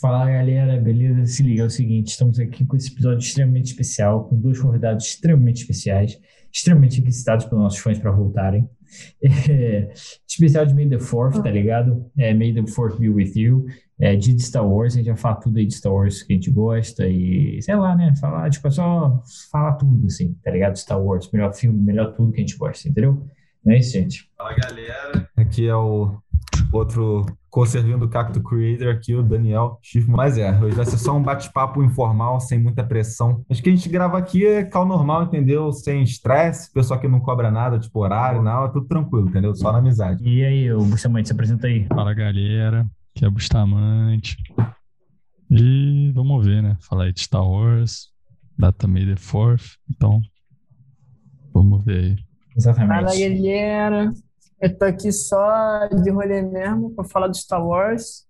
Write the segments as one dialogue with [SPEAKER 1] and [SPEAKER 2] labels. [SPEAKER 1] Fala galera, beleza? Se liga, é o seguinte, estamos aqui com esse episódio extremamente especial, com dois convidados extremamente especiais, extremamente excitados pelos nossos fãs para voltarem. É, especial de May the Fourth, tá ligado? É, May the Fourth be with you. É, dia de Star Wars, a gente já fala tudo aí de Star Wars que a gente gosta e sei lá, né? Falar, tipo, é só falar tudo, assim, tá ligado? Star Wars, melhor filme, melhor tudo que a gente gosta, entendeu? Não é isso, gente?
[SPEAKER 2] Fala galera, aqui é o outro conservando o Cacto Creator aqui, o Daniel Schiffman. Mas é, hoje vai ser só um bate-papo informal, sem muita pressão. Acho que a gente grava aqui é cal normal, entendeu? Sem estresse, pessoal que não cobra nada, tipo horário, não, é tudo tranquilo, entendeu? Só na amizade.
[SPEAKER 1] E aí, o Bustamante, se apresenta aí.
[SPEAKER 3] Fala galera, que é Bustamante. E vamos ver, né? Falar aí de Star Wars, data May the 4th, então vamos ver aí.
[SPEAKER 1] Exatamente.
[SPEAKER 4] Fala galera, eu tô aqui só de rolê mesmo pra falar do Star Wars.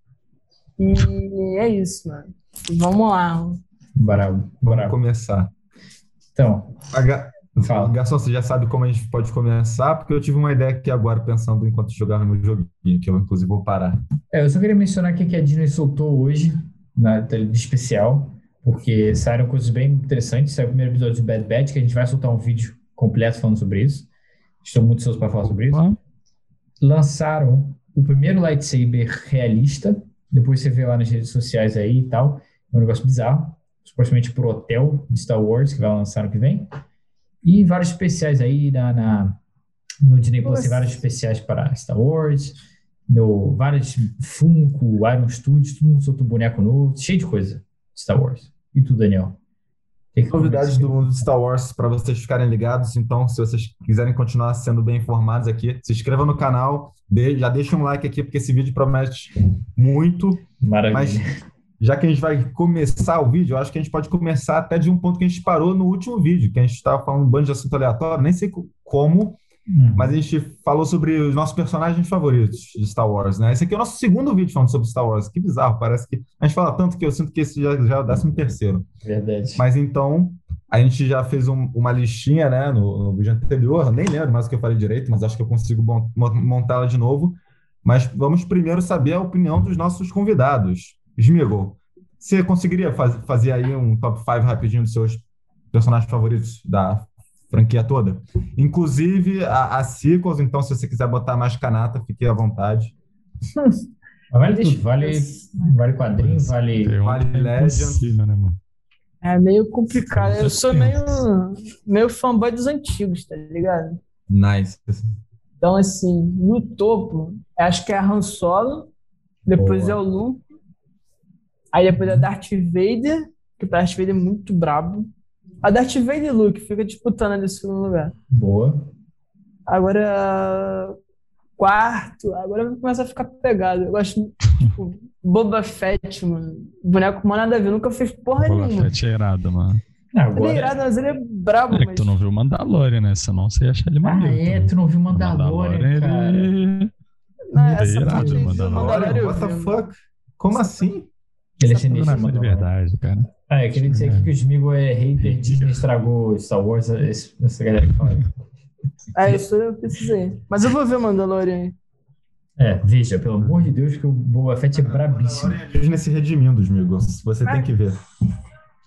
[SPEAKER 4] E é isso, mano. Vamos lá.
[SPEAKER 1] Bravo,
[SPEAKER 2] Bora
[SPEAKER 1] bravo.
[SPEAKER 2] começar.
[SPEAKER 1] Então,
[SPEAKER 2] A ga-
[SPEAKER 1] Fala.
[SPEAKER 2] Garçom, você já sabe como a gente pode começar, porque eu tive uma ideia aqui agora, pensando enquanto jogava meu joguinho, que eu inclusive vou parar.
[SPEAKER 1] É, eu só queria mencionar aqui que a Disney soltou hoje, na de especial, porque saíram coisas bem interessantes. Saiu o primeiro episódio de Bad Batch, que a gente vai soltar um vídeo completo falando sobre isso. Estou muito ansioso para falar sobre isso.
[SPEAKER 3] Opa,
[SPEAKER 1] Lançaram o primeiro lightsaber realista. Depois você vê lá nas redes sociais aí e tal. É um negócio bizarro. Supostamente pro hotel de Star Wars, que vai lançar ano que vem. E vários especiais aí na, na- no Disney Plus. Tem
[SPEAKER 4] Nossa.
[SPEAKER 1] vários especiais para Star Wars no várias Funko, Iron Studios, todo mundo soltou boneco novo, cheio de coisa de Star Wars. E tu, Daniel? Que que
[SPEAKER 2] Novidades
[SPEAKER 1] acontece?
[SPEAKER 2] do mundo de Star Wars para vocês ficarem ligados. Então, se vocês quiserem continuar sendo bem informados aqui, se inscreva no canal, dê- já deixa um like aqui, porque esse vídeo promete muito. Mas
[SPEAKER 1] Maravilha.
[SPEAKER 2] já que a gente vai começar o vídeo, eu acho que a gente pode começar até de um ponto que a gente parou no último vídeo, que a gente estava falando um bando de assunto aleatório, nem sei co- como,
[SPEAKER 1] Hum.
[SPEAKER 2] mas a gente falou sobre os nossos personagens favoritos de Star Wars, né? Esse aqui é o nosso segundo vídeo falando sobre Star Wars. Que bizarro, parece que a gente fala tanto que eu sinto que esse já, já é o décimo terceiro.
[SPEAKER 1] Verdade.
[SPEAKER 2] Mas então, a gente já fez um- uma listinha, né, no, no vídeo anterior, nem lembro mais o que eu falei direito, mas acho que eu consigo mon- mon- montá-la de novo. Mas vamos primeiro saber a opinião dos nossos convidados. Smigo, você conseguiria faz- fazer aí um top 5 rapidinho dos seus personagens favoritos da franquia toda? Inclusive a, a sequels, então se você quiser botar mais canata, fique à vontade.
[SPEAKER 1] Mas vale
[SPEAKER 4] Deixa
[SPEAKER 1] tudo,
[SPEAKER 4] eu
[SPEAKER 1] vale,
[SPEAKER 4] pensar.
[SPEAKER 1] vale quadrinho, vale.
[SPEAKER 3] pergunta
[SPEAKER 2] Vale
[SPEAKER 3] é
[SPEAKER 2] Legends.
[SPEAKER 3] impossível, né, mano?
[SPEAKER 4] É meio complicado. Eu sou meio, meio fanboy dos antigos, tá ligado?
[SPEAKER 2] Nice.
[SPEAKER 4] Então, assim, no topo, acho que é a Han Solo, depois
[SPEAKER 1] Boa.
[SPEAKER 4] é o Luke, aí depois é a Darth Vader, que o Darth Vader é muito brabo. A Darth Vader e Luke fica disputando ali o segundo lugar.
[SPEAKER 1] Boa.
[SPEAKER 4] Agora, quarto, agora vai começar a ficar pegado. Eu gosto, tipo, Boba Fett, mano. Boneco mó nada a ver, nunca fez porra
[SPEAKER 3] Boba
[SPEAKER 4] nenhuma.
[SPEAKER 3] Fett é irado, mano.
[SPEAKER 4] Ele é
[SPEAKER 1] Agora.
[SPEAKER 4] irado, mas ele é brabo,
[SPEAKER 3] É que tu não viu o Mandalorian, né? Senão você ia achar ele
[SPEAKER 1] Ah,
[SPEAKER 3] maneiro.
[SPEAKER 1] é,
[SPEAKER 3] também.
[SPEAKER 1] tu não viu Mandalorian, cara.
[SPEAKER 3] ele...
[SPEAKER 4] mas...
[SPEAKER 3] é
[SPEAKER 4] Essa
[SPEAKER 3] irado,
[SPEAKER 4] parte aí do
[SPEAKER 3] Mandalorian.
[SPEAKER 4] Mandalorian eu
[SPEAKER 2] What the
[SPEAKER 4] vi.
[SPEAKER 2] fuck? Como assim?
[SPEAKER 1] Ele é
[SPEAKER 4] Essa
[SPEAKER 3] Tudo
[SPEAKER 1] sinistro.
[SPEAKER 3] na minha
[SPEAKER 1] Mandalorian.
[SPEAKER 3] liberdade, cara.
[SPEAKER 1] Ah, eu queria dizer aqui que o Smigo é hater, Disney estragou Star Wars, esse- essa galera que fala. aí.
[SPEAKER 4] Ah, isso eu precisei. Mas eu vou ver Mandalorian.
[SPEAKER 1] É, veja, pelo amor de Deus, que o Boa Fett é brabíssimo.
[SPEAKER 2] Mandalorian Disney se redimindo, amigo. Você tem que ver.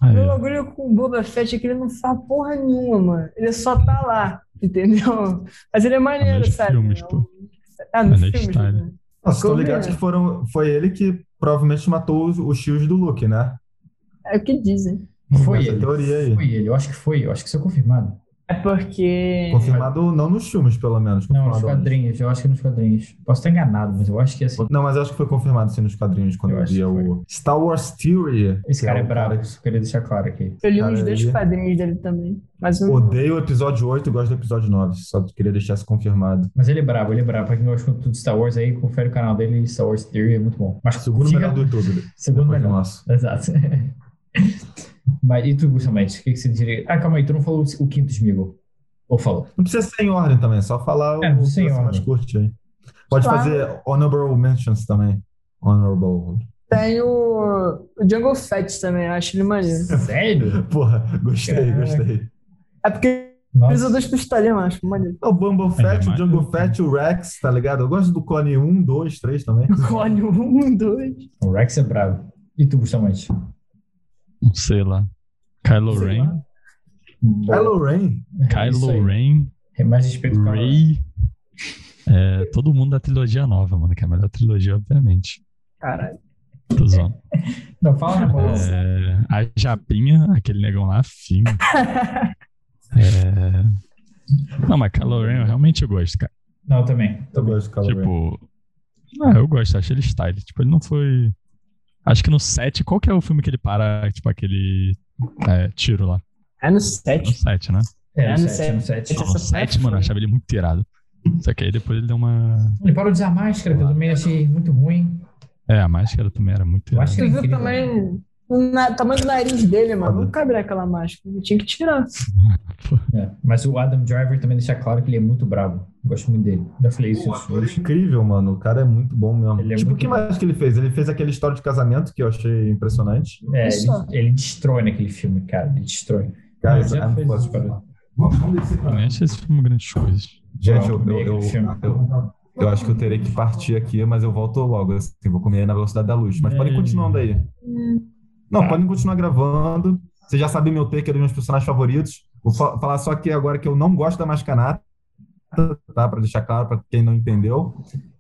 [SPEAKER 3] Aí,
[SPEAKER 4] Meu bagulho com o Boba Fett é que ele não faz porra nenhuma, mano. Ele só tá lá, entendeu? Mas ele é maneiro,
[SPEAKER 3] nos
[SPEAKER 4] sabe?
[SPEAKER 3] filmes,
[SPEAKER 4] É um-
[SPEAKER 3] pô.
[SPEAKER 4] É, nos
[SPEAKER 3] Ele é
[SPEAKER 4] filmes.
[SPEAKER 3] style.
[SPEAKER 4] né?
[SPEAKER 2] Nossa, tô
[SPEAKER 4] Como
[SPEAKER 2] ligado
[SPEAKER 4] é?
[SPEAKER 2] que foram, foi ele que provavelmente matou os, os tios do Luke, né?
[SPEAKER 4] É o que dizem.
[SPEAKER 1] Foi
[SPEAKER 2] Essa
[SPEAKER 1] ele.
[SPEAKER 2] teoria aí.
[SPEAKER 1] Foi ele, eu acho que foi, eu acho que isso é confirmado.
[SPEAKER 4] É porque.
[SPEAKER 2] Confirmado não nos filmes, pelo menos.
[SPEAKER 1] Não, nos
[SPEAKER 2] confirmado
[SPEAKER 1] quadrinhos, eu acho que nos quadrinhos. Posso estar enganado, mas eu acho que assim.
[SPEAKER 2] antes. Não, mas acho que foi confirmado sim nos quadrinhos quando
[SPEAKER 1] Eu
[SPEAKER 2] eu,
[SPEAKER 1] acho
[SPEAKER 2] via
[SPEAKER 1] que
[SPEAKER 2] o Star Wars Theory.
[SPEAKER 1] Esse
[SPEAKER 2] que
[SPEAKER 1] cara é
[SPEAKER 2] um
[SPEAKER 1] brabo, isso eu queria deixar claro aqui.
[SPEAKER 4] Eu li uns
[SPEAKER 2] Cara,
[SPEAKER 4] dois
[SPEAKER 1] é
[SPEAKER 2] ele-
[SPEAKER 4] quadrinhos dele também. Mas
[SPEAKER 2] que
[SPEAKER 4] eu
[SPEAKER 2] Odeio o episódio 8 e gosto do episódio 9. Só queria deixar isso confirmado.
[SPEAKER 1] Mas ele é brabo, ele é brabo. Pra quem gosta de tudo de Star Wars aí, confere o canal dele, Star Wars Theory, é muito bom. Mas
[SPEAKER 2] Segundo
[SPEAKER 1] diga-
[SPEAKER 2] melhor do YouTube.
[SPEAKER 1] Segundo
[SPEAKER 2] Depois né? do
[SPEAKER 1] melhor.
[SPEAKER 2] nosso.
[SPEAKER 1] Exato. Mas e tu, Gustamante, o que, que você diria? Ah, calma aí, tu não falou o quinto Smigo. Ou falou?
[SPEAKER 2] Não precisa ser em ordem também, é só falar
[SPEAKER 1] É,
[SPEAKER 2] o que
[SPEAKER 1] sem
[SPEAKER 2] você mais
[SPEAKER 1] ordem.
[SPEAKER 2] curte aí. Pode
[SPEAKER 4] Claro.
[SPEAKER 2] fazer honorable mentions também. Honorable.
[SPEAKER 4] tenho o Jungle Fett também, eu acho ele maneiro.
[SPEAKER 1] Sério?
[SPEAKER 2] Porra, gostei,
[SPEAKER 1] Caraca.
[SPEAKER 2] gostei.
[SPEAKER 4] É porque eles são
[SPEAKER 1] Nossa.
[SPEAKER 4] dois pistolinhas, eu acho maneiro.
[SPEAKER 2] É O Bumble Fett,
[SPEAKER 3] é
[SPEAKER 2] o
[SPEAKER 3] mais-
[SPEAKER 2] Jungle
[SPEAKER 1] né?
[SPEAKER 2] Fett, o Rex, tá ligado? Eu gosto do Clone 1, 2, 3 um, também.
[SPEAKER 4] Olha, um, dois.
[SPEAKER 1] O Rex é brabo. E tu, Bustamante?
[SPEAKER 3] Não sei lá. Kylo
[SPEAKER 4] Sei
[SPEAKER 3] Ren.
[SPEAKER 4] lá.
[SPEAKER 1] Boa.
[SPEAKER 2] Kylo Ren.
[SPEAKER 1] É isso aí. É
[SPEAKER 3] Kylo Ren.
[SPEAKER 1] Mais respeito com
[SPEAKER 3] Ray. É, todo mundo da trilogia nova, mano, que é a melhor trilogia, obviamente.
[SPEAKER 4] Caralho.
[SPEAKER 3] Tô zoando.
[SPEAKER 1] Não, fala na boa.
[SPEAKER 3] É, a Japinha, aquele negão lá fino. É, Não, mas Kylo Ren eu realmente gosto, cara.
[SPEAKER 1] Não, também.
[SPEAKER 2] Eu gosto de Kylo Ren.
[SPEAKER 3] Tipo, ah, eu gosto, acho ele style. Tipo, ele não foi. Acho que no 7, qual que é o filme que ele para, tipo, aquele é, tiro lá?
[SPEAKER 4] É no
[SPEAKER 3] É No
[SPEAKER 4] 7.
[SPEAKER 3] 7, né?
[SPEAKER 1] É,
[SPEAKER 4] É,
[SPEAKER 1] no
[SPEAKER 4] no
[SPEAKER 1] 7, no 7.
[SPEAKER 4] sete.
[SPEAKER 3] No 7, mano, eu achava ele muito tirado. Só que aí depois ele deu uma.
[SPEAKER 1] Ele parou de usar máscara, que eu também achei muito ruim.
[SPEAKER 3] É, a máscara também era muito
[SPEAKER 1] Eu
[SPEAKER 3] tirada.
[SPEAKER 1] acho que
[SPEAKER 4] Tu
[SPEAKER 1] ele
[SPEAKER 4] viu
[SPEAKER 1] queria-
[SPEAKER 4] também o na- tamanho do nariz dele, mano?
[SPEAKER 2] Foda.
[SPEAKER 4] Não cabe aquela máscara. Eu tinha que tirar.
[SPEAKER 1] É, Mas o Adam Driver também deixa claro que ele é muito brabo. Gosto muito dele. Já falei isso.
[SPEAKER 2] Pô, o
[SPEAKER 1] isso
[SPEAKER 2] ator é
[SPEAKER 1] hoje.
[SPEAKER 2] incrível, mano. O cara é muito bom mesmo.
[SPEAKER 1] Ele é
[SPEAKER 2] tipo, o
[SPEAKER 1] muito
[SPEAKER 2] que
[SPEAKER 1] bom.
[SPEAKER 2] mais que ele fez? Ele fez aquela história de casamento que eu achei impressionante.
[SPEAKER 1] É,
[SPEAKER 4] Só.
[SPEAKER 1] ele, ele destrói naquele filme, cara. Ele destrói.
[SPEAKER 2] Cara,
[SPEAKER 1] Ele já
[SPEAKER 2] é
[SPEAKER 1] fez
[SPEAKER 2] muito
[SPEAKER 1] isso,
[SPEAKER 2] foda.
[SPEAKER 1] cara.
[SPEAKER 2] Vamos- vamos descer pra-
[SPEAKER 3] Eu nem achei esse filme é grandes coisas.
[SPEAKER 2] Gente, eu, eu, eu,
[SPEAKER 1] Esse filme.
[SPEAKER 2] eu, eu acho que eu terei que partir aqui, mas eu volto logo. Assim, vou comer na velocidade da luz. Mas podem
[SPEAKER 3] Ei.
[SPEAKER 2] continuando aí. Não, podem continuar gravando. Vocês já sabem meu take dos meus personagens favoritos. Vou fa- falar só aqui agora que eu não gosto da Mascanata, tá? Pra deixar claro pra quem não entendeu.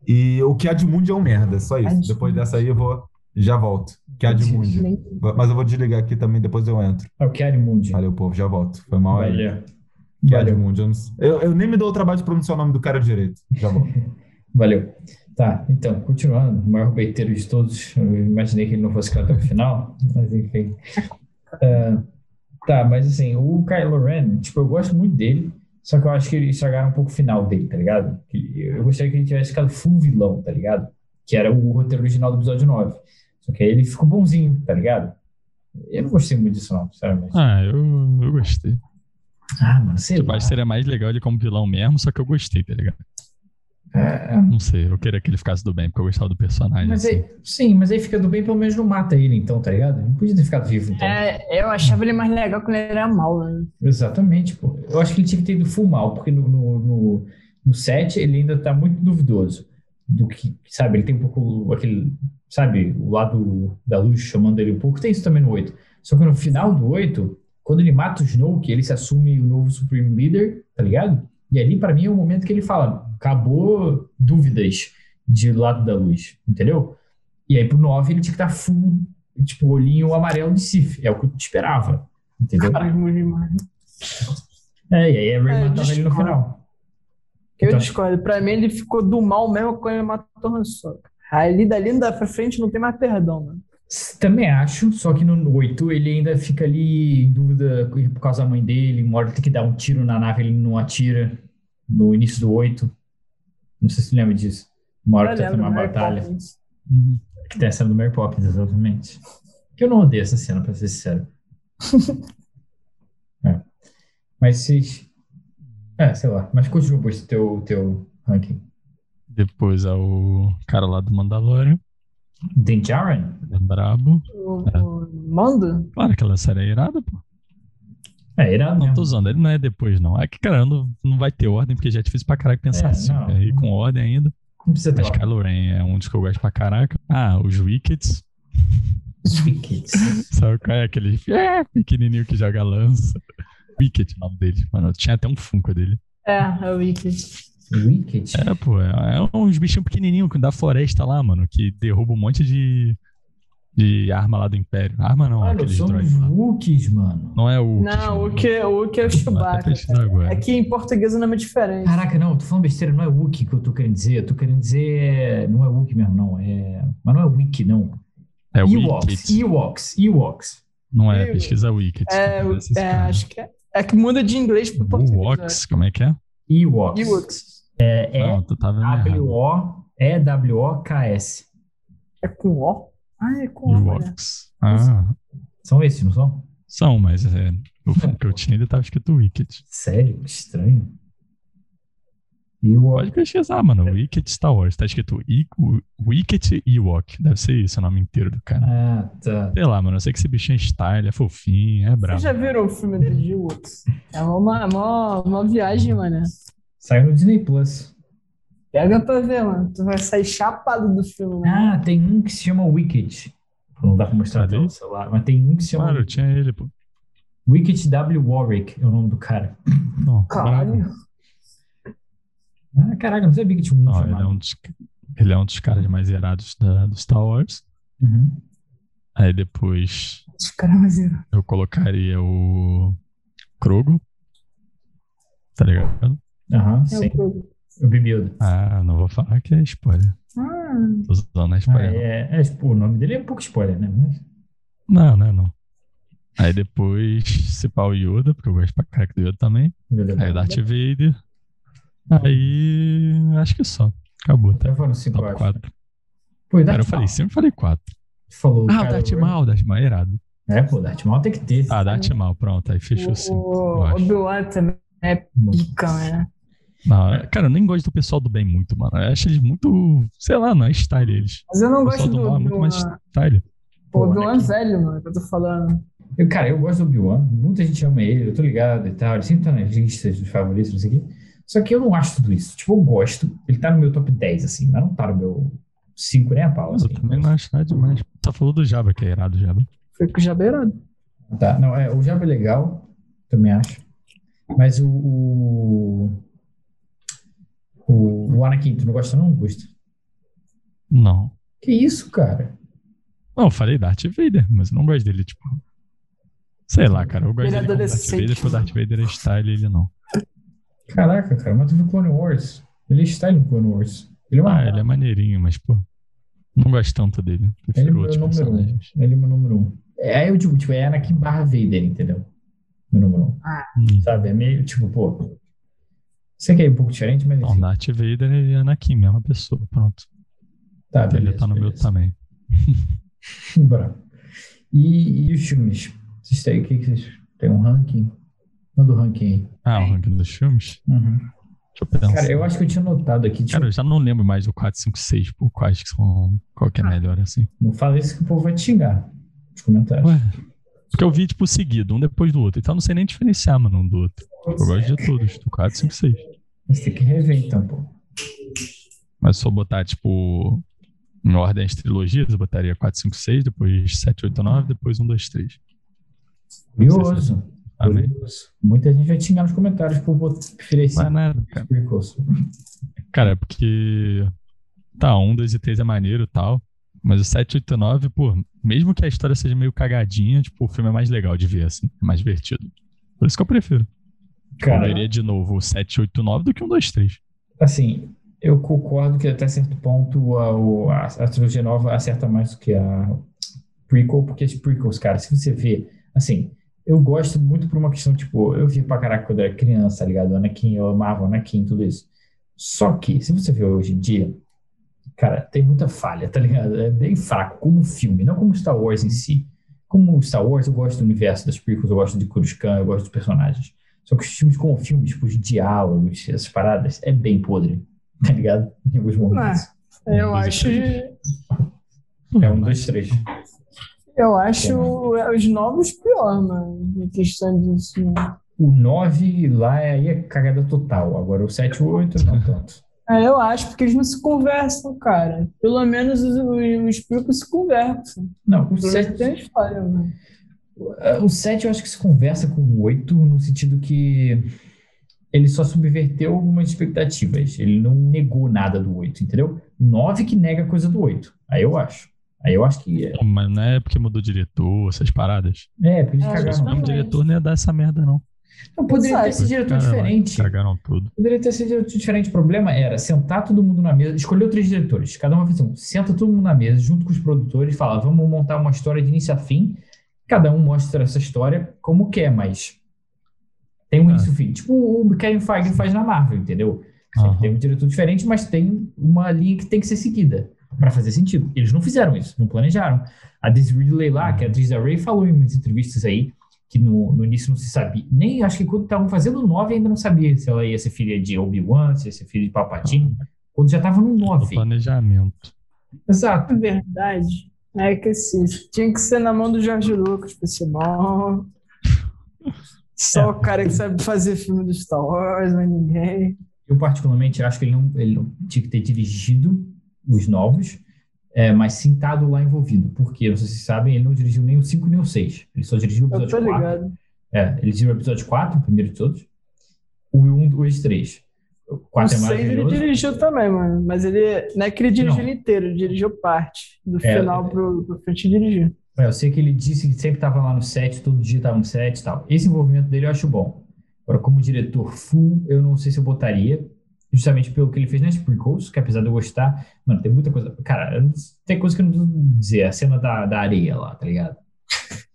[SPEAKER 2] E o que Admund é um merda, só isso.
[SPEAKER 4] Admund.
[SPEAKER 2] Depois dessa aí eu vou já volto. Que Admund.
[SPEAKER 4] Nem-
[SPEAKER 2] Mas eu vou desligar aqui também, depois eu entro.
[SPEAKER 1] É o Keanu Mundi.
[SPEAKER 2] Valeu, povo, já volto. Foi mal aí.
[SPEAKER 1] Valeu.
[SPEAKER 2] Que
[SPEAKER 1] Valeu.
[SPEAKER 2] Admund, eu, não sei- eu, eu nem me dou o trabalho de pronunciar o nome do cara direito. Já volto.
[SPEAKER 1] Valeu. Tá, então, continuando, o maior beiteiro de todos. Eu imaginei que ele não fosse ficar até o final, mas enfim. Ah, tá, mas assim, o Kylo Ren, tipo, eu gosto muito dele, só que eu acho que eles estragaram um pouco o final dele, tá ligado? Que- Eu gostaria que ele tivesse ficado full vilão, tá ligado? Que era o roteiro original do episódio 9. Só que aí ele ficou bonzinho, tá ligado? Eu não gostei muito disso, não, sinceramente.
[SPEAKER 3] Ah, eu, eu gostei.
[SPEAKER 1] Ah, mano, sei
[SPEAKER 3] Tipo,
[SPEAKER 1] lá.
[SPEAKER 3] acho que seria mais legal ele como vilão mesmo, só que eu gostei, tá ligado?
[SPEAKER 1] É,
[SPEAKER 3] Não sei, eu queria que ele ficasse do bem, porque eu gostava do personagem.
[SPEAKER 1] Mas
[SPEAKER 3] assim.
[SPEAKER 1] aí, sim, mas aí fica do bem, pelo menos não mata ele, então, tá ligado? Ele podia ter ficado vivo, então.
[SPEAKER 4] É, eu achava ele mais legal quando ele era mal, né?
[SPEAKER 1] Exatamente, pô. Eu acho que ele tinha que ter ido full mal, porque no, no, no, no set ele ainda tá muito duvidoso do que, sabe? Ele tem um pouco aquele, sabe? O lado da luz chamando ele um pouco. Tem isso também no 8. Só que no final do 8, quando ele mata o Snoke, ele se assume o novo Supreme Leader, tá ligado? E ali, pra mim, é o momento que ele fala, acabou dúvidas de lado da luz, entendeu? E aí pro 9 ele tinha que estar full, tipo, olhinho amarelo de Sif. É o que eu esperava, entendeu?
[SPEAKER 4] Cara, muito demais.
[SPEAKER 1] É, e aí a Ray
[SPEAKER 4] É,
[SPEAKER 1] matava ele no
[SPEAKER 4] discordo.
[SPEAKER 1] final.
[SPEAKER 4] Eu
[SPEAKER 1] Então-
[SPEAKER 4] discordo. Pra mim, ele ficou do mal mesmo quando ele matou o Han Solo. Ali dali não dá pra frente, não tem mais perdão, mano.
[SPEAKER 1] S- Também acho, só que no 8 ele ainda fica ali em dúvida por causa da mãe dele. Uma hora tem que dar um tiro na nave, ele não atira no início do 8. Não sei se você lembra disso. Uma hora que tá tendo uma
[SPEAKER 4] Mary
[SPEAKER 1] batalha.
[SPEAKER 4] Poppins.
[SPEAKER 3] Uhum.
[SPEAKER 1] Que tem a cena do Mary Poppins, exatamente. Que eu não odeio essa cena, pra ser sincero. É. Mas vocês. É, sei lá. Mas continua pois, teu, teu ranking.
[SPEAKER 3] Depois é o cara lá do Mandalorian,
[SPEAKER 1] Din Djarin?
[SPEAKER 3] ele é brabo.
[SPEAKER 4] O, o Mando?
[SPEAKER 3] Claro, aquela série é irada, pô.
[SPEAKER 1] É, irado
[SPEAKER 3] Não, tô
[SPEAKER 1] mesmo.
[SPEAKER 3] usando, ele não é depois, não. É que, cara, não, não vai ter ordem, porque já é difícil pra caraca pensar
[SPEAKER 1] É,
[SPEAKER 3] assim.
[SPEAKER 1] não.
[SPEAKER 3] né? E com ordem ainda.
[SPEAKER 1] Não precisa ter
[SPEAKER 3] Mas
[SPEAKER 1] uma-
[SPEAKER 3] Kylo Ren é um dos que eu gosto pra caraca. Ah, os Wickets. Sabe qual é aquele é, pequenininho que joga lança? Wicket, o nome dele. Mano, tinha até um Funko dele.
[SPEAKER 4] É, é o Wicked.
[SPEAKER 1] Wicked?
[SPEAKER 3] É, pô, é, é uns bichinhos pequenininhos da floresta lá, mano, que derruba um monte de, de arma lá do Império. Arma
[SPEAKER 4] Ah,
[SPEAKER 3] não,
[SPEAKER 1] Mano,
[SPEAKER 3] aqueles
[SPEAKER 1] são os
[SPEAKER 3] droids lá.
[SPEAKER 1] Wookiees, mano.
[SPEAKER 3] Não é o.
[SPEAKER 4] Não, o que, o que é o Chewbacca. cara.
[SPEAKER 3] agora.
[SPEAKER 4] É que em português o nome é diferente.
[SPEAKER 1] Caraca, não, eu tô falando besteira, não é Wookie que eu tô querendo dizer. Eu tô querendo dizer. é, Não é Wookie mesmo, não. É... Mas não é Wiki, não.
[SPEAKER 3] É o
[SPEAKER 1] Ewoks,
[SPEAKER 3] Wicket.
[SPEAKER 1] Ewoks, Ewoks.
[SPEAKER 3] Não é,
[SPEAKER 4] Ewoks.
[SPEAKER 3] pesquisa Wicket.
[SPEAKER 4] É, o-
[SPEAKER 3] Esses
[SPEAKER 4] é,
[SPEAKER 3] caras.
[SPEAKER 4] acho que é. É que muda de inglês
[SPEAKER 3] Uhum,
[SPEAKER 4] pra português.
[SPEAKER 3] Ewoks, como é que é?
[SPEAKER 4] né?
[SPEAKER 1] Ewoks.
[SPEAKER 4] Ewoks.
[SPEAKER 1] É
[SPEAKER 3] Não, tu tava vendo errado.
[SPEAKER 1] E-W-O-K-S.
[SPEAKER 4] É com O? Ah, é com O. né?
[SPEAKER 3] Ewoks. Ah,
[SPEAKER 1] São esses, não são?
[SPEAKER 3] são, mas é, o filme que eu tinha ainda tava escrito Wicket.
[SPEAKER 1] Sério? Que estranho.
[SPEAKER 3] Pode
[SPEAKER 1] Ewoks.
[SPEAKER 3] pesquisar, mano. Wicket Star Wars. Tá escrito I, Wicket Ewok. Deve ser isso o nome inteiro do cara.
[SPEAKER 1] Ah, tá.
[SPEAKER 3] Sei lá, mano. Eu sei que esse bichinho é style, é fofinho, é brabo.
[SPEAKER 4] Vocês já viram o filme do Ewoks? É uma, uma, uma viagem, mano.
[SPEAKER 1] Saiu no Disney Plus.
[SPEAKER 4] Pega pra ver, mano. Tu vai sair chapado do filme, né?
[SPEAKER 1] Ah, tem um que se chama Wicked. Não dá pra mostrar
[SPEAKER 3] Cadê?
[SPEAKER 1] até o celular. Mas tem um que se chama
[SPEAKER 3] Claro, tinha ele, pô.
[SPEAKER 1] Wicked W. Warwick, é o nome do cara.
[SPEAKER 3] Não, brabo.
[SPEAKER 4] Caralho.
[SPEAKER 1] Ah, caraca, não sabia que tinha um
[SPEAKER 3] Não, ele, é
[SPEAKER 1] chamado.
[SPEAKER 3] um dos, ele é um dos caras mais zerados da, do Star Wars.
[SPEAKER 1] Uhum.
[SPEAKER 3] Aí depois
[SPEAKER 4] Os caras mais zero.
[SPEAKER 3] eu colocaria o Krogo. Tá ligado?
[SPEAKER 1] Aham,
[SPEAKER 4] É o
[SPEAKER 1] sim.
[SPEAKER 4] Grogu.
[SPEAKER 1] O Bibildo.
[SPEAKER 3] Ah, não vou falar que é spoiler.
[SPEAKER 4] Ah,
[SPEAKER 3] Tô usando a
[SPEAKER 1] Ah,
[SPEAKER 3] spoiler.
[SPEAKER 1] é, é, tipo, o nome dele é um pouco spoiler, né? Mas...
[SPEAKER 3] Não, não, não. Aí depois, se pá o Yoda, porque eu gosto pra caraca do Yoda também.
[SPEAKER 1] Meu Deus.
[SPEAKER 3] Aí o Darth Vader. Aí, acho que é só. Acabou, tá?
[SPEAKER 1] Até foram cinco, eu
[SPEAKER 3] Top
[SPEAKER 1] acho.
[SPEAKER 3] 4.
[SPEAKER 1] Pô, e Darth
[SPEAKER 3] Cara, eu falei,
[SPEAKER 1] Maul?
[SPEAKER 3] sempre falei 4.
[SPEAKER 1] Tu Falou
[SPEAKER 3] Ah, o
[SPEAKER 1] Kylo
[SPEAKER 3] Darth
[SPEAKER 1] Ren.
[SPEAKER 3] Maul, Darth Maul é irado.
[SPEAKER 1] É, pô, Darth Maul tem que ter.
[SPEAKER 3] Ah, Darth Maul, pronto, aí fechou sim.
[SPEAKER 4] o
[SPEAKER 3] eu acho.
[SPEAKER 4] Obi-Wan também é pica, né?
[SPEAKER 3] Não, é, cara, eu nem gosto do pessoal do bem muito, mano. Eu acho eles muito, sei lá, não é style eles.
[SPEAKER 4] Mas eu não
[SPEAKER 3] O
[SPEAKER 4] gosto
[SPEAKER 3] pessoal do
[SPEAKER 4] do
[SPEAKER 3] mal é muito
[SPEAKER 4] Obi-Wan.
[SPEAKER 3] mais né, style.
[SPEAKER 4] Pô,
[SPEAKER 1] Pô,
[SPEAKER 4] Obi-Wan é
[SPEAKER 1] Anakin.
[SPEAKER 4] velho, mano, que eu tô falando.
[SPEAKER 1] Eu, cara, eu gosto do Obi-Wan, muita gente ama ele, eu tô ligado e tal, ele sempre tá nas listas dos favoritos, não sei o quê. Só que eu não acho tudo isso. Tipo, eu gosto, ele tá no meu top 10, assim, mas não tá no meu 5 nem a pau,
[SPEAKER 3] Mas
[SPEAKER 1] assim.
[SPEAKER 3] eu também não acho nada demais. Tá falando do Jabba, que é irado o Jabba.
[SPEAKER 4] Foi com o Jabeirado.
[SPEAKER 1] Tá, não, é, o Java é legal, também acho. Mas o. O, o, o Anakin, tu não gosta, não? Gosta.
[SPEAKER 3] Não.
[SPEAKER 1] Que isso, cara?
[SPEAKER 3] Não, eu falei Darth Vader, mas eu não gosto dele, tipo. Sei lá, cara, eu gosto
[SPEAKER 4] Ele é
[SPEAKER 3] dele como Darth
[SPEAKER 4] adolescente.
[SPEAKER 3] Vader, porque o Darth Vader é style ele não.
[SPEAKER 1] Caraca, cara, mas tu viu Clone Wars? Ele é style no Clone Wars. Ele é uma
[SPEAKER 3] Ah, ele é maneirinho, mas, pô. Não gosto tanto dele.
[SPEAKER 1] Ele é
[SPEAKER 3] Prefiro
[SPEAKER 1] meu
[SPEAKER 3] outros
[SPEAKER 1] número um.
[SPEAKER 3] personagens.
[SPEAKER 1] Ele é meu número um. É, aí eu digo, tipo, é Anakin barra Vader, entendeu? Meu número um.
[SPEAKER 3] Hum.
[SPEAKER 1] Sabe? É meio, tipo, pô. Sei que é um pouco diferente, mas
[SPEAKER 3] Não,
[SPEAKER 1] enfim.
[SPEAKER 3] Darth Vader e Anakin, mesma pessoa, pronto.
[SPEAKER 1] Tá,
[SPEAKER 3] Ele tá no meu
[SPEAKER 1] beleza.
[SPEAKER 3] também.
[SPEAKER 1] Bora. E, e os filmes? Vocês têm, o que que vocês têm? Um ranking? Manda o ranking aí.
[SPEAKER 3] Ah, o ranking dos filmes? Deixa eu pensar.
[SPEAKER 1] É. Cara, eu acho que eu tinha notado aqui. Tipo,
[SPEAKER 3] Uhum. Cara, eu já não lembro mais do 4, 5, 6, por quais que são. Qual
[SPEAKER 1] Ah.
[SPEAKER 3] que é melhor, assim.
[SPEAKER 1] não fala isso que o povo vai te xingar nos comentários.
[SPEAKER 3] Ué, Porque eu vi, tipo, seguido, um depois do outro. Então eu não sei nem diferenciar, mano, um do outro. Eu gosto de todos, do 4, 5, 6.
[SPEAKER 1] Você tem que rever então, pô.
[SPEAKER 3] Mas se eu botar, tipo, em ordem as trilogias, eu botaria 4, 5, 6, depois 7, 8, 9, depois 1, 2, 3.
[SPEAKER 1] Curioso.
[SPEAKER 3] Amém?
[SPEAKER 1] Curioso. Muita gente vai te xingar nos comentários tipo, por bot- preferir esse
[SPEAKER 3] Não é nada, cara.
[SPEAKER 1] precursor.
[SPEAKER 3] Cara, é porque. Tá, 1, 2 e 3 é maneiro e tal. Mas o 7, 8 e 9, pô, mesmo que a história seja meio cagadinha, tipo, o filme é mais legal de ver, assim. É mais divertido. Por isso que eu prefiro. Eu
[SPEAKER 1] Cara,
[SPEAKER 3] veria de novo o 7, 8, 9 do que um 2, 3.
[SPEAKER 1] Assim, eu concordo que até certo ponto a, o- a, a trilogia nova acerta mais do que a prequel, porque as prequels, cara, se você vê, assim, eu gosto muito por uma questão, tipo, eu vi pra caraca quando eu era criança, tá ligado? Anakin, eu amava Anakin, tudo isso. Só que, se você vê hoje em dia, cara, tem muita falha, tá ligado? É bem fraco, como filme, não como Star Wars em si. Como Star Wars, eu gosto do universo das prequels, eu gosto de Coruscant, eu gosto dos personagens. Só que os filmes com filmes, tipo, os diálogos, essas paradas, é bem podre, tá ligado? Em alguns momentos.
[SPEAKER 4] Eu
[SPEAKER 3] dois e
[SPEAKER 4] acho.
[SPEAKER 1] É um, dois, três.
[SPEAKER 4] Eu acho os novos pior, mano, em questão disso. Né?
[SPEAKER 1] O 9 lá aí é cagada total. Agora o 7 e o 8 não tanto.
[SPEAKER 4] É, eu acho, porque eles não se conversam, cara. Pelo menos os, os públicos se conversam.
[SPEAKER 1] Não, o
[SPEAKER 4] Pelo menos tem
[SPEAKER 1] 7,
[SPEAKER 4] história, mano.
[SPEAKER 1] o 7 eu acho que se conversa com o 8 no sentido que ele só subverteu algumas expectativas. Ele não negou nada do 8, entendeu? O 9 que nega coisa do 8. Aí eu acho. Aí eu acho que é.
[SPEAKER 3] Pô, Mas não é porque mudou o diretor, essas paradas.
[SPEAKER 1] É, porque eles
[SPEAKER 4] É,
[SPEAKER 3] Se fosse
[SPEAKER 1] cagaram.
[SPEAKER 3] o mesmo
[SPEAKER 4] exatamente.
[SPEAKER 3] diretor, não ia dar essa merda, não.
[SPEAKER 1] Não, poderia ter
[SPEAKER 4] Sabe?
[SPEAKER 1] esse diretor é
[SPEAKER 3] Cara, lá,
[SPEAKER 1] diferente.
[SPEAKER 3] Cagaram tudo.
[SPEAKER 1] Poderia ter sido diferente. O problema era sentar todo mundo na mesa, escolher três diretores, cada uma fez um. Senta todo mundo na mesa, junto com os produtores, fala: vamos montar uma história de início a fim. Cada um mostra essa história como quer, mas tem um
[SPEAKER 3] É.
[SPEAKER 1] início e fim. Tipo o Kevin Feige faz na Marvel, entendeu? Sempre
[SPEAKER 3] Aham.
[SPEAKER 1] tem um diretor diferente, mas tem uma linha que tem que ser seguida para fazer sentido. Eles não fizeram isso, não planejaram. A Daisy Ridley lá, que é a atriz da Ray, falou em umas entrevistas aí que no, no início não se sabia. Nem acho que quando estavam fazendo o 9 ainda não sabia se ela ia ser filha de Obi-Wan, se ia ser filha de Palpatine. Quando já estava no
[SPEAKER 3] O
[SPEAKER 1] 9.
[SPEAKER 3] planejamento.
[SPEAKER 1] Exato.
[SPEAKER 4] Na verdade, é que assim, tinha que ser na mão do Jorge Lucas, pra ser bom. Só o cara que sabe fazer filme do Star Wars, mas ninguém.
[SPEAKER 1] Eu particularmente acho que ele não, ele não tinha que ter dirigido os novos é, mas sim tá do lá envolvido, porque vocês sabem, ele não dirigiu nem o 5 nem o 6, ele só dirigiu o
[SPEAKER 4] Eu tô
[SPEAKER 1] episódio 4.
[SPEAKER 4] ligado.
[SPEAKER 1] É, ele dirigiu o episódio 4, o primeiro de todos, o 1, 2, 3. O
[SPEAKER 4] O
[SPEAKER 1] 4 é
[SPEAKER 4] 6 ele
[SPEAKER 1] maravilhoso.
[SPEAKER 4] dirigiu também, mano. Mas ele. Não é que ele dirigiu
[SPEAKER 1] Não.
[SPEAKER 4] ele inteiro, ele dirigiu parte. Do
[SPEAKER 1] É,
[SPEAKER 4] final pro, pro frente dirigir.
[SPEAKER 1] É, eu sei que ele disse que sempre estava lá no set, todo dia estava no set e tal. Esse envolvimento dele eu acho bom. Agora, como diretor full, eu não sei se eu botaria, justamente pelo que ele fez nas prequels, que apesar de eu gostar, mano, tem muita coisa. Cara, eu não- tem coisa que eu não preciso dizer. A cena da, da areia lá, tá ligado?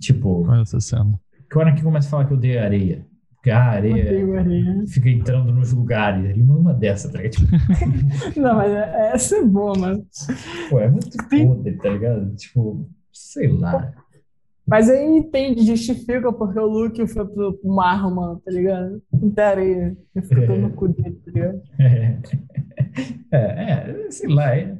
[SPEAKER 1] Tipo,
[SPEAKER 3] Qual é essa cena?
[SPEAKER 1] que hora que começa a falar que eu dei areia? Porque a areia
[SPEAKER 4] Odeio areia.
[SPEAKER 1] fica entrando nos lugares. Ele manda uma dessa, tá ligado? Tipo,
[SPEAKER 4] Não, mas é- essa é boa, mano.
[SPEAKER 1] pô, é muito
[SPEAKER 4] Tem-
[SPEAKER 1] podre, tá ligado? Tipo, sei lá.
[SPEAKER 4] Mas aí entende, justifica porque o Luke foi pro pro mar, mano, tá ligado? Muita areia. Ele ficou todo no cu dele, tá ligado?
[SPEAKER 1] É, é, é, sei lá, é,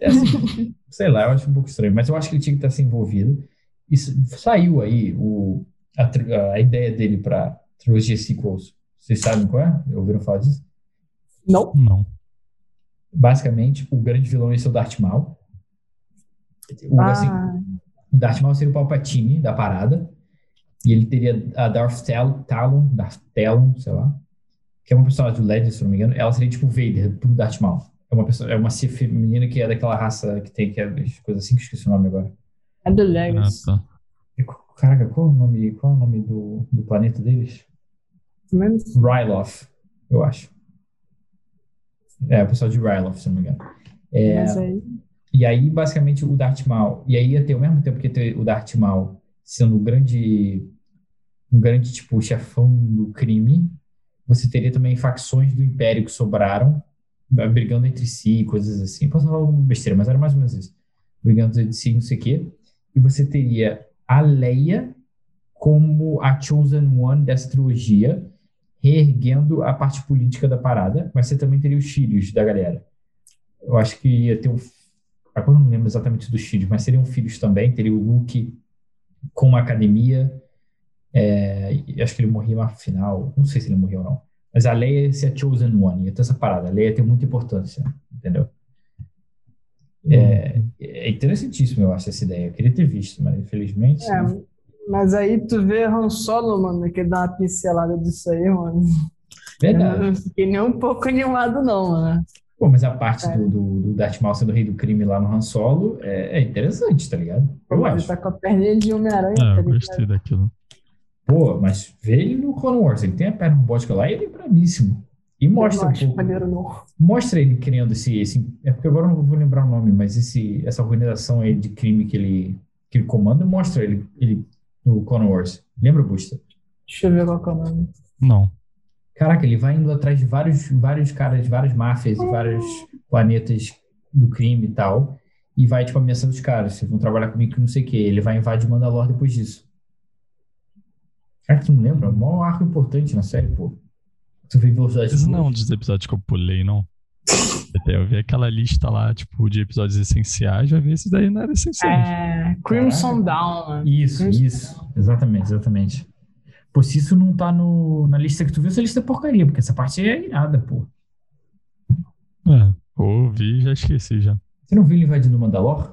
[SPEAKER 1] é assim, sei lá, eu acho um pouco estranho, mas eu acho que ele tinha que estar se envolvido. Isso, saiu aí o, a, tri- a ideia dele para trilogia sequels. Vocês sabem qual é? Ouviram falar disso?
[SPEAKER 4] Não.
[SPEAKER 3] Não.
[SPEAKER 1] Basicamente, o grande vilão ia ser o Darth Maul. O, assim,
[SPEAKER 4] Ah,
[SPEAKER 1] o Darth Maul seria o Palpatine da parada. E ele teria a Darth Tal- Talon, Darth Talon, sei lá, que é uma personagem do Legends, se não me engano. Ela seria tipo Vader pro Darth Maul. É uma pessoa, é uma ser feminina que é daquela raça que tem que é coisa assim, que eu esqueci o nome agora.
[SPEAKER 4] é do
[SPEAKER 3] Ah,
[SPEAKER 4] Legacy.
[SPEAKER 3] tá.
[SPEAKER 1] Caraca, qual é o nome, qual é o nome do, do planeta deles? tá.
[SPEAKER 4] Pelo menos- assim.
[SPEAKER 1] Ryloth, eu acho. É, o pessoal de Ryloth, se não me engano. É,
[SPEAKER 4] Mas aí.
[SPEAKER 1] E aí, basicamente, o Darth Maul. E aí ia ter, ao mesmo tempo que ia ter o Darth Maul sendo um grande, um grande, tipo, chefão do crime, você teria também facções do Império que sobraram, né, brigando entre si, coisas assim. Posso falar alguma besteira, mas era mais ou menos isso. Brigando entre si, não sei o quê. E você teria a Leia como a Chosen One dessa trilogia, reerguendo a parte política da parada, mas você também teria os filhos da galera. Eu acho que ia ter um Agora eu não lembro exatamente dos filhos, mas seriam filhos também. Teria o Luke com uma academia. É, e acho que ele morria lá no final. Não sei se ele morreu ou não. Mas a Leia ia ser a Chosen One. Ia ter essa parada. A Leia tem muita importância. Entendeu? É, é interessantíssimo, eu acho, essa ideia. Eu queria ter visto, mas infelizmente.
[SPEAKER 4] É, mas aí tu vê Han Solo, mano, que dá uma pincelada disso aí, mano. Eu
[SPEAKER 1] Verdade.
[SPEAKER 4] não fiquei nem um pouco animado, não, mano.
[SPEAKER 1] Pô, mas a parte
[SPEAKER 4] É.
[SPEAKER 1] do, do, do Darth Maul sendo o rei do crime lá no Han Solo é, é interessante, tá ligado? Eu
[SPEAKER 4] Ele
[SPEAKER 1] acho.
[SPEAKER 4] tá com a perninha de Homem-Aranha, tá
[SPEAKER 3] É, eu
[SPEAKER 4] ligado?
[SPEAKER 3] gostei daquilo.
[SPEAKER 1] Pô, mas vê ele no Clone Wars, ele tem a perna robótica lá e ele é brabíssimo. E
[SPEAKER 4] Eu
[SPEAKER 1] mostra
[SPEAKER 4] não
[SPEAKER 1] um
[SPEAKER 4] acho
[SPEAKER 1] pouco,
[SPEAKER 4] maneiro, não.
[SPEAKER 1] mostra ele criando esse, esse, é porque agora eu não vou lembrar o nome, mas esse, essa organização aí de crime que ele, que ele comanda, mostra ele, ele no Clone Wars. Lembra, Busta?
[SPEAKER 4] Deixa eu ver qual que é o nome.
[SPEAKER 3] Não.
[SPEAKER 1] Caraca, ele vai indo atrás de vários, vários caras, de várias máfias e vários planetas do crime e tal, e vai, tipo, ameaçando os caras, vocês vão trabalhar comigo que não sei o quê. Ele vai invadir Mandalore depois disso. Cara, tu não lembra? Mó arco importante na série, pô. Tu vê velocidade
[SPEAKER 3] Esse não é
[SPEAKER 1] Furiosa.
[SPEAKER 3] um dos episódios que eu pulei, não. Até eu vi aquela lista lá, tipo, de episódios essenciais, vai ver esses daí não era essenciais.
[SPEAKER 4] É, Crimson Dawn, mano.
[SPEAKER 1] Isso, isso. Exatamente, exatamente. Pô, se isso não tá no, na lista que tu viu, essa lista é porcaria, porque essa parte aí é irada, pô.
[SPEAKER 3] É. Ouvi e já esqueci já.
[SPEAKER 1] Você não viu ele invadindo Mandalore?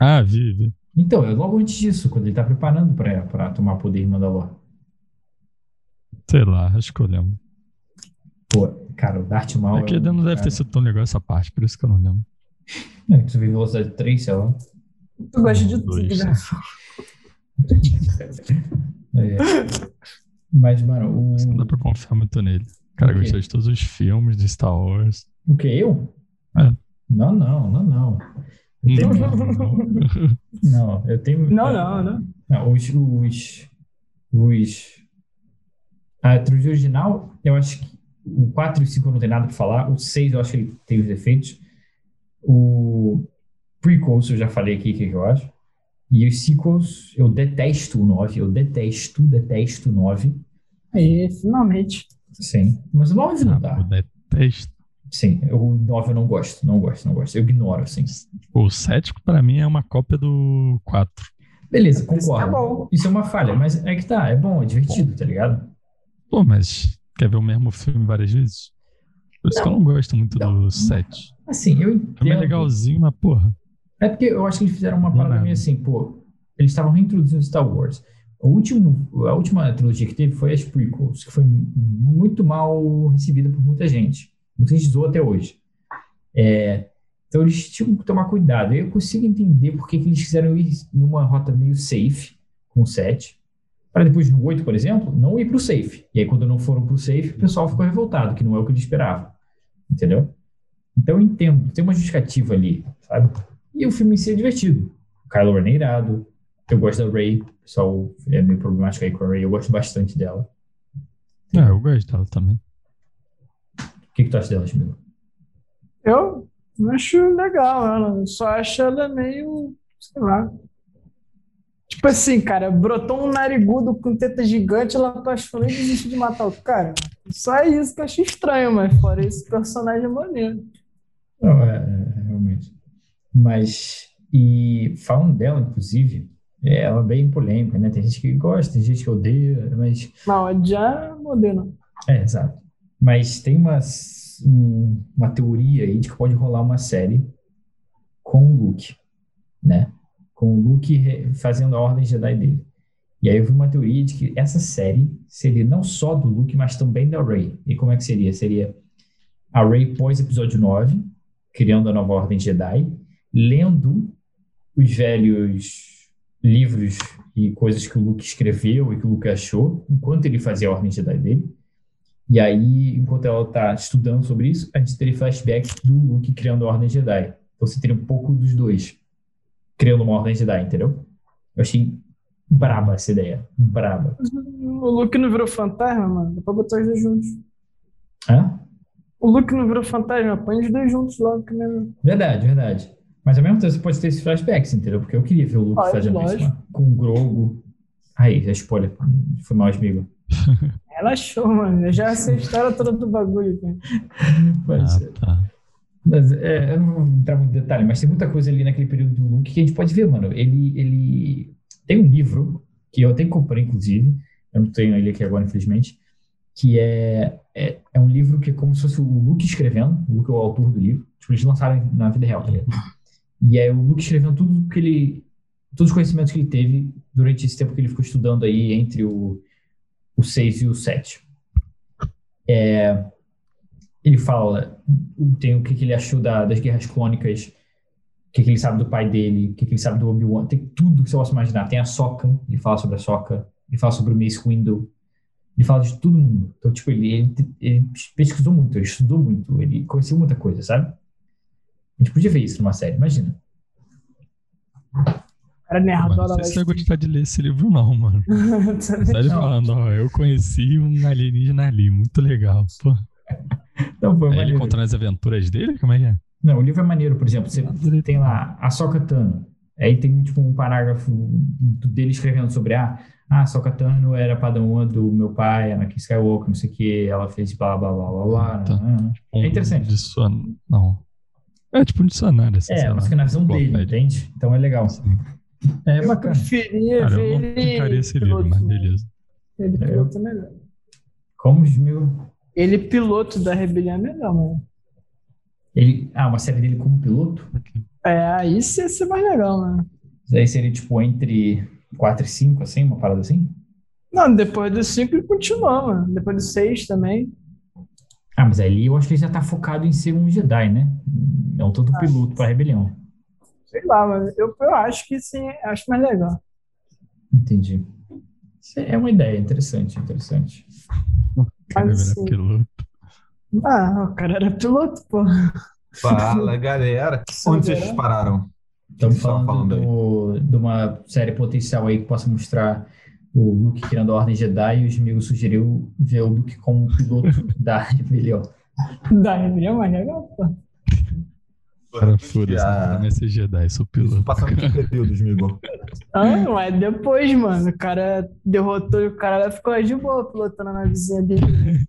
[SPEAKER 3] Ah, vi, vi.
[SPEAKER 1] Então, é logo antes disso, quando ele tá preparando pra, pra tomar poder em Mandalore.
[SPEAKER 3] Sei lá, acho que eu lembro.
[SPEAKER 1] Pô, cara, o Darth Maul.
[SPEAKER 3] Aqui
[SPEAKER 1] é um
[SPEAKER 3] dentro não deve
[SPEAKER 1] cara-
[SPEAKER 3] ter sido tão legal essa parte, por isso que eu não lembro.
[SPEAKER 1] É, que tu vê velocidade 3, sei lá.
[SPEAKER 4] Tu gosta de tudo,
[SPEAKER 3] Dois.
[SPEAKER 4] né?
[SPEAKER 1] É. Mas, mano, o.
[SPEAKER 3] Não dá pra confiar muito nele. O cara
[SPEAKER 1] Por quê?
[SPEAKER 3] gostou de todos os filmes de Star Wars.
[SPEAKER 1] O que? Eu?
[SPEAKER 3] É.
[SPEAKER 1] Não, não, não, não. Eu tenho...
[SPEAKER 3] Não,
[SPEAKER 1] Não, eu tenho.
[SPEAKER 4] Não, não, não.
[SPEAKER 1] Não, os, os, os. A trilogia original, eu acho que o 4 e o 5 eu não tem nada pra falar. O 6 eu acho que ele tem os defeitos. O prequels eu já falei aqui o que que eu acho. E os sequels, eu detesto o 9. Eu detesto, detesto o 9.
[SPEAKER 4] Aí, É finalmente.
[SPEAKER 1] Sim. Mas o 9 não
[SPEAKER 3] Ah,
[SPEAKER 1] dá.
[SPEAKER 3] eu detesto.
[SPEAKER 1] Sim, eu- o 9 eu não gosto, não gosto, não gosto. Eu ignoro, assim.
[SPEAKER 3] O 7 pra mim é uma cópia do 4.
[SPEAKER 1] Beleza,
[SPEAKER 4] Por isso Tá
[SPEAKER 1] concordo.
[SPEAKER 4] bom.
[SPEAKER 1] Isso é uma falha, mas é que tá, é bom, é divertido, tá ligado?
[SPEAKER 3] Pô, mas quer ver o mesmo filme várias vezes? Por isso que eu não gosto muito
[SPEAKER 1] Não.
[SPEAKER 3] do 7.
[SPEAKER 1] Assim, eu
[SPEAKER 3] É mais
[SPEAKER 1] entendo.
[SPEAKER 3] legalzinho, mas porra.
[SPEAKER 1] É porque eu acho que eles fizeram uma
[SPEAKER 3] Não
[SPEAKER 1] parada
[SPEAKER 3] nada.
[SPEAKER 1] meio assim, pô, eles estavam reintroduzindo Star Wars. O último, a última trilogia que teve foi as prequels, que foi muito mal recebida por muita gente. Muita gente zoou até hoje. É, então eles tinham que tomar cuidado. Eu consigo entender por que que eles quiseram ir numa rota meio safe, com o 7, para depois no 8, por exemplo, não ir pro safe. E aí quando não foram pro safe, o pessoal ficou revoltado, que não é o que eles esperavam. Entendeu? Então eu entendo, tem uma justificativa ali, sabe? E o filme em si é divertido. O Kylo Ren é irado. Eu gosto da Rey. O pessoal é meio problemático aí com a Rey. Eu gosto bastante dela.
[SPEAKER 3] É, eu gosto dela também.
[SPEAKER 1] O que, que tu acha dela, Timilo?
[SPEAKER 4] Eu acho legal ela. Eu só acho ela meio. sei lá. Tipo assim, cara, brotou um narigudo com teta gigante, ela tá apaixonou e desistiu de matar o cara. Só isso que eu achei estranho, mas fora esse personagem é maneiro.
[SPEAKER 1] Não, é, é, realmente. Mas, e falando dela, inclusive, é, ela é bem polêmica, né? Tem gente que gosta, tem gente que odeia, mas.
[SPEAKER 4] Não, é já modelo.
[SPEAKER 1] É, exato. Mas tem uma, um- uma teoria aí de que pode rolar uma série com o Luke, né? Com o Luke re- fazendo a Ordem Jedi dele. E aí eu vi uma teoria de que essa série seria não só do Luke, mas também da Rey. E como é que seria? Seria a Rey pós episódio 9, criando a nova Ordem Jedi, lendo os velhos livros e coisas que o Luke escreveu e que o Luke achou, enquanto ele fazia a Ordem Jedi dele. E aí, enquanto ela está estudando sobre isso, a gente teria flashbacks do Luke criando a Ordem Jedi. Então você teria um pouco dos dois criando uma Ordem Jedi, entendeu? Eu achei braba essa ideia. Braba.
[SPEAKER 4] O Luke não virou fantasma, mano. Dá pra botar os dois juntos.
[SPEAKER 1] Hã?
[SPEAKER 4] O Luke não virou fantasma, põe os dois juntos logo que nem.
[SPEAKER 1] Verdade, verdade. Mas ao mesmo tempo você pode ter esses flashbacks, entendeu? Porque eu queria ver o Luke
[SPEAKER 4] Ah, é
[SPEAKER 1] fazendo isso
[SPEAKER 4] lógico.
[SPEAKER 1] lá, com o Grogu. Aí, é spoiler. Foi mal, amigo.
[SPEAKER 4] Ela achou, mano. Eu já sei a história toda do bagulho, cara.
[SPEAKER 1] Mas,
[SPEAKER 3] Ah, tá.
[SPEAKER 1] Mas, é, eu não vou entrar muito em detalhe, mas tem muita coisa ali naquele período do Luke que a gente pode ver, mano. Ele, ele tem um livro que eu até comprei, inclusive. Eu não tenho ele aqui agora, infelizmente. Que é, é, é um livro que é como se fosse o Luke escrevendo. O Luke é o autor do livro. Tipo, eles lançaram na vida real, tá ligado? E é o Luke escrevendo tudo que ele... Todos os conhecimentos que ele teve durante esse tempo que ele ficou estudando aí entre o, o 6 e o 7. ele fala tem o que, que ele achou da- das guerras clônicas, o que, que ele sabe do pai dele, o que, que ele sabe do Obi-Wan, tem tudo que você possa imaginar. Tem a Soca, ele fala sobre a Soca, ele fala sobre o Mace Windu, ele fala de todo mundo. Então, tipo, ele, ele, ele pesquisou muito, ele estudou muito, ele conheceu muita coisa, sabe? A gente podia ver isso numa série, imagina.
[SPEAKER 4] O cara é
[SPEAKER 3] Mano,
[SPEAKER 4] nerdola
[SPEAKER 3] não sei se você vai
[SPEAKER 4] lá.
[SPEAKER 3] gostar de ler esse livro, não, mano. Sai ele
[SPEAKER 1] Não.
[SPEAKER 3] falando, ó, eu conheci um alienígena ali, muito legal. Pô.
[SPEAKER 1] Não, Então, foi
[SPEAKER 3] Aí É, ele
[SPEAKER 1] maneiro.
[SPEAKER 3] contando as aventuras dele, como é que é?
[SPEAKER 1] Não, o livro é maneiro, por exemplo. Você
[SPEAKER 3] Ah.
[SPEAKER 1] tem lá a Sokatano. Aí tem tipo um parágrafo do- dele escrevendo sobre ah, a Sokatano era padawan do meu pai, Anakin Skywalker, não sei o que, ela fez blá blá blá blá blá.
[SPEAKER 3] Tá.
[SPEAKER 1] né? É interessante.
[SPEAKER 3] Um dicionário. Não. É tipo um dicionário, assim, sei
[SPEAKER 1] É,
[SPEAKER 3] lá.
[SPEAKER 1] mas que na visão
[SPEAKER 3] Pô,
[SPEAKER 1] dele,
[SPEAKER 3] velho.
[SPEAKER 1] entende? Então é legal.
[SPEAKER 3] Sim.
[SPEAKER 1] É
[SPEAKER 4] Eu
[SPEAKER 1] bacana.
[SPEAKER 4] preferia
[SPEAKER 3] Cara,
[SPEAKER 4] ver
[SPEAKER 3] eu não
[SPEAKER 4] ele. é
[SPEAKER 3] clicaria esse livro,
[SPEAKER 4] piloto,
[SPEAKER 3] mas
[SPEAKER 4] né?
[SPEAKER 3] beleza.
[SPEAKER 4] Ele
[SPEAKER 1] É.
[SPEAKER 4] piloto é melhor.
[SPEAKER 1] Como os mil.
[SPEAKER 4] Ele piloto da rebelião é melhor, mano.
[SPEAKER 1] Ele... Ah, uma série dele como piloto?
[SPEAKER 4] É, aí isso ia ser mais legal, né?
[SPEAKER 1] Isso aí seria tipo entre 4 e 5, assim, uma parada assim?
[SPEAKER 4] Não, depois do 5 ele continua, mano. Depois do 6 também.
[SPEAKER 1] Ah, mas ali eu acho que ele já tá focado em ser um Jedi, né? Não todo piloto pra rebelião.
[SPEAKER 4] Sei lá, mano. Eu, eu acho que sim, acho mais legal.
[SPEAKER 1] Entendi. Isso É uma ideia interessante, interessante.
[SPEAKER 3] Cara,
[SPEAKER 4] Mas,
[SPEAKER 3] virar
[SPEAKER 4] assim,
[SPEAKER 3] né, piloto.
[SPEAKER 4] Ah, o cara era piloto, pô.
[SPEAKER 2] Fala, galera. Onde vocês pararam?
[SPEAKER 1] Estamos
[SPEAKER 2] Só
[SPEAKER 1] falando,
[SPEAKER 2] falando aí.
[SPEAKER 1] do- de uma série potencial aí que possa mostrar o Luke criando a Ordem Jedi e o Gimigo sugeriu ver o Luke como um piloto da rebelião.
[SPEAKER 4] Da rebelião é mais legal, pô.
[SPEAKER 3] Cara, foda-se.
[SPEAKER 2] Ah.
[SPEAKER 3] Ah. Nesse Jedi, sou
[SPEAKER 2] Isso
[SPEAKER 3] piloto.
[SPEAKER 2] passa aqui períodos, amigo.
[SPEAKER 4] Ah, mas depois, mano. O cara derrotou o cara lá ficou de boa pilotando na vizinha dele.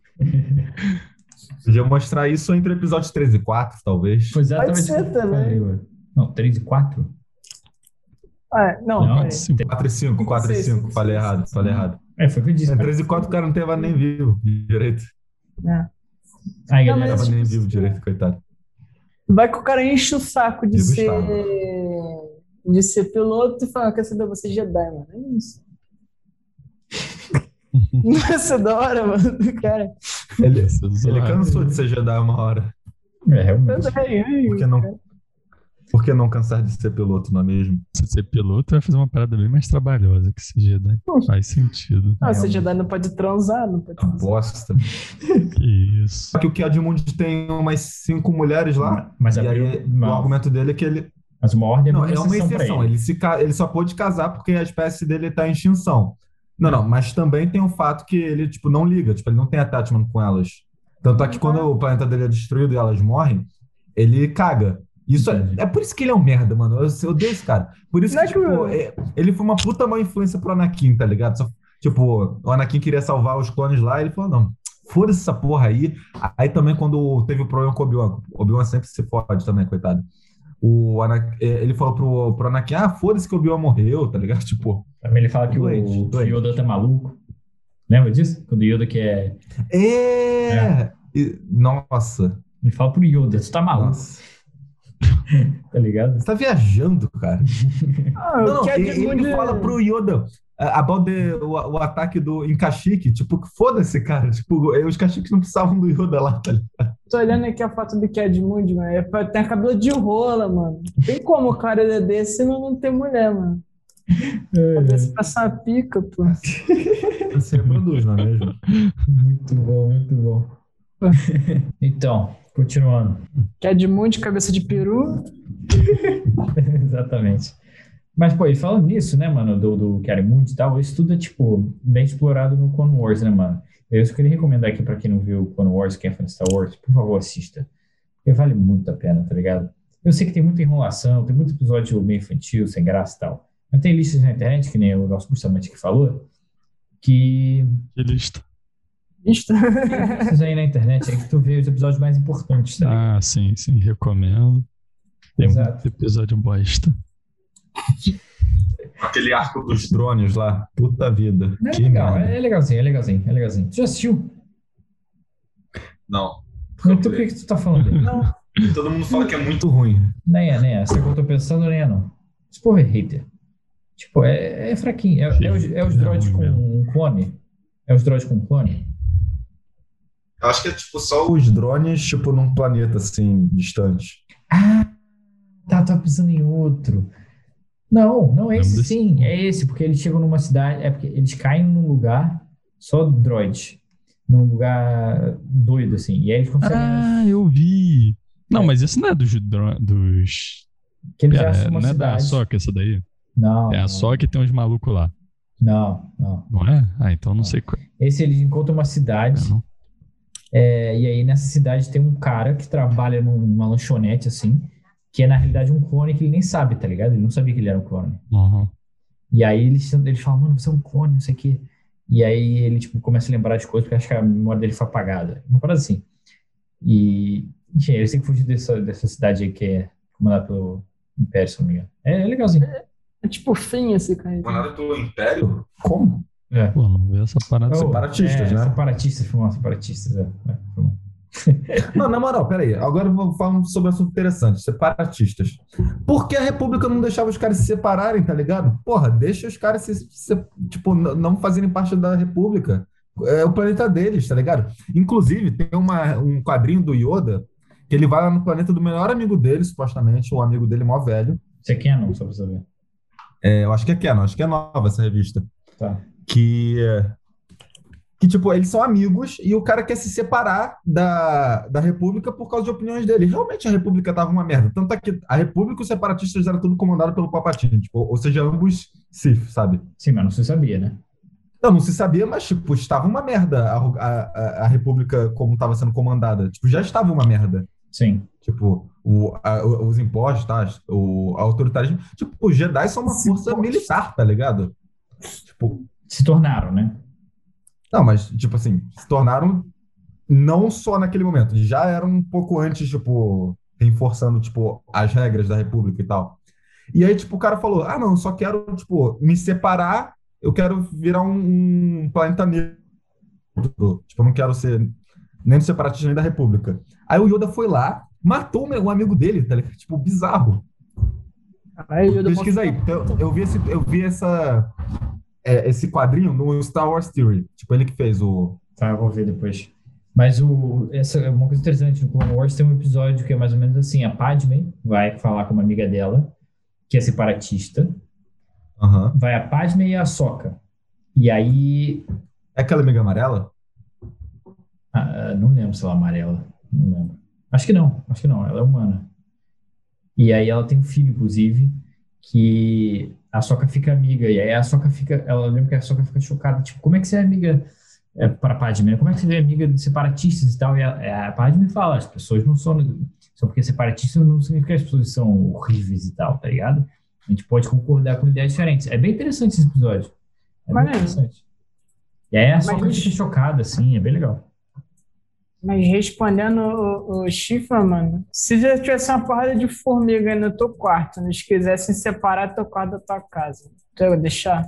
[SPEAKER 2] Podia mostrar isso entre episódios 13 e 4, talvez.
[SPEAKER 1] Foi exatamente
[SPEAKER 4] ser
[SPEAKER 1] o que eu
[SPEAKER 4] também.
[SPEAKER 1] falei, ué. Não, 3 e 4?
[SPEAKER 4] Ah, não,
[SPEAKER 1] Não,
[SPEAKER 4] peraí.
[SPEAKER 3] Sim,
[SPEAKER 2] 4 e 5, 4 e 5. Falei errado, falei errado.
[SPEAKER 1] É, foi o que eu disse.
[SPEAKER 2] É, 13 e 4 o cara não teve nem vivo direito.
[SPEAKER 4] É.
[SPEAKER 1] Aí, galera,
[SPEAKER 2] Não
[SPEAKER 4] Não, mas-
[SPEAKER 1] É,
[SPEAKER 2] tava nem vivo direito, coitado.
[SPEAKER 4] Vai que o cara enche o saco de
[SPEAKER 2] Digo
[SPEAKER 4] ser,
[SPEAKER 2] Star
[SPEAKER 4] de ser piloto e fala, quer saber, você é Jedi, mano. É isso. Nossa, da hora, mano. Cara,
[SPEAKER 2] Ele,
[SPEAKER 3] Isso é
[SPEAKER 2] ele
[SPEAKER 3] zoado.
[SPEAKER 2] cansou de ser Jedi uma hora.
[SPEAKER 1] É, realmente.
[SPEAKER 4] também. aí.
[SPEAKER 2] Por que não, por que não cansar de ser piloto, não é mesmo?
[SPEAKER 3] Se ser piloto, vai fazer uma parada bem mais trabalhosa que esse Jedi. Faz sentido.
[SPEAKER 4] Ah, ser Jedi não pode transar, não pode
[SPEAKER 2] Que
[SPEAKER 4] transar.
[SPEAKER 2] bosta.
[SPEAKER 3] Que isso.
[SPEAKER 2] Só que o Kiadmund tem umas cinco mulheres lá.
[SPEAKER 1] Mas,
[SPEAKER 2] e
[SPEAKER 1] abriu
[SPEAKER 2] aí, o
[SPEAKER 1] uma,
[SPEAKER 2] argumento dele é que ele.
[SPEAKER 1] mas uma ordem
[SPEAKER 2] Não,
[SPEAKER 1] é
[SPEAKER 2] é uma
[SPEAKER 1] pra
[SPEAKER 2] exceção.
[SPEAKER 1] ele.
[SPEAKER 2] Ele, se ca- ele só pôde casar porque a espécie dele está em extinção. Não, não, mas também tem o fato que ele, tipo, não liga, tipo, ele não tem attachment com elas. Tanto é que quando o planeta dele é destruído e elas morrem, ele caga. Isso é,
[SPEAKER 1] Entendi.
[SPEAKER 2] é por isso que ele é um merda, mano. Eu, eu odeio esse cara. Por isso
[SPEAKER 4] Não
[SPEAKER 2] que,
[SPEAKER 4] é que
[SPEAKER 2] tipo,
[SPEAKER 4] o-
[SPEAKER 2] é- ele foi uma puta má influência pro Anakin, tá ligado? Só- tipo, o Anakin queria salvar os clones lá, ele falou, não, foda-se essa porra aí. Aí também quando teve o problema com o Obi-Wan, o Obi-Wan sempre se fode também, coitado. O Ana- eh, ele falou pro, pro Anakin, ah, foda-se que o Obi-Wan morreu, tá ligado? Tipo,
[SPEAKER 1] Também ele fala que o,
[SPEAKER 2] Doente,
[SPEAKER 1] que o
[SPEAKER 2] doente.
[SPEAKER 1] Yoda tá maluco. Lembra disso? Quando o Yoda que é.
[SPEAKER 2] é... E- nossa,
[SPEAKER 1] Ele fala pro Yoda, tu tá
[SPEAKER 4] Ah,
[SPEAKER 1] maluco,
[SPEAKER 2] nossa.
[SPEAKER 1] tá ligado?
[SPEAKER 2] Você tá viajando, cara.
[SPEAKER 4] Ah,
[SPEAKER 2] Não,
[SPEAKER 4] o
[SPEAKER 2] não,
[SPEAKER 4] que é
[SPEAKER 2] ele,
[SPEAKER 4] de
[SPEAKER 2] ele
[SPEAKER 4] mulher?
[SPEAKER 2] fala pro Yoda ah, about the, o, o ataque do em Kashyyyk, tipo, que foda-se, cara. Tipo, eh, os Kashyyyks não precisavam do Yoda lá, tá ligado?
[SPEAKER 4] Tô olhando aqui a foto do Cadmund, mano. É pra- Tem a cabelo de rola, mano. Tem como o cara é desse e não, não ter mulher, mano.
[SPEAKER 2] É,
[SPEAKER 4] Parece passar uma pica, pô.
[SPEAKER 2] Ele se reproduz, não é mesmo?
[SPEAKER 1] Muito bom, muito bom. Então, continuando.
[SPEAKER 4] Cadmund, cabeça de peru.
[SPEAKER 1] Exatamente. Mas, pô, e falando nisso, né, mano, do, do Kerry Mood e tal, isso tudo é, tipo, bem explorado no Clone Wars, né, mano? Eu só queria recomendar aqui pra quem não viu Clone Wars, quem é fã de Star Wars, por favor, assista. Porque vale muito a pena, tá ligado? Eu sei que tem muita enrolação, tem muito episódio meio infantil, sem graça e tal. Mas tem listas na internet, que nem o nosso Bustamante que falou, que
[SPEAKER 3] Que lista.
[SPEAKER 4] Isto.
[SPEAKER 1] tem listas aí na internet aí que tu vê os episódios mais importantes, tá ligado?
[SPEAKER 3] Ah, sim, sim. Recomendo. Tem
[SPEAKER 1] Exato.
[SPEAKER 3] muito episódio bosta.
[SPEAKER 2] Aquele arco dos drones lá. Puta vida.
[SPEAKER 1] É legal, é legalzinho, é legalzinho, é legalzinho. Tu já assistiu?
[SPEAKER 2] Não.
[SPEAKER 1] Então por que, que tu tá falando dele?
[SPEAKER 4] Não,
[SPEAKER 2] Todo mundo fala que é muito ruim.
[SPEAKER 1] Nem é, nem é. Essa que eu tô pensando, nem é, não. Esse povo é hater. Tipo, é, é fraquinho. É, é os, é os droids com um clone. É os droids com clone.
[SPEAKER 2] Eu acho que é tipo só os drones, tipo, num planeta assim, distante.
[SPEAKER 1] Ah, tá, tá pensando em outro. Não, não é esse
[SPEAKER 3] Lembra desse?
[SPEAKER 1] sim. É esse, porque eles chegam numa cidade. É porque eles caem num lugar só droid. Num lugar doido, assim. E aí eles conseguem.
[SPEAKER 3] Ah, eu vi. Não, mas esse não é dos. dro- dos...
[SPEAKER 1] que eles
[SPEAKER 3] Pera,
[SPEAKER 1] acham uma
[SPEAKER 3] não é da
[SPEAKER 1] cidade.
[SPEAKER 3] Soca essa daí?
[SPEAKER 1] Não,
[SPEAKER 3] É a
[SPEAKER 1] não,
[SPEAKER 3] Soca e tem uns malucos lá.
[SPEAKER 1] Não, não.
[SPEAKER 3] Não é? Ah, então não sei qual é. né?
[SPEAKER 1] Esse eles encontram uma cidade.
[SPEAKER 3] Não.
[SPEAKER 1] É, e aí nessa cidade tem um cara que trabalha num- numa lanchonete assim, que é na realidade um clone que ele nem sabe, tá ligado? Ele não sabia que ele era um clone.
[SPEAKER 3] Uhum.
[SPEAKER 1] E aí eles, eles falam, mano, você é um clone, não sei o quê. E aí ele tipo, começa a lembrar de coisas porque acho que a memória dele foi apagada. Uma parada assim. E, enfim, eles têm que fugir dessa, dessa cidade aí que é comandada pelo Império, se não me engano. É, é legalzinho.
[SPEAKER 4] é tipo fim esse cara.
[SPEAKER 2] pelo Império? Como?
[SPEAKER 1] É.
[SPEAKER 3] Pô, não vi essa parada.
[SPEAKER 1] Oh,
[SPEAKER 2] separatistas,
[SPEAKER 1] é,
[SPEAKER 2] né?
[SPEAKER 1] Separatistas, foi mal, separatistas. É, é, foi mal.
[SPEAKER 2] Não, na moral, peraí. Agora eu vou falar sobre um assunto interessante: separatistas. Por que a República não deixava os caras se separarem, tá ligado? Porra, deixa os caras se, se- tipo, n- não fazerem parte da República. É o planeta deles, tá ligado? Inclusive, tem uma, um quadrinho do Yoda que ele vai lá no planeta do melhor amigo dele, supostamente, o amigo dele mó velho.
[SPEAKER 1] Isso aqui é não, só pra saber.
[SPEAKER 2] É, eu acho que é Canon, acho que é nova essa revista.
[SPEAKER 1] Tá.
[SPEAKER 2] que que tipo eles são amigos e o cara quer se separar da, da República por causa de opiniões dele. Realmente a República tava uma merda. Tanto é que a República e os separatistas eram tudo comandado pelo Palpatine, tipo, ou seja, ambos Sith, sabe?
[SPEAKER 1] Sim, mas não se sabia, né?
[SPEAKER 2] Não, não se sabia, mas tipo, estava uma merda a, a, a- a República como estava sendo comandada. Tipo, já estava uma merda.
[SPEAKER 1] Sim.
[SPEAKER 2] Tipo, o, a- o- os impostos, tá? o autoritarismo. Tipo, os Jedi são uma
[SPEAKER 4] Os
[SPEAKER 2] força
[SPEAKER 4] impostos.
[SPEAKER 2] militar, tá ligado? Tipo,
[SPEAKER 1] se tornaram, né?
[SPEAKER 2] Não, mas, tipo assim, se tornaram não só naquele momento, já eram um pouco antes, tipo, reforçando, tipo, as regras da República e tal. E aí, tipo, o cara falou: ah, não, eu só quero, tipo, me separar, eu quero virar um, um planeta neutro. Tipo, eu não quero ser nem do separatismo nem da República. Aí o Yoda foi lá, matou um amigo dele, tá ligado? Tipo, bizarro.
[SPEAKER 4] Caralho, eu dou
[SPEAKER 2] Pesquisa aí. Eu, eu vi esse, eu vi essa, é, esse quadrinho no Star Wars Theory. Tipo, ele que fez o.
[SPEAKER 1] Tá, eu vou ver depois. Mas o, essa é uma coisa interessante. No Clone Wars tem um episódio que é mais ou menos assim: a Padme vai falar com uma amiga dela, que é separatista.
[SPEAKER 2] Aham.
[SPEAKER 1] Vai a Padme e a Soca. E aí.
[SPEAKER 2] É aquela amiga amarela?
[SPEAKER 1] ah, não lembro se ela é amarela. Não lembro. Acho que não, acho que não. Ela é humana. E aí ela tem um filho, inclusive, que a Soca fica amiga. E aí a Soca fica. Ela lembra que a Soca fica chocada. Tipo, como é que você é amiga é, para a Padme? né? Como é que você é amiga de separatistas e tal? E a, a Padme fala: as pessoas não são. Só porque separatistas não significa que as pessoas são horríveis e tal, tá ligado? A gente pode concordar com ideias diferentes. É bem interessante esse episódio. É bem
[SPEAKER 4] Maneiro.
[SPEAKER 1] interessante. E aí a Soca
[SPEAKER 4] Mas-
[SPEAKER 1] fica chocada, assim, é bem legal.
[SPEAKER 4] Mas respondendo o, o Chifa, mano, se já tivesse uma porrada de formiga aí no teu quarto, eles quisessem separar teu quarto da tua casa, tu ia deixar?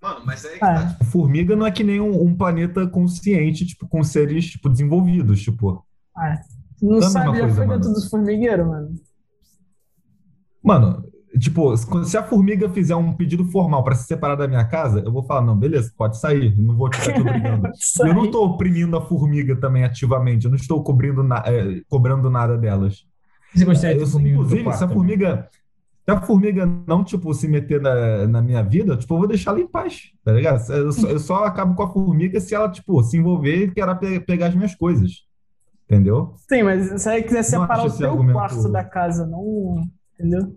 [SPEAKER 2] Mano, mas é aí
[SPEAKER 4] tá,
[SPEAKER 2] Formiga não é que nem um, um planeta consciente, tipo, com seres, tipo, desenvolvidos, tipo.
[SPEAKER 4] Ah, tu não
[SPEAKER 2] Não é a
[SPEAKER 4] sabe,
[SPEAKER 2] mesma
[SPEAKER 4] já
[SPEAKER 2] coisa,
[SPEAKER 4] foi
[SPEAKER 2] mano.
[SPEAKER 4] dentro dos formigueiros, mano.
[SPEAKER 2] Mano, tipo, se a formiga fizer um pedido formal pra se separar da minha casa, eu vou falar, não, beleza, pode sair, não vou te ficar te obrigando.
[SPEAKER 4] Sai.
[SPEAKER 2] Eu não tô oprimindo a formiga também ativamente, eu não estou cobrindo na- é, cobrando nada delas.
[SPEAKER 1] Você gostaria
[SPEAKER 2] Ah, Eu,
[SPEAKER 1] de ter comigo no teu
[SPEAKER 2] inclusive,
[SPEAKER 1] quarto né?
[SPEAKER 2] se a
[SPEAKER 1] também?
[SPEAKER 2] formiga, se a formiga não, tipo, se meter na, na minha vida, tipo, eu vou deixar ela em paz, tá ligado? Eu só, eu só acabo com a formiga se ela, tipo, se envolver e querer pe- pegar as minhas coisas. Entendeu?
[SPEAKER 4] Sim, mas se aí quiser separar
[SPEAKER 2] acho
[SPEAKER 4] o
[SPEAKER 2] esse
[SPEAKER 4] teu
[SPEAKER 2] argumento- é
[SPEAKER 4] quarto da casa, não. Entendeu?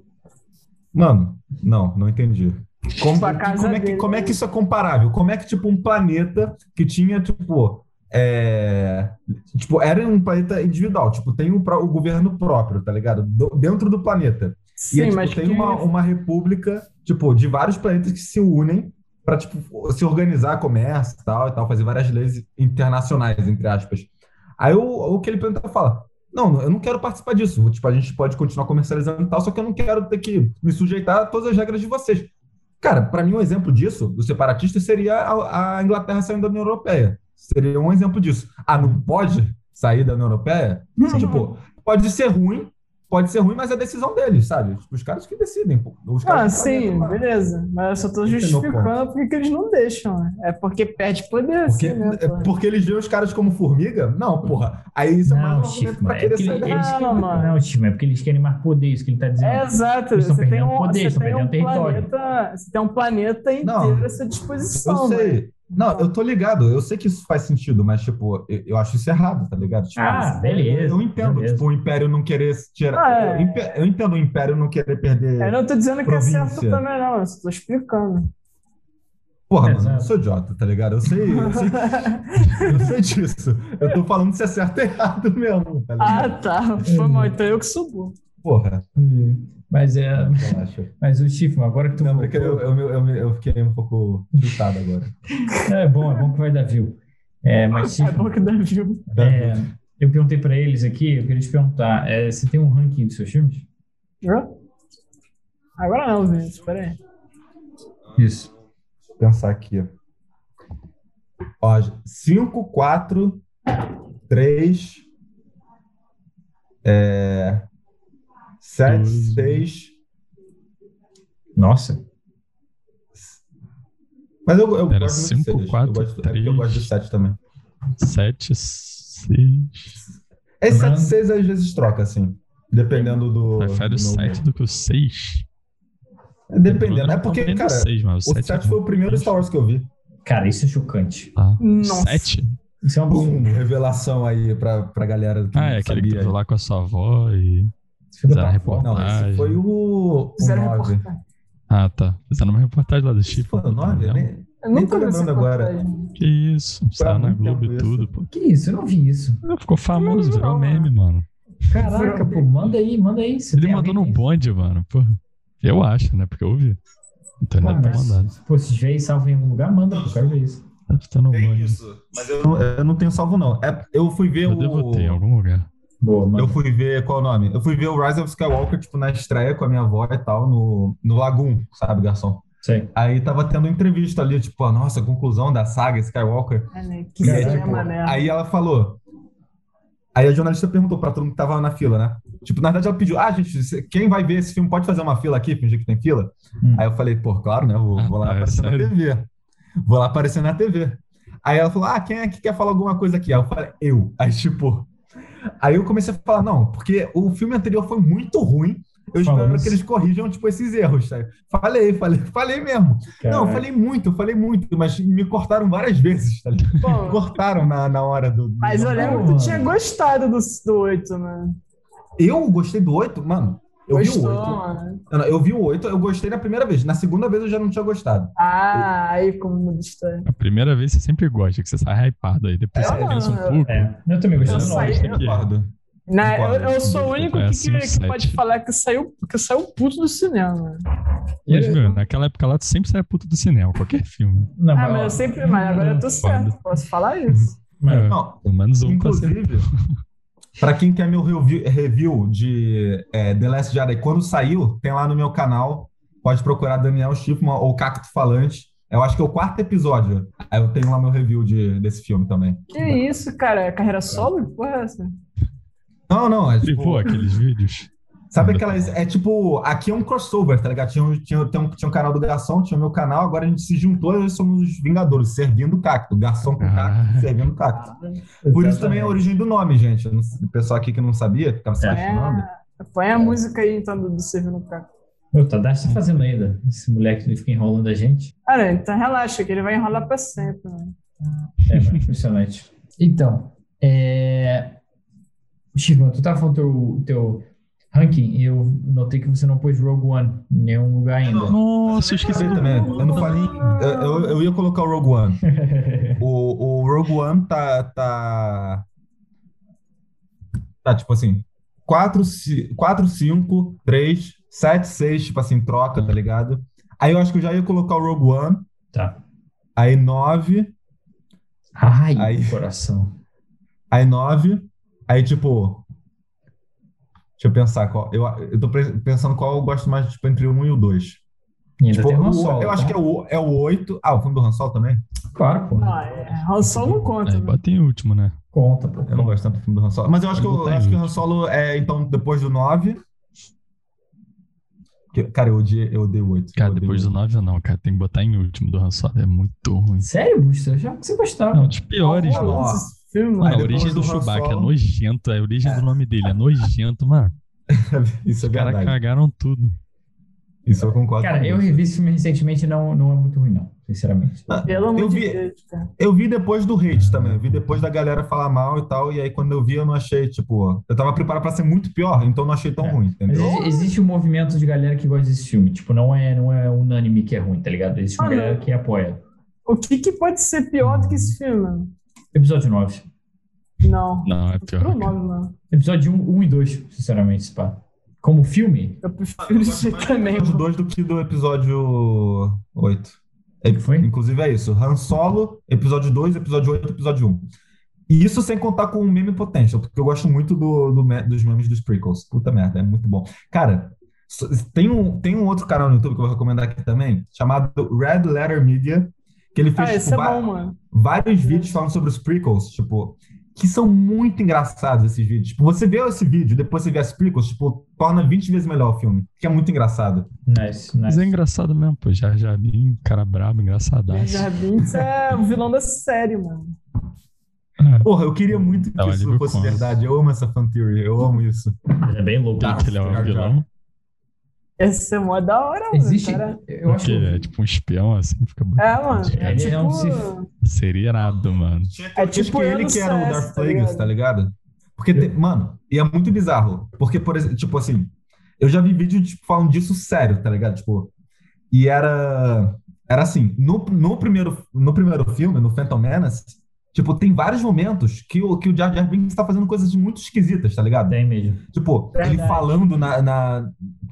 [SPEAKER 2] Mano, não, não entendi. Como,
[SPEAKER 4] Sua casa
[SPEAKER 2] como é que,
[SPEAKER 4] dele.
[SPEAKER 2] como é que isso é comparável? Como é que, tipo, um planeta que tinha, tipo, é, tipo, era um planeta individual, tipo, tem um pró- o governo próprio, tá ligado? Do- dentro do planeta. E
[SPEAKER 4] Sim,
[SPEAKER 2] é, tipo,
[SPEAKER 4] mas
[SPEAKER 2] tem
[SPEAKER 4] que-
[SPEAKER 2] uma, uma república, tipo, de vários planetas que se unem para tipo, se organizar comércio e tal, e tal, fazer várias leis internacionais, entre aspas. Aí o, o que ele pergunta fala: Não, eu não quero participar disso. Tipo, a gente pode continuar comercializando e tal, só que eu não quero ter que me sujeitar a todas as regras de vocês. Cara, para mim, um exemplo disso, do separatista, seria a, a Inglaterra saindo da União Europeia. Seria um exemplo disso. Ah, não pode sair da União Europeia?
[SPEAKER 4] Uhum.
[SPEAKER 2] Tipo, pode ser ruim, pode ser ruim, mas é decisão deles, sabe? Tipo, os caras que decidem. pô. Os caras
[SPEAKER 4] Ah,
[SPEAKER 2] que fazem
[SPEAKER 4] sim,
[SPEAKER 2] aquilo lá.
[SPEAKER 4] beleza. Mas eu só tô
[SPEAKER 2] Esse é meu
[SPEAKER 4] justificando porque que eles não deixam. né? É porque perde poder,
[SPEAKER 2] Porque,
[SPEAKER 4] assim, né?
[SPEAKER 2] é
[SPEAKER 4] pô?
[SPEAKER 2] porque eles veem os caras como formiga? Não, porra. Aí isso é mais um
[SPEAKER 1] Não,
[SPEAKER 2] argumento
[SPEAKER 1] Chico,
[SPEAKER 2] pra
[SPEAKER 1] mano, é
[SPEAKER 2] querer
[SPEAKER 1] porque
[SPEAKER 2] sair
[SPEAKER 1] eles,
[SPEAKER 2] da...
[SPEAKER 4] ele-
[SPEAKER 1] eles
[SPEAKER 4] Não,
[SPEAKER 1] querem,
[SPEAKER 4] mano.
[SPEAKER 1] não, Chico, é porque eles querem mais poder, isso que ele tá dizendo.
[SPEAKER 4] É exato.
[SPEAKER 1] Eles tão
[SPEAKER 4] Você tem
[SPEAKER 1] perdendo
[SPEAKER 4] um,
[SPEAKER 1] poder,
[SPEAKER 4] você
[SPEAKER 1] estão
[SPEAKER 4] tem um
[SPEAKER 1] perdendo território.
[SPEAKER 4] planeta, você tem um planeta
[SPEAKER 2] Não,
[SPEAKER 4] inteiro à sua
[SPEAKER 2] Eu
[SPEAKER 4] disposição. né?
[SPEAKER 2] sei. Não, eu tô ligado. Eu sei que isso faz sentido, mas, tipo, eu, eu acho isso errado, tá ligado? Tipo,
[SPEAKER 1] Ah,
[SPEAKER 2] eu-
[SPEAKER 1] beleza,
[SPEAKER 2] Eu entendo,
[SPEAKER 1] beleza.
[SPEAKER 2] tipo, o Império não querer se tirar...
[SPEAKER 4] Ah, é.
[SPEAKER 2] eu, empe- eu entendo o Império não querer perder...
[SPEAKER 4] Eu não tô dizendo que é certo
[SPEAKER 2] Província.
[SPEAKER 4] também, não. Eu só tô explicando.
[SPEAKER 2] Porra, mano, eu não
[SPEAKER 1] Exato.
[SPEAKER 2] sou idiota, tá ligado? Eu sei, eu sei, eu sei disso. Eu tô falando se é certo ou errado mesmo, tá
[SPEAKER 4] ah,
[SPEAKER 2] ligado?
[SPEAKER 4] tá. Foi mal. Então eu que subo.
[SPEAKER 1] Ah.
[SPEAKER 2] Porra.
[SPEAKER 1] Hum, Mas, é,
[SPEAKER 2] Relaxa.
[SPEAKER 1] mas o Chifre, agora que tu
[SPEAKER 2] Não,
[SPEAKER 1] voltou,
[SPEAKER 2] porque eu, eu, eu, eu, eu fiquei um pouco chutado agora.
[SPEAKER 1] é bom, é bom que vai dar view. É, mas
[SPEAKER 4] É
[SPEAKER 1] Chifre,
[SPEAKER 4] bom que dá viu.
[SPEAKER 1] é, eu perguntei pra eles aqui, eu queria te perguntar, é, você tem um ranking dos seus filmes?
[SPEAKER 4] Hã? Agora não, Vinícius. Pera aí.
[SPEAKER 1] Isso.
[SPEAKER 2] Deixa eu pensar aqui. Ó, 5, 4, 3, é, 7,
[SPEAKER 3] Dois.
[SPEAKER 2] 6.
[SPEAKER 1] Nossa,
[SPEAKER 2] Mas eu, eu
[SPEAKER 3] Era
[SPEAKER 2] gosto muito de
[SPEAKER 3] cinco,
[SPEAKER 2] seis.
[SPEAKER 3] quatro,
[SPEAKER 2] eu gosto, é porque eu
[SPEAKER 3] três.
[SPEAKER 2] gosto de 7 também.
[SPEAKER 3] 7, 6. Tá
[SPEAKER 2] Esse
[SPEAKER 1] Lembrando-
[SPEAKER 2] 7, 6 É, às vezes troca, assim. Dependendo do.
[SPEAKER 3] Prefere o
[SPEAKER 2] do meu
[SPEAKER 3] 7
[SPEAKER 2] humor.
[SPEAKER 3] do que o 6?
[SPEAKER 2] É, Dependendo. É porque, cara,
[SPEAKER 3] mas é
[SPEAKER 2] o 7 foi o primeiro Star Wars que eu vi.
[SPEAKER 1] cara, isso é chocante.
[SPEAKER 3] Tá.
[SPEAKER 4] Nossa.
[SPEAKER 3] 7?
[SPEAKER 1] Isso é uma
[SPEAKER 2] Bum,
[SPEAKER 1] bom.
[SPEAKER 2] revelação aí pra, pra galera que
[SPEAKER 3] Ah,
[SPEAKER 2] não
[SPEAKER 3] é aquele que
[SPEAKER 2] sabia.
[SPEAKER 3] teve lá com a sua avó e. Fizeram reportagem.
[SPEAKER 2] Não, esse foi o. o
[SPEAKER 4] Fizeram um
[SPEAKER 2] 9.
[SPEAKER 4] reportagem.
[SPEAKER 3] Ah, tá. Fizeram uma reportagem lá do
[SPEAKER 2] Esse
[SPEAKER 3] Chip.
[SPEAKER 2] foi o 9, né?
[SPEAKER 4] Eu
[SPEAKER 2] Nem
[SPEAKER 4] nunca
[SPEAKER 2] tô
[SPEAKER 4] vi essa
[SPEAKER 2] lembrando agora.
[SPEAKER 4] reportagem.
[SPEAKER 3] Que isso. Saiu na
[SPEAKER 2] muito
[SPEAKER 3] Globo
[SPEAKER 2] tempo
[SPEAKER 3] e
[SPEAKER 2] isso.
[SPEAKER 3] tudo, pô. Ah,
[SPEAKER 1] Que isso, eu não vi isso.
[SPEAKER 3] Ficou famoso,
[SPEAKER 4] Também não,
[SPEAKER 3] virou
[SPEAKER 4] né?
[SPEAKER 3] meme, mano.
[SPEAKER 1] Caraca, pô, manda aí, manda aí. se
[SPEAKER 3] Ele
[SPEAKER 1] tem
[SPEAKER 3] mandou
[SPEAKER 1] alguém
[SPEAKER 3] no né?
[SPEAKER 1] que-
[SPEAKER 3] bonde, mano. Pô. Eu acho, né? Porque eu ouvi. Então ele
[SPEAKER 1] Pô,
[SPEAKER 3] deve ter
[SPEAKER 1] mas-
[SPEAKER 3] mandado.
[SPEAKER 1] Pô, se tiver aí salvo em algum lugar, manda, pô, quero ver isso.
[SPEAKER 3] Deve estar no Tá bonde.
[SPEAKER 2] isso. Mas eu não, eu não tenho salvo, não. É, eu fui ver
[SPEAKER 3] Eu
[SPEAKER 2] o.
[SPEAKER 3] devo ter em algum lugar.
[SPEAKER 1] Boa, manda.
[SPEAKER 2] Eu fui ver qual é o nome? Eu fui ver o Rise of Skywalker, tipo, na estreia com a minha avó e tal, no, no Lagoon, sabe, garçom?
[SPEAKER 1] Sei.
[SPEAKER 2] Aí tava tendo entrevista ali, tipo, a nossa, conclusão da saga Skywalker.
[SPEAKER 4] É, né? Que
[SPEAKER 2] E aí,
[SPEAKER 4] cinema,
[SPEAKER 2] tipo,
[SPEAKER 4] né?
[SPEAKER 2] aí ela falou. Aí a jornalista perguntou pra todo mundo que tava na fila, né? Tipo, na verdade ela pediu, ah, gente, cê- quem vai ver esse filme pode fazer uma fila aqui, fingir que tem fila?
[SPEAKER 1] Hum. É,
[SPEAKER 2] Aí eu falei, pô, claro, né? Vou, vou lá
[SPEAKER 3] Ah,
[SPEAKER 2] aparecer na
[SPEAKER 3] sério?
[SPEAKER 2] TV. Vou lá aparecer na TV. Aí ela falou, ah, quem é que quer falar alguma coisa aqui? Aí eu falei, eu. Aí tipo... Aí eu comecei a falar, não, porque o filme anterior foi muito ruim, eu
[SPEAKER 1] Falou
[SPEAKER 2] espero
[SPEAKER 1] isso.
[SPEAKER 2] que eles corrijam, tipo, esses erros. Aí, falei, falei, falei mesmo. Não, eu
[SPEAKER 1] Caraca.
[SPEAKER 2] falei muito, eu falei muito, mas me cortaram várias vezes, tá ligado?
[SPEAKER 4] Bom,
[SPEAKER 2] Cortaram na, na hora do. do-
[SPEAKER 4] mas eu lembro que tu tinha gostado do, do 8, né?
[SPEAKER 2] Eu gostei do 8, mano. Eu vi o 8.
[SPEAKER 4] mano.
[SPEAKER 2] Não, não, Eu vi o 8, eu gostei na primeira vez. Na segunda vez eu já não tinha gostado.
[SPEAKER 4] Ah, aí como muda a história.
[SPEAKER 3] A primeira vez você sempre gosta, que você sai hypado. Aí depois
[SPEAKER 4] É,
[SPEAKER 3] você
[SPEAKER 4] não,
[SPEAKER 3] pensa um
[SPEAKER 4] eu-
[SPEAKER 3] pouco.
[SPEAKER 1] É, eu também gostei
[SPEAKER 4] Eu
[SPEAKER 1] do
[SPEAKER 4] saí-
[SPEAKER 1] nome.
[SPEAKER 3] aqui.
[SPEAKER 2] Concordo.
[SPEAKER 4] Né,
[SPEAKER 2] Concordo.
[SPEAKER 4] eu, eu sou o único
[SPEAKER 3] É,
[SPEAKER 4] que,
[SPEAKER 3] cinco,
[SPEAKER 4] que pode
[SPEAKER 3] sete.
[SPEAKER 4] falar que saiu, que saiu puto do cinema.
[SPEAKER 3] Mas, meu, naquela época lá, tu sempre saia puto do cinema, qualquer filme.
[SPEAKER 1] Não,
[SPEAKER 4] Ah,
[SPEAKER 1] ó,
[SPEAKER 4] mas eu sempre. Mas agora eu tô certo, posso falar isso.
[SPEAKER 1] mas-
[SPEAKER 3] É,
[SPEAKER 2] Não,
[SPEAKER 3] pelo menos um tá sendo.
[SPEAKER 2] inclusive, pra quem quer meu review, review de é, The Last Jedi, quando saiu, tem lá no meu canal. Pode procurar Daniel Schiffman ou Cacto Falante. Eu acho que é o quarto episódio. Aí eu tenho lá meu review de, desse filme também.
[SPEAKER 4] Que isso, cara? É Carreira solo? Que porra é essa?
[SPEAKER 2] Não, não, é
[SPEAKER 3] E,
[SPEAKER 2] tipo.
[SPEAKER 3] pô, aqueles vídeos.
[SPEAKER 2] Sabe aquelas. É tipo. Aqui é um crossover, tá ligado? Tinha, um- tinha, tem um, tinha um canal do Garçom, tinha o meu canal, agora a gente se juntou e somos os Vingadores, servindo o cacto. Garçom com cacto,
[SPEAKER 3] Ah.
[SPEAKER 2] servindo o cacto. Por isso também é
[SPEAKER 1] Exatamente.
[SPEAKER 2] a origem do nome, gente. Eu não sei- O pessoal aqui que não sabia, ficava se
[SPEAKER 1] É.
[SPEAKER 2] questionando.
[SPEAKER 4] É, põe a música aí então do, do Servindo Caco.
[SPEAKER 1] Meu, Tadashi tá fazendo ainda. Esse moleque que fica enrolando a gente.
[SPEAKER 4] Cara, então relaxa, que ele vai enrolar pra sempre. Né?
[SPEAKER 1] É, mano, impressionante. Então, é... Chico, tu tava falando teu, teu ranking e eu notei que você não pôs Rogue One em nenhum lugar ainda.
[SPEAKER 3] Nossa, eu esqueci
[SPEAKER 2] Eu
[SPEAKER 3] do
[SPEAKER 2] também. Eu não falei. eu- Eu, eu ia colocar o Rogue One. O, o Rogue One tá. Tá, tá tipo assim. 4, 5, 3, 7, 6, tipo assim, troca, tá ligado? Aí eu acho que eu já ia colocar o Rogue One.
[SPEAKER 1] tá.
[SPEAKER 2] Aí 9,
[SPEAKER 1] Ai,
[SPEAKER 2] Aí.
[SPEAKER 1] coração.
[SPEAKER 2] aí 9, aí tipo. Deixa eu pensar qual. Eu, eu tô pre- pensando qual eu gosto mais, tipo, entre o 1 e o 2.
[SPEAKER 1] E ainda
[SPEAKER 2] Tipo,
[SPEAKER 1] tem Han
[SPEAKER 2] o-
[SPEAKER 1] Solo,
[SPEAKER 2] eu acho
[SPEAKER 1] tá?
[SPEAKER 2] que é o, é o 8. Ah, o filme do Han Solo também?
[SPEAKER 1] Claro, pô.
[SPEAKER 4] Ah, é, Han Solo não conta.
[SPEAKER 2] É,
[SPEAKER 3] Aí
[SPEAKER 4] né?
[SPEAKER 3] bota em último, né?
[SPEAKER 1] Conta, pô.
[SPEAKER 2] Eu não gosto tanto do filme do Han Solo. Mas eu acho que, eu,
[SPEAKER 3] Botar em
[SPEAKER 2] acho que o Han
[SPEAKER 3] último.
[SPEAKER 2] Solo é, então, depois do 9. Que- Cara, eu odiei, eu odeio 8.
[SPEAKER 3] Cara, depois do 9 não, cara. Tem que botar em último do Han Solo. É muito ruim.
[SPEAKER 1] Sério, Busta? Eu achava que você
[SPEAKER 3] É um
[SPEAKER 1] gostava.
[SPEAKER 3] dos piores,
[SPEAKER 2] Tá
[SPEAKER 4] Pô,
[SPEAKER 2] bom, ó.
[SPEAKER 4] esse filme,
[SPEAKER 3] Mano,
[SPEAKER 2] Aí
[SPEAKER 3] a
[SPEAKER 2] depois
[SPEAKER 3] origem do,
[SPEAKER 2] do Han
[SPEAKER 3] Chewbacca é
[SPEAKER 2] Solo-
[SPEAKER 3] nojenta. A origem do nome dele é nojento, mano.
[SPEAKER 2] Isso é
[SPEAKER 3] Os caras
[SPEAKER 2] verdade.
[SPEAKER 3] cagaram tudo.
[SPEAKER 2] Isso eu concordo.
[SPEAKER 1] Cara, eu revi esse filme recentemente e não, não é muito ruim, não. Sinceramente.
[SPEAKER 4] Pelo amor
[SPEAKER 2] Ah, Eu
[SPEAKER 4] de
[SPEAKER 2] vi-
[SPEAKER 4] Deus, cara.
[SPEAKER 2] Eu vi depois do hate também. Eu vi depois da galera falar mal e tal. E aí, quando eu vi, eu não achei, tipo. Eu tava preparado pra ser muito pior, então eu não achei tão
[SPEAKER 1] É.
[SPEAKER 2] ruim,
[SPEAKER 1] Mas
[SPEAKER 2] entendeu?
[SPEAKER 1] exi- existe um movimento de galera que gosta desse filme. Tipo, não é, não é unânime que é ruim, tá ligado? Existe uma
[SPEAKER 4] Ah, não.
[SPEAKER 1] galera que apoia.
[SPEAKER 4] O que, que pode ser pior do que esse filme?
[SPEAKER 1] Episódio 9.
[SPEAKER 4] Não.
[SPEAKER 3] Não, é
[SPEAKER 4] Não,
[SPEAKER 3] pior.
[SPEAKER 4] não,
[SPEAKER 3] cara.
[SPEAKER 4] não.
[SPEAKER 1] Episódio 1, 1 e 2, sinceramente, se pá. Como filme?
[SPEAKER 4] Eu prefiro isso também.
[SPEAKER 2] episódio 2 do que do episódio 8. É,
[SPEAKER 1] Que foi?
[SPEAKER 2] Inclusive é isso. Han Solo, episódio 2, episódio 8, episódio 1. E isso sem contar com o meme potential, porque eu gosto muito do, do me- dos memes dos prequels. Puta merda, é muito bom. Cara, so- tem um, tem um outro canal no YouTube que eu vou recomendar aqui também, chamado Red Letter Media, que ele fez
[SPEAKER 4] Ah, esse
[SPEAKER 2] tipo,
[SPEAKER 4] é
[SPEAKER 2] va-
[SPEAKER 4] bom, mano.
[SPEAKER 2] vários vídeos falando sobre os prequels, tipo, que são muito engraçados esses vídeos. Tipo, você vê esse vídeo, depois você vê as prequels, tipo, torna 20 vezes melhor o filme, que é muito engraçado.
[SPEAKER 1] Nice,
[SPEAKER 2] né?
[SPEAKER 3] Mas é
[SPEAKER 1] nice.
[SPEAKER 3] engraçado mesmo, pô. Jar Jar Binks, um cara brabo, engraçadaço.
[SPEAKER 4] Jar Binks é o vilão da série, mano.
[SPEAKER 3] É.
[SPEAKER 2] Porra, eu queria muito que
[SPEAKER 3] Dá um
[SPEAKER 2] isso
[SPEAKER 3] alívio
[SPEAKER 2] fosse
[SPEAKER 3] cômico.
[SPEAKER 2] verdade. Eu amo essa fan theory, eu amo isso.
[SPEAKER 1] Mas é bem louco.
[SPEAKER 3] Tem que ele é
[SPEAKER 2] Jar
[SPEAKER 3] um
[SPEAKER 2] Jar.
[SPEAKER 3] vilão.
[SPEAKER 4] Esse é mó da hora, mano.
[SPEAKER 1] Existe.
[SPEAKER 4] cara.
[SPEAKER 1] Eu acho
[SPEAKER 3] Porque
[SPEAKER 1] que. eu
[SPEAKER 3] é
[SPEAKER 1] vi-
[SPEAKER 3] tipo um espião, assim, fica bonito.
[SPEAKER 4] É, mano. É
[SPEAKER 1] Ele é um
[SPEAKER 4] tipo.
[SPEAKER 3] Seria irado, mano.
[SPEAKER 4] É tipo eu
[SPEAKER 2] ele
[SPEAKER 4] no
[SPEAKER 2] que era o
[SPEAKER 4] CS,
[SPEAKER 2] Darth
[SPEAKER 4] tá
[SPEAKER 2] Plagueis,
[SPEAKER 4] ligado?
[SPEAKER 2] tá ligado? Porque, tem- mano, e é muito bizarro. Porque, por exemplo, tipo assim, eu já vi vídeo tipo, falando disso sério, tá ligado? Tipo, e era. Era assim, no, no, primeiro, no primeiro filme, no Phantom Menace, tipo, tem vários momentos que o, que o Jar Jar Binks tá fazendo coisas muito esquisitas, tá ligado?
[SPEAKER 1] Tem é mesmo.
[SPEAKER 2] Tipo, ele
[SPEAKER 4] É. Verdade.
[SPEAKER 2] falando na, na-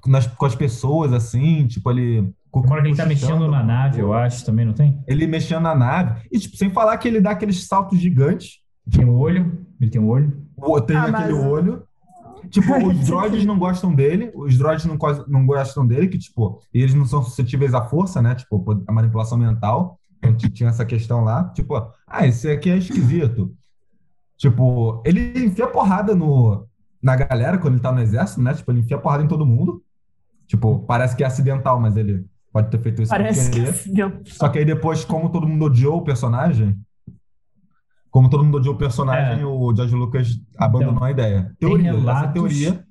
[SPEAKER 2] nas, com as pessoas, assim, tipo, ele.
[SPEAKER 1] Agora que ele tá mexendo na nave, eu acho, também não tem?
[SPEAKER 2] Ele mexendo na nave. E, tipo, sem falar que ele dá aqueles saltos gigantes.
[SPEAKER 1] Tem o olho. Ele tem o olho.
[SPEAKER 2] o- Tem
[SPEAKER 4] Ah,
[SPEAKER 2] aquele
[SPEAKER 4] mas-
[SPEAKER 2] olho. Tipo, os droids não gostam dele. Os droids não, cos- não gostam dele, que, tipo, e eles não são suscetíveis à força, né? Tipo, po- a manipulação mental. Então, t- tinha essa questão lá. Tipo, ah, esse aqui é esquisito. Tipo, ele enfia porrada no, na galera quando ele tá no exército, né? Tipo, ele enfia porrada em todo mundo. Tipo, parece que é acidental, mas ele pode ter feito isso sem
[SPEAKER 4] Parece que é
[SPEAKER 2] querer.
[SPEAKER 4] deu.
[SPEAKER 2] Só que aí depois, como todo mundo odiou o personagem, como todo mundo odiou o personagem,
[SPEAKER 1] É. Então,
[SPEAKER 2] o George Lucas abandonou a ideia.
[SPEAKER 1] tem
[SPEAKER 2] Teoria, essa é
[SPEAKER 1] relatos-
[SPEAKER 2] teoria,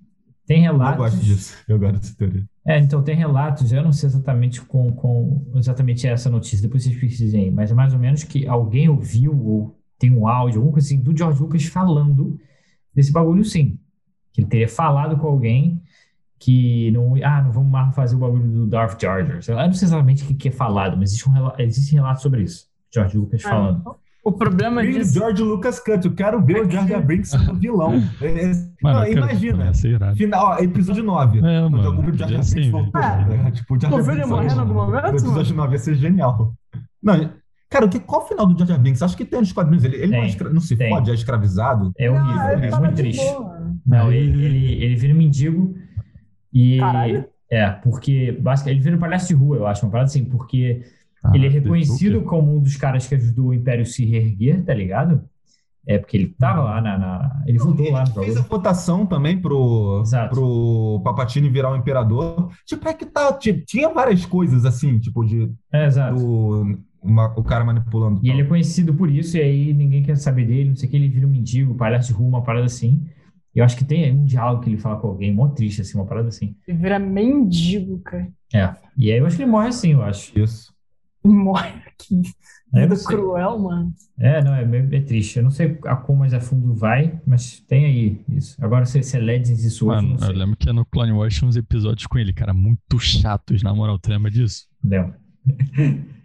[SPEAKER 1] Tem
[SPEAKER 2] eu gosto
[SPEAKER 1] relatos
[SPEAKER 2] disso. Eu gosto dessa teoria.
[SPEAKER 1] É, então tem relatos, eu não sei exatamente com, com exatamente essa notícia, depois vocês pesquisem aí, mas é mais ou menos que alguém ouviu ou tem um áudio, alguma coisa assim, do George Lucas falando desse bagulho sim. Que ele teria falado com alguém que não, ah, não vamos mais fazer o bagulho do Darth Jar Jar. Sei lá, eu não sei exatamente o que, que é falado, mas existe um, rela- existe relato sobre isso, George Lucas
[SPEAKER 4] Ah.
[SPEAKER 1] falando.
[SPEAKER 4] O problema
[SPEAKER 2] Bring
[SPEAKER 4] disso.
[SPEAKER 2] George Lucas Cut, eu quero ver o Jar Jar Binks sendo vilão. Esse-
[SPEAKER 3] Mano,
[SPEAKER 2] não,
[SPEAKER 3] eu quero
[SPEAKER 2] imagina.
[SPEAKER 3] Ia ser irado.
[SPEAKER 2] Final, ó, episódio 9.
[SPEAKER 3] É,
[SPEAKER 2] Quando
[SPEAKER 3] mano,
[SPEAKER 2] algum o Jar Jar
[SPEAKER 3] ia ser
[SPEAKER 1] assim,
[SPEAKER 2] Binks voltou.
[SPEAKER 3] invencível.
[SPEAKER 2] É, tipo, o Jar
[SPEAKER 4] Tu
[SPEAKER 2] Jar
[SPEAKER 4] viu né? ele
[SPEAKER 2] Binks
[SPEAKER 4] morrer em
[SPEAKER 2] voltou.
[SPEAKER 4] algum
[SPEAKER 2] O
[SPEAKER 4] momento? mano?
[SPEAKER 2] episódio 9 ia ser genial. Não, cara, o que, qual o final do Jar Jar Binks? Acho que tem nos quadrinhos. Ele, ele não, é
[SPEAKER 1] Tem,
[SPEAKER 2] escra- não se
[SPEAKER 1] tem.
[SPEAKER 2] pode, é escravizado.
[SPEAKER 1] É horrível,
[SPEAKER 4] Ah, ele
[SPEAKER 1] é
[SPEAKER 4] tava
[SPEAKER 1] muito
[SPEAKER 4] de
[SPEAKER 1] triste.
[SPEAKER 4] boa.
[SPEAKER 1] Não, ele, ele, ele vira um mendigo e.
[SPEAKER 4] Caralho.
[SPEAKER 1] É, porque basicamente ele vira um palhaço de rua, eu acho, uma parada assim, porque
[SPEAKER 3] Ah,
[SPEAKER 1] ele é
[SPEAKER 3] The
[SPEAKER 1] reconhecido
[SPEAKER 3] Joker.
[SPEAKER 1] como um dos caras que ajudou o Império se reerguer, tá ligado? É, porque ele tava lá na. na- ele voltou lá no
[SPEAKER 2] Fez a
[SPEAKER 1] bagulho.
[SPEAKER 2] votação também pro,
[SPEAKER 1] Exato.
[SPEAKER 2] pro Papatini virar o imperador. Tipo, é que tá. ti- Tinha várias coisas assim, tipo, de
[SPEAKER 1] É, exato.
[SPEAKER 2] do, uma- o cara manipulando.
[SPEAKER 1] E ele é conhecido por isso, e aí ninguém quer saber dele, não sei o que, ele vira um mendigo, palhaço de rua, uma parada assim. E eu acho que tem um diálogo que ele fala com alguém, mó triste, assim, uma parada assim.
[SPEAKER 4] Ele vira mendigo, cara.
[SPEAKER 1] É. E aí eu acho que ele morre assim, eu acho.
[SPEAKER 2] Isso.
[SPEAKER 4] Ele morre aqui.
[SPEAKER 1] É, eu não
[SPEAKER 4] Vida
[SPEAKER 1] sei.
[SPEAKER 4] cruel, mano.
[SPEAKER 1] É, não, é, meio- é triste. Eu não sei a como mais a fundo vai, mas tem aí isso. Agora, se, se é LEDs isso hoje,
[SPEAKER 3] Mano,
[SPEAKER 1] não
[SPEAKER 3] eu
[SPEAKER 1] sei.
[SPEAKER 3] lembro que no Clone Wars tinha uns episódios com ele, cara, muito chatos, na moral, tu lembra disso?
[SPEAKER 1] Lembro.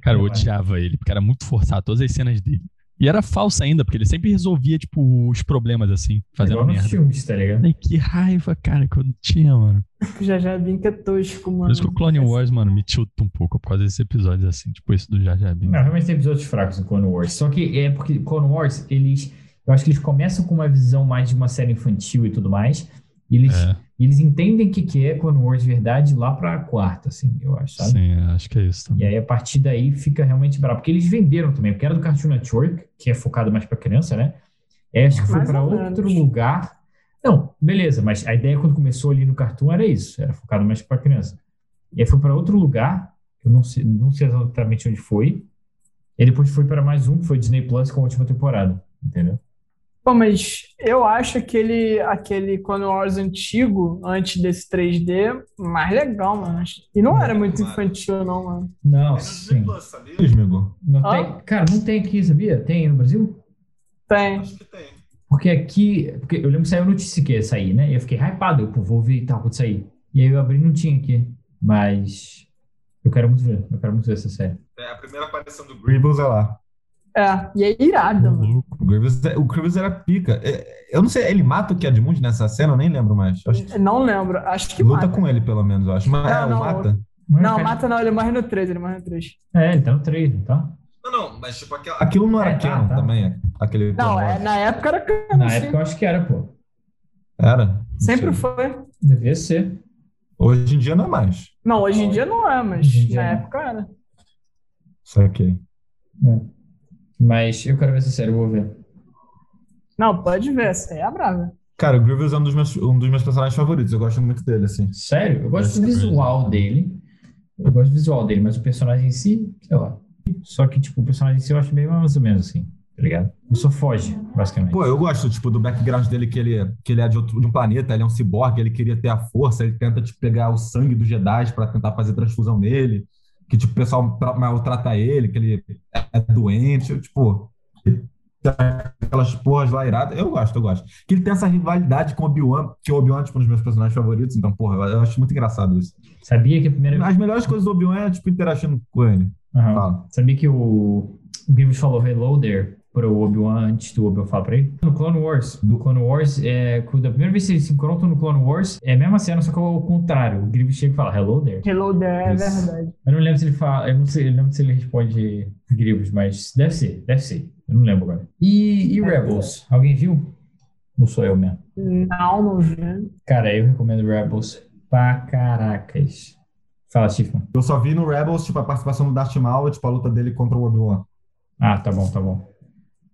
[SPEAKER 3] Cara, eu
[SPEAKER 1] Não é.
[SPEAKER 3] odiava ele, porque era muito forçado, todas as cenas dele. E era falsa ainda, porque ele sempre resolvia, tipo, os problemas, assim, fazendo
[SPEAKER 1] Igual nos
[SPEAKER 3] merda.
[SPEAKER 1] filmes, tá ligado?
[SPEAKER 3] Ai, que raiva, cara, que eu tinha, mano.
[SPEAKER 4] O Jajá Bink é tosco, mano.
[SPEAKER 3] Por isso que o Clone Wars, mano, me tilta um pouco por causa desses episódios, assim, tipo esse do Jar Jar Binks.
[SPEAKER 1] Não, realmente tem episódios fracos em Clone Wars. Só que é porque Clone Wars, eles. Eu acho que eles começam com uma visão mais de uma série infantil e tudo mais. E eles,
[SPEAKER 3] É,
[SPEAKER 1] e eles entendem o que, que é Clone Wars de verdade lá pra quarta, assim, eu acho, sabe?
[SPEAKER 3] sim, é, acho que é isso
[SPEAKER 1] E
[SPEAKER 3] também.
[SPEAKER 1] aí, a partir daí, fica realmente brabo. Porque eles venderam também, porque era do Cartoon Network, que é focado mais pra criança, né? É, acho que foi
[SPEAKER 4] Mais
[SPEAKER 1] pra
[SPEAKER 4] ou
[SPEAKER 1] outro
[SPEAKER 4] menos.
[SPEAKER 1] lugar. Não, beleza, mas a ideia quando começou ali no Cartoon era isso, era focado mais pra criança. E aí foi pra outro lugar, que eu não sei, não sei exatamente onde foi. E depois foi pra mais um, que foi Disney Plus com a última temporada, entendeu?
[SPEAKER 4] Pô, mas eu acho aquele, aquele Clone Wars antigo, antes desse 3D, mais legal, mano. E não era muito infantil, não, mano.
[SPEAKER 1] Não, sim.
[SPEAKER 2] sabia? Amigo?
[SPEAKER 1] Não
[SPEAKER 4] Ah?
[SPEAKER 1] tem, cara, não tem aqui, sabia? Tem no Brasil?
[SPEAKER 4] Tem.
[SPEAKER 2] Acho que tem.
[SPEAKER 1] Porque aqui, porque eu lembro que saiu notícia que ia sair, né? E eu fiquei hypado, eu, pô, vou ver e tal, quando sair. E aí eu abri e não tinha aqui. Mas eu quero muito ver, eu quero muito ver essa série.
[SPEAKER 2] É, a primeira aparição do Grievous é lá.
[SPEAKER 4] É, e é
[SPEAKER 1] Uhum.
[SPEAKER 4] irado, mano.
[SPEAKER 3] Tá Louco.
[SPEAKER 2] O Grievous, é- o Grievous era pica. É, eu não sei, ele mata o Kiadmund nessa cena? Eu nem lembro mais. Acho que
[SPEAKER 4] Não lembro, acho que
[SPEAKER 2] luta
[SPEAKER 4] mata.
[SPEAKER 2] com ele, pelo menos, eu acho. Mas
[SPEAKER 4] Não,
[SPEAKER 2] é, o
[SPEAKER 4] não,
[SPEAKER 2] mata.
[SPEAKER 1] Mas eu
[SPEAKER 4] Não,
[SPEAKER 1] quero-
[SPEAKER 4] mata não, ele morre no 3, ele morre no 3.
[SPEAKER 1] É, ele tá no 3, não tá?
[SPEAKER 2] Não, não, mas tipo, aquilo, aquilo não era
[SPEAKER 1] É, tá,
[SPEAKER 2] canon
[SPEAKER 1] tá.
[SPEAKER 2] também, aquele
[SPEAKER 4] Não, é,
[SPEAKER 2] episódio.
[SPEAKER 4] na época era
[SPEAKER 1] Na
[SPEAKER 4] canon, sim.
[SPEAKER 1] época eu acho que era, pô.
[SPEAKER 4] é-
[SPEAKER 2] Era. Não
[SPEAKER 4] Sempre
[SPEAKER 2] sei.
[SPEAKER 4] foi.
[SPEAKER 1] Devia ser.
[SPEAKER 2] Hoje em dia não é mais.
[SPEAKER 4] Não, hoje em dia não é, mas
[SPEAKER 1] Hoje em dia
[SPEAKER 4] na
[SPEAKER 1] não.
[SPEAKER 4] época era.
[SPEAKER 2] Saquei.
[SPEAKER 1] Mas eu quero ver essa série, eu vou ver.
[SPEAKER 4] Não, pode ver, essa aí é a brava.
[SPEAKER 2] Cara, o Grievous é um dos, meus, um dos meus personagens favoritos. Eu gosto muito dele, assim.
[SPEAKER 1] Sério? Eu gosto
[SPEAKER 3] Essa
[SPEAKER 1] do visual
[SPEAKER 3] coisa.
[SPEAKER 1] dele. Eu gosto do visual dele, mas o personagem em si, sei lá. Só que, tipo, o personagem em si eu acho bem mais ou menos assim, tá ligado? Ele só foge, basicamente.
[SPEAKER 2] Pô, eu gosto, tipo, do background dele, que ele, que ele é de, outro, de um planeta, ele é um ciborgue, ele queria ter a força, ele tenta, tipo, pegar o sangue dos Jedi pra tentar fazer transfusão nele, que, tipo, o pessoal tra- maltrata ele, que ele é doente, eu, tipo... Aquelas porras lá iradas. Eu gosto, eu gosto. Que ele tem essa rivalidade com o Obi-Wan, que o Obi-Wan é, tipo, um dos meus personagens favoritos, então, porra, eu- eu acho muito engraçado isso.
[SPEAKER 1] Sabia que a primeira.
[SPEAKER 2] As melhores coisas do Obi-Wan é, tipo, interagindo com ele.
[SPEAKER 1] Aham.
[SPEAKER 2] Fala.
[SPEAKER 1] Sabia que o, o Grievous falou hello there pro Obi-Wan antes do Obi-Wan falar pra ele? No Clone Wars. Do Clone Wars, é, quando a primeira vez que eles se encontram no Clone Wars, é a mesma cena, só que é o contrário. O Grievous chega e fala hello there.
[SPEAKER 4] Hello there, é
[SPEAKER 2] Isso.
[SPEAKER 4] verdade.
[SPEAKER 1] Eu não lembro se ele fala, eu não sei, eu não lembro se ele responde Grievous, mas deve ser, deve ser. Eu não lembro agora. E, e
[SPEAKER 4] Deve
[SPEAKER 1] Rebels? Alguém viu? Não sou eu mesmo.
[SPEAKER 4] Não, não vi.
[SPEAKER 1] Cara, eu recomendo Rebels pra caracas. Fala, Chifman.
[SPEAKER 2] Eu só vi no Rebels, tipo, a participação do Darth Maul, tipo, a luta dele contra o Obi-Wan.
[SPEAKER 1] Ah, tá bom, tá bom.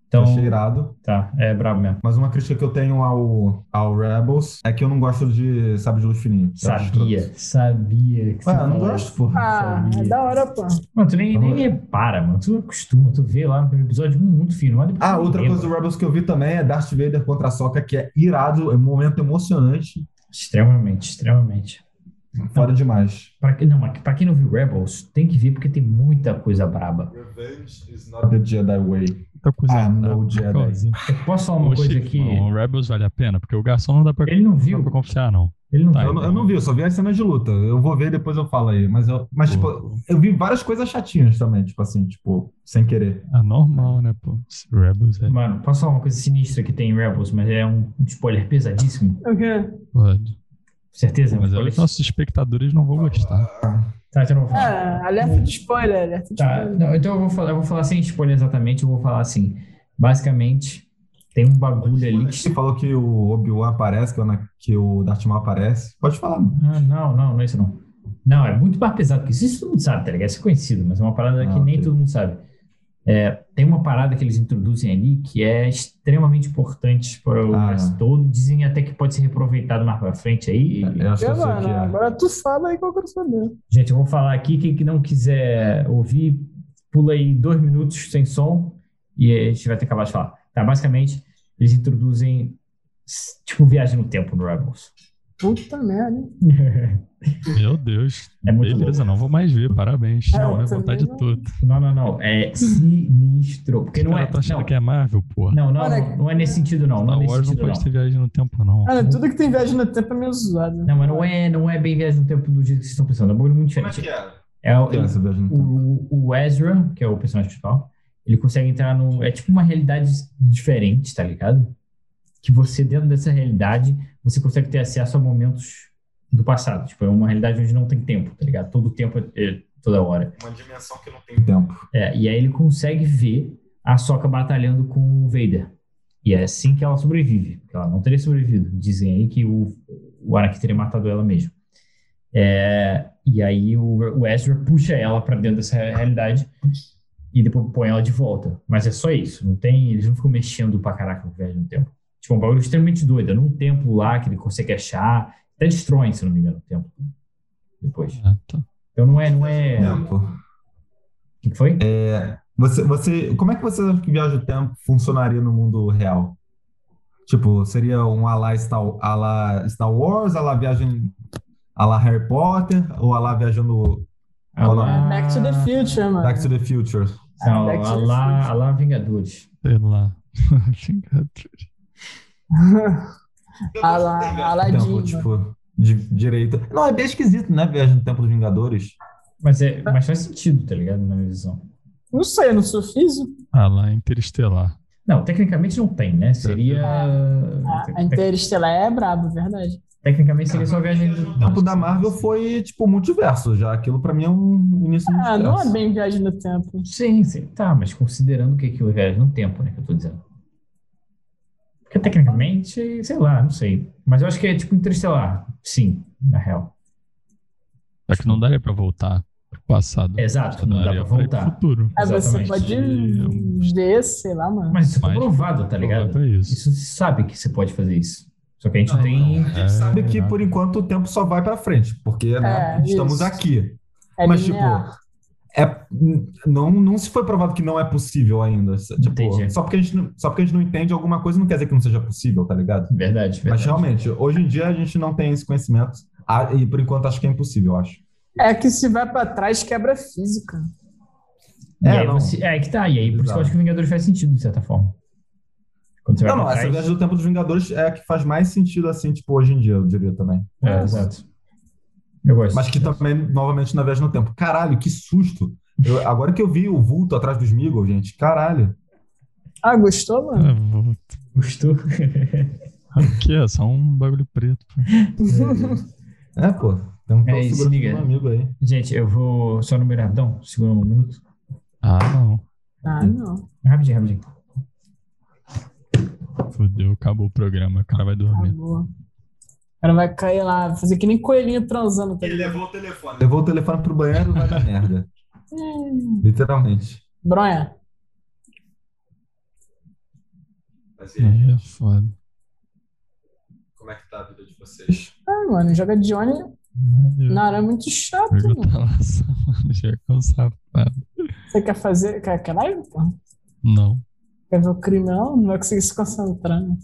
[SPEAKER 1] Então,
[SPEAKER 2] Achei irado.
[SPEAKER 1] tá, é brabo mesmo.
[SPEAKER 2] Mas uma crítica que eu tenho ao, ao Rebels é que eu não gosto de Sabe de Luz Fininho. Eu acho escroto.
[SPEAKER 1] Sabia, sabia que você
[SPEAKER 2] Ah, eu não
[SPEAKER 1] falou
[SPEAKER 2] gosto, porra.
[SPEAKER 4] Ah, é
[SPEAKER 1] sabia.
[SPEAKER 4] da hora, pô.
[SPEAKER 1] Mano, tu nem, nem repara, mano. Tu acostuma, tu vê lá no primeiro episódio muito fino. Mas depois
[SPEAKER 2] Ah,
[SPEAKER 1] tu
[SPEAKER 2] outra
[SPEAKER 1] lembra.
[SPEAKER 2] coisa do Rebels que eu vi também é Darth Vader contra a Sokka, que é irado, é um momento emocionante,
[SPEAKER 1] Extremamente, extremamente.
[SPEAKER 2] foda demais.
[SPEAKER 1] Pra, que- não, mas pra quem não viu Rebels, tem que ver porque tem muita coisa braba.
[SPEAKER 2] Revenge is not the Jedi way.
[SPEAKER 3] Tá coisa.
[SPEAKER 2] Ah, no Jedi.
[SPEAKER 1] Eu posso falar uma
[SPEAKER 3] Ô,
[SPEAKER 1] coisa
[SPEAKER 3] Chico,
[SPEAKER 1] que
[SPEAKER 3] O Rebels vale a pena, porque o garçom não dá pra,
[SPEAKER 1] ele não
[SPEAKER 3] não dá pra
[SPEAKER 1] viu.
[SPEAKER 3] confiar, não.
[SPEAKER 1] Ele não
[SPEAKER 3] Tá,
[SPEAKER 1] viu.
[SPEAKER 2] Eu, não- eu não vi, eu só vi as cenas de luta. Eu vou ver e depois eu falo aí. Mas, eu, mas tipo, eu vi várias coisas chatinhas também, tipo assim, tipo, sem querer.
[SPEAKER 3] É normal, né, pô? Esse Rebels é.
[SPEAKER 1] Mano, posso falar uma coisa sinistra que tem em Rebels, mas é um spoiler pesadíssimo.
[SPEAKER 4] O quê?
[SPEAKER 3] pode.
[SPEAKER 1] Certeza?
[SPEAKER 3] Mas é aí
[SPEAKER 1] Spoiler?
[SPEAKER 3] os nossos espectadores não vão gostar.
[SPEAKER 2] Ah,
[SPEAKER 1] Tá, então eu não vou falar.
[SPEAKER 4] Ah, alerta de spoiler, alerta de
[SPEAKER 1] Tá,
[SPEAKER 4] spoiler.
[SPEAKER 1] não, então eu vou falar, eu vou falar sem spoiler exatamente, eu vou falar assim. Basicamente, tem um bagulho ali que.
[SPEAKER 2] Você falou que o Obi-Wan aparece, que o, Ana- que o Darth Maul aparece. Pode falar. mano.
[SPEAKER 1] Ah, não, não, não é isso não. Não, é muito mais pesado que isso. Isso todo mundo sabe, tá ligado? Isso é conhecido, mas é uma parada
[SPEAKER 2] Ah,
[SPEAKER 1] que nem
[SPEAKER 2] ok.
[SPEAKER 1] todo mundo sabe. É, tem uma parada que eles introduzem ali que é extremamente importante para o
[SPEAKER 2] Ah.
[SPEAKER 1] universo todo. Dizem até que pode ser reaproveitado mais pra frente aí.
[SPEAKER 2] Eu acho que eu sei o que
[SPEAKER 4] Agora,
[SPEAKER 2] é.
[SPEAKER 4] agora tu fala aí que eu quero saber.
[SPEAKER 1] Gente, eu vou falar aqui. Quem que não quiser ouvir, pula aí dois minutos sem som e a gente vai ter acabado de falar. Tá, basicamente, eles introduzem s- tipo viagem no tempo no Rebels.
[SPEAKER 4] Puta merda.
[SPEAKER 3] Meu Deus.
[SPEAKER 1] É muito
[SPEAKER 3] Beleza, não vou mais ver, parabéns.
[SPEAKER 4] É,
[SPEAKER 3] Não, é
[SPEAKER 4] eu
[SPEAKER 3] vontade de
[SPEAKER 4] também
[SPEAKER 3] tudo.
[SPEAKER 1] Não, não, não. É sinistro. Porque
[SPEAKER 3] Uhum. Os
[SPEAKER 1] não é.
[SPEAKER 3] caras tá achando
[SPEAKER 1] não.
[SPEAKER 3] que é Marvel, porra.
[SPEAKER 1] Não, não,
[SPEAKER 4] Olha-
[SPEAKER 1] não, não é nesse sentido, não. Não é
[SPEAKER 3] Star
[SPEAKER 1] nesse
[SPEAKER 3] Wars não
[SPEAKER 1] sentido,
[SPEAKER 3] pode
[SPEAKER 1] não.
[SPEAKER 3] ter viagem no tempo, não.
[SPEAKER 4] Cara, tudo que tem viagem no tempo é meio zoado.
[SPEAKER 1] Não, mas não é, não é bem viagem no tempo do jeito que vocês estão pensando. É um bagulho muito diferente.
[SPEAKER 2] é?
[SPEAKER 1] É, o-
[SPEAKER 2] O que é
[SPEAKER 3] Tá.
[SPEAKER 2] essa viagem no tempo?
[SPEAKER 1] o, o Ezra, que é o personagem principal, ele consegue entrar no. É tipo uma realidade diferente, tá ligado? Que você, dentro dessa realidade, você consegue ter acesso a momentos do passado. Tipo, é uma realidade onde não tem tempo, tá ligado? Todo tempo é- é toda hora.
[SPEAKER 2] Uma dimensão que não tem tempo.
[SPEAKER 1] É, e aí ele consegue ver a Sokka batalhando com o Vader. E é assim que ela sobrevive. porque Ela não teria sobrevivido. Dizem aí que o, o Araki teria matado ela mesmo. É, e aí o, o Ezra puxa ela pra dentro dessa realidade e depois põe ela de volta. Mas é só isso. Não tem, eles não ficam mexendo pra caraca com o viagem no tempo. Tipo, um bagulho extremamente doido. É num templo lá que ele consegue achar. Até destroem, se não me engano, o templo. Depois.
[SPEAKER 3] Ah, tá.
[SPEAKER 1] Então não é. Não é... O
[SPEAKER 2] Tempo.
[SPEAKER 1] que, que
[SPEAKER 4] É,
[SPEAKER 1] foi?
[SPEAKER 2] Você, você, como é que você acha que viagem no tempo funcionaria no mundo real? Tipo, seria um a la Star, a la Star Wars, a la viagem, a la Harry Potter, ou a la viagem no
[SPEAKER 1] Ah, lá-
[SPEAKER 4] Back to the Future, mano.
[SPEAKER 2] Back to the Future?
[SPEAKER 1] Não,
[SPEAKER 4] Back to
[SPEAKER 1] a
[SPEAKER 4] the
[SPEAKER 1] lá,
[SPEAKER 4] Future.
[SPEAKER 1] a lá Vingadores.
[SPEAKER 3] Sei lá. Vingadores.
[SPEAKER 4] Ah lá,
[SPEAKER 2] Tempo,
[SPEAKER 4] Aladdin. né?
[SPEAKER 2] tipo, de direita. Não, é bem esquisito, né? Viagem no tempo dos Vingadores.
[SPEAKER 1] Mas, é, mas faz sentido, tá ligado? Na minha visão.
[SPEAKER 4] Não sei, eu não sou físico.
[SPEAKER 3] ah, lá, Interestelar.
[SPEAKER 1] Não, tecnicamente não tem, né? Seria.
[SPEAKER 4] Ah, A
[SPEAKER 1] te- te-
[SPEAKER 4] Interestelar é brabo, verdade.
[SPEAKER 1] Tecnicamente seria só viagem
[SPEAKER 2] O tempo da Marvel foi, tipo, multiverso já. Aquilo pra mim é um início do
[SPEAKER 4] Ah, não é
[SPEAKER 2] multiverso.
[SPEAKER 4] bem viagem no tempo.
[SPEAKER 1] Sim, sim. Tá, mas considerando que aquilo é viagem no tempo, né? Que eu tô dizendo. Porque tecnicamente, sei lá, não sei. Mas eu acho que é tipo interestelar. Sim, na real.
[SPEAKER 3] Só que não daria pra voltar pro passado.
[SPEAKER 1] É Exato, não dá pra
[SPEAKER 3] daria pra ir pro
[SPEAKER 1] voltar. Tá
[SPEAKER 3] futuro.
[SPEAKER 4] Aí você
[SPEAKER 1] Exatamente.
[SPEAKER 4] pode
[SPEAKER 3] Hum.
[SPEAKER 4] ver, sei lá, mano.
[SPEAKER 1] Mas isso é
[SPEAKER 3] Mas-
[SPEAKER 1] comprovado, tá ligado?
[SPEAKER 3] É isso.
[SPEAKER 1] Isso se sabe que você pode fazer isso. Só que a gente não tem.
[SPEAKER 2] A
[SPEAKER 3] É,
[SPEAKER 2] gente sabe que,
[SPEAKER 3] nada.
[SPEAKER 2] por enquanto, o tempo só vai pra frente, porque né,
[SPEAKER 4] É,
[SPEAKER 2] estamos
[SPEAKER 4] isso.
[SPEAKER 2] aqui.
[SPEAKER 4] É
[SPEAKER 2] Mas,
[SPEAKER 4] linear.
[SPEAKER 2] tipo, é, não, não se foi provado que não é possível ainda. Tipo,
[SPEAKER 1] Entendi.
[SPEAKER 2] só, porque a gente não, só porque a gente não entende alguma coisa não quer dizer que não seja possível, tá ligado?
[SPEAKER 1] Verdade,
[SPEAKER 2] Mas
[SPEAKER 1] verdade.
[SPEAKER 2] realmente, hoje em dia a gente não tem esse conhecimento. Ah, e por enquanto acho que é impossível, eu acho.
[SPEAKER 4] É que se vai pra trás, quebra a física.
[SPEAKER 1] E
[SPEAKER 2] É,
[SPEAKER 1] aí
[SPEAKER 2] não.
[SPEAKER 1] você- é que tá, e aí por isso que eu
[SPEAKER 2] Exato.
[SPEAKER 1] acho que o Vingadores faz sentido, de certa forma. Quando você vai
[SPEAKER 2] Não, não,
[SPEAKER 1] pra
[SPEAKER 2] essa
[SPEAKER 1] trás.
[SPEAKER 2] viagem do tempo dos Vingadores é a que faz mais sentido, assim, tipo, hoje em dia, eu diria também.
[SPEAKER 1] É, exato. Eu gosto.
[SPEAKER 2] Mas que também, novamente, na viagem no tempo. Caralho, que susto! Eu- agora que eu vi o vulto atrás dos Meagles, gente, caralho.
[SPEAKER 4] Ah, gostou, mano?
[SPEAKER 3] É, vou-
[SPEAKER 1] Gostou?
[SPEAKER 3] O que é? Só um bagulho preto. pô.
[SPEAKER 2] É, pô, tem um
[SPEAKER 1] É, e se
[SPEAKER 2] segurando
[SPEAKER 1] liga.
[SPEAKER 2] um amigo aí.
[SPEAKER 1] Gente, eu vou só no meu rapidão, segura um minuto.
[SPEAKER 3] Ah, não.
[SPEAKER 4] Ah,
[SPEAKER 2] Hum.
[SPEAKER 4] não.
[SPEAKER 1] Rapidinho, rapidinho.
[SPEAKER 3] Fudeu, acabou o programa. O cara vai dormir.
[SPEAKER 4] Acabou. Tá O cara vai cair lá, vai fazer que nem coelhinho transando. Tá? ligado?
[SPEAKER 2] levou o telefone. Levou o telefone pro banheiro, vai dar merda.
[SPEAKER 4] Hum,
[SPEAKER 2] Literalmente.
[SPEAKER 4] Bronha.
[SPEAKER 3] Aí
[SPEAKER 2] rapaziada?
[SPEAKER 3] é foda.
[SPEAKER 2] Como é que tá a vida de vocês?
[SPEAKER 4] Ah, mano, joga Johnny
[SPEAKER 2] Hum.
[SPEAKER 3] Maneiro.
[SPEAKER 4] na hora é muito chato,
[SPEAKER 2] Uhum.
[SPEAKER 3] Pegou
[SPEAKER 4] mano.
[SPEAKER 3] tá lá, só, mano, já é um safado.
[SPEAKER 4] Você quer fazer. Quer, quer live, porra?
[SPEAKER 3] Não.
[SPEAKER 4] Quer ver o crime? Não, não vai conseguir se concentrar, né?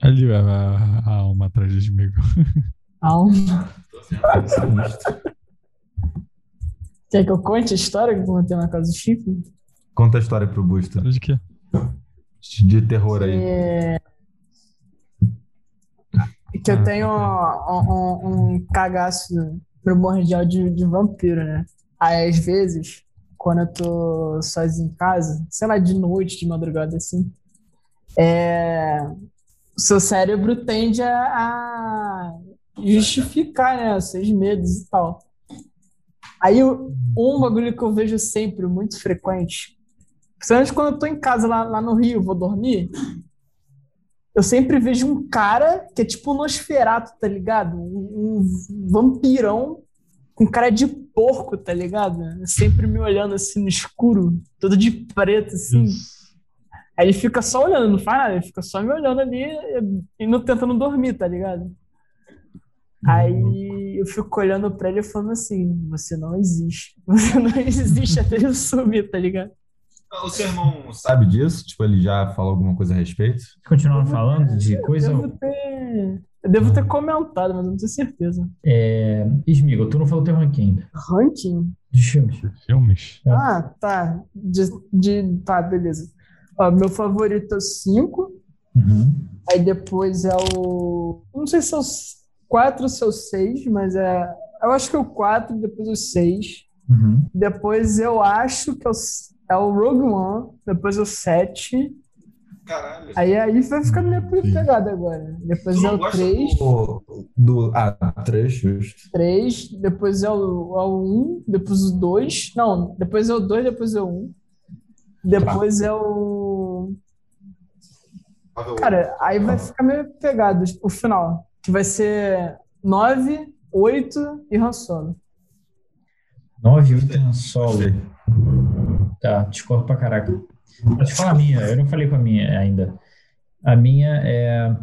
[SPEAKER 3] Ali a, a- a alma atrás dos amigos.
[SPEAKER 4] Alma.
[SPEAKER 2] Tô vendo.
[SPEAKER 4] Quer que eu conte a história que eu contei na casa do Chifre?
[SPEAKER 2] Conta a história pro Busta.
[SPEAKER 3] Atrás de quê?
[SPEAKER 2] De terror aí.
[SPEAKER 4] É... Que eu tenho um, um, um cagaço primordial de, de vampiro, né? Aí, às vezes, quando eu tô sozinho em casa, sei lá, de noite, de madrugada, assim, é... o seu cérebro tende a, a justificar, né, os seus medos e tal. Aí, o- um bagulho que eu vejo sempre, muito frequente, principalmente quando eu tô em casa lá, lá no Rio, vou dormir, eu sempre vejo um cara que é tipo um Nosferatu, tá ligado? Um, um vampirão com cara de porco, tá ligado? Sempre me olhando assim no escuro, todo de preto, assim. Aí ele fica só olhando, não faz nada, ele fica só me olhando ali e- e não tentando dormir, tá ligado? Aí eu fico olhando pra ele e falando assim: você não existe. Você não existe até ele sumir, tá ligado?
[SPEAKER 2] O seu irmão sabe disso? Tipo, ele já falou alguma coisa a respeito?
[SPEAKER 1] Continuando falando de coisa.
[SPEAKER 4] Eu devo ter, eu devo ter comentado, mas eu não tenho certeza.
[SPEAKER 1] É... Smigol, tu não falou teu ranking ainda.
[SPEAKER 4] Ranking?
[SPEAKER 1] De filmes.
[SPEAKER 3] Filmes?
[SPEAKER 1] É.
[SPEAKER 4] Ah, tá. De, de- tá, beleza. Ó, meu favorito é o 5.
[SPEAKER 1] Uhum.
[SPEAKER 4] Aí depois é o. Não sei se é o 4 ou se é o 6, mas é. Eu acho que é o 4, depois o 6.
[SPEAKER 1] Uhum.
[SPEAKER 4] Depois eu acho que é o, é o Rogue One. Depois é o 7.
[SPEAKER 2] Caralho.
[SPEAKER 4] Aí aí vai ficar meio
[SPEAKER 2] Hum,
[SPEAKER 4] pegado agora. Depois é o 3.
[SPEAKER 2] do, do. Ah, três, justo.
[SPEAKER 4] 3, depois é o, é o 1, depois o 2. Não, depois é o 2, depois é o 1.
[SPEAKER 2] Tá.
[SPEAKER 4] Depois é o. Cara, aí vai ficar meio pegado tipo, o final. Que vai ser 9, 8 e Han Solo.
[SPEAKER 1] 9 e 8 solo. Tá, discordo pra caraca. Deixa eu falar a minha, eu não falei com a minha ainda. A minha é.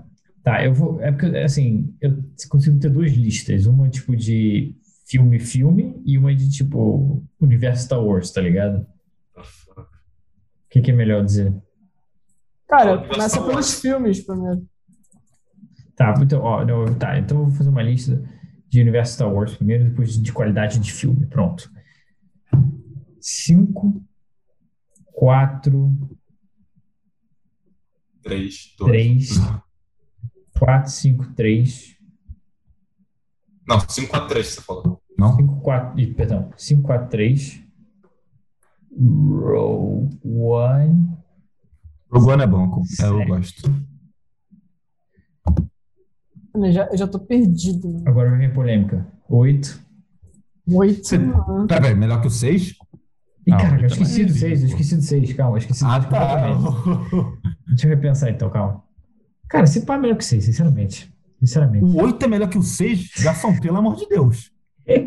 [SPEAKER 1] Tá, eu vou. É porque, assim, eu consigo ter duas listas. Uma, tipo, de filme-filme e uma de, tipo, universo Star Wars, tá ligado? O que, que é melhor dizer?
[SPEAKER 4] Cara,
[SPEAKER 2] Vai
[SPEAKER 4] começa
[SPEAKER 2] Star
[SPEAKER 4] pelos
[SPEAKER 2] Wars.
[SPEAKER 4] filmes primeiro.
[SPEAKER 1] Tá, então, ó, não, tá, então eu vou fazer uma lista de universo Star Wars primeiro, depois de qualidade de filme, pronto. 5, 4,
[SPEAKER 2] Três, dois.
[SPEAKER 1] 3, 4, 5, 3,
[SPEAKER 2] Não, 5 a 3 você falou. Não?
[SPEAKER 1] 5, 4, ih, perdão, 5, 4, 3, Rogue One,
[SPEAKER 2] Rogue One é bom, é, eu
[SPEAKER 1] Sério?
[SPEAKER 2] gosto.
[SPEAKER 4] Mano, Eu já, eu já tô perdido, mano.
[SPEAKER 1] agora vai vir a polêmica, 8,
[SPEAKER 4] 8.
[SPEAKER 2] Peraí, Tá melhor que o 6?
[SPEAKER 1] ih,
[SPEAKER 3] Ah,
[SPEAKER 1] caraca, eu
[SPEAKER 3] oito é
[SPEAKER 1] esqueci do
[SPEAKER 3] maravilha,
[SPEAKER 1] 6, eu
[SPEAKER 3] pô.
[SPEAKER 1] esqueci do 6, calma, eu esqueci do
[SPEAKER 2] Ah,
[SPEAKER 1] seis
[SPEAKER 2] tá.
[SPEAKER 1] completamente. Deixa eu repensar então, calma. Cara, esse pá é melhor que 6, sinceramente, sinceramente.
[SPEAKER 2] O 8 é melhor que o 6? Garçom, pelo amor de Deus.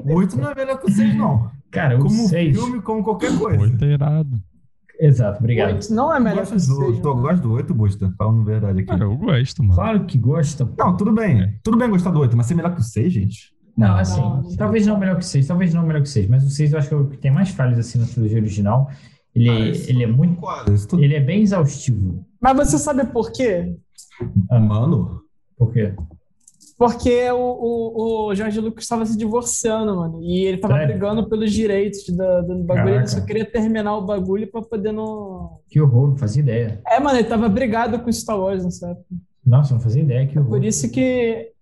[SPEAKER 2] O 8 não é melhor que o 6, não.
[SPEAKER 1] Cara, É o
[SPEAKER 2] Como
[SPEAKER 1] 6.
[SPEAKER 2] filme, como qualquer coisa.
[SPEAKER 3] Oito é irado.
[SPEAKER 1] Exato, obrigado.
[SPEAKER 4] 8 não é
[SPEAKER 2] Eu
[SPEAKER 4] melhor que
[SPEAKER 2] gosto
[SPEAKER 4] o
[SPEAKER 2] do,
[SPEAKER 4] 6.
[SPEAKER 2] tô, eu gosto do 8, Busta, falando a verdade aqui.
[SPEAKER 3] Cara, Ah, eu gosto, mano.
[SPEAKER 1] Claro que gosta. pô.
[SPEAKER 2] Não, tudo
[SPEAKER 3] É.
[SPEAKER 2] bem. Tudo bem gostar do 8, mas ser melhor que o 6, gente?
[SPEAKER 1] Não, assim,
[SPEAKER 4] não.
[SPEAKER 1] talvez não melhor que o 6, talvez não melhor que o 6, mas o 6 eu acho que é o que tem mais falhas assim na trilogia original. Ele,
[SPEAKER 2] Ah, isso
[SPEAKER 1] ele é muito.
[SPEAKER 2] Quase. Isso tudo...
[SPEAKER 1] Ele é bem exaustivo.
[SPEAKER 4] Mas você sabe por quê?
[SPEAKER 2] é Mano,
[SPEAKER 1] Porque.
[SPEAKER 4] Porque o, o, o Jorge Lucas estava se divorciando, mano. E ele tava
[SPEAKER 1] Sério?
[SPEAKER 4] brigando pelos direitos do, do bagulho. Ele só
[SPEAKER 1] Caraca.
[SPEAKER 4] queria terminar o bagulho pra poder não.
[SPEAKER 1] Que horror, não fazia ideia.
[SPEAKER 4] É, mano, ele tava brigado com Star Wars, não sabe?
[SPEAKER 1] Nossa, não fazia ideia que horror.
[SPEAKER 4] Por isso que.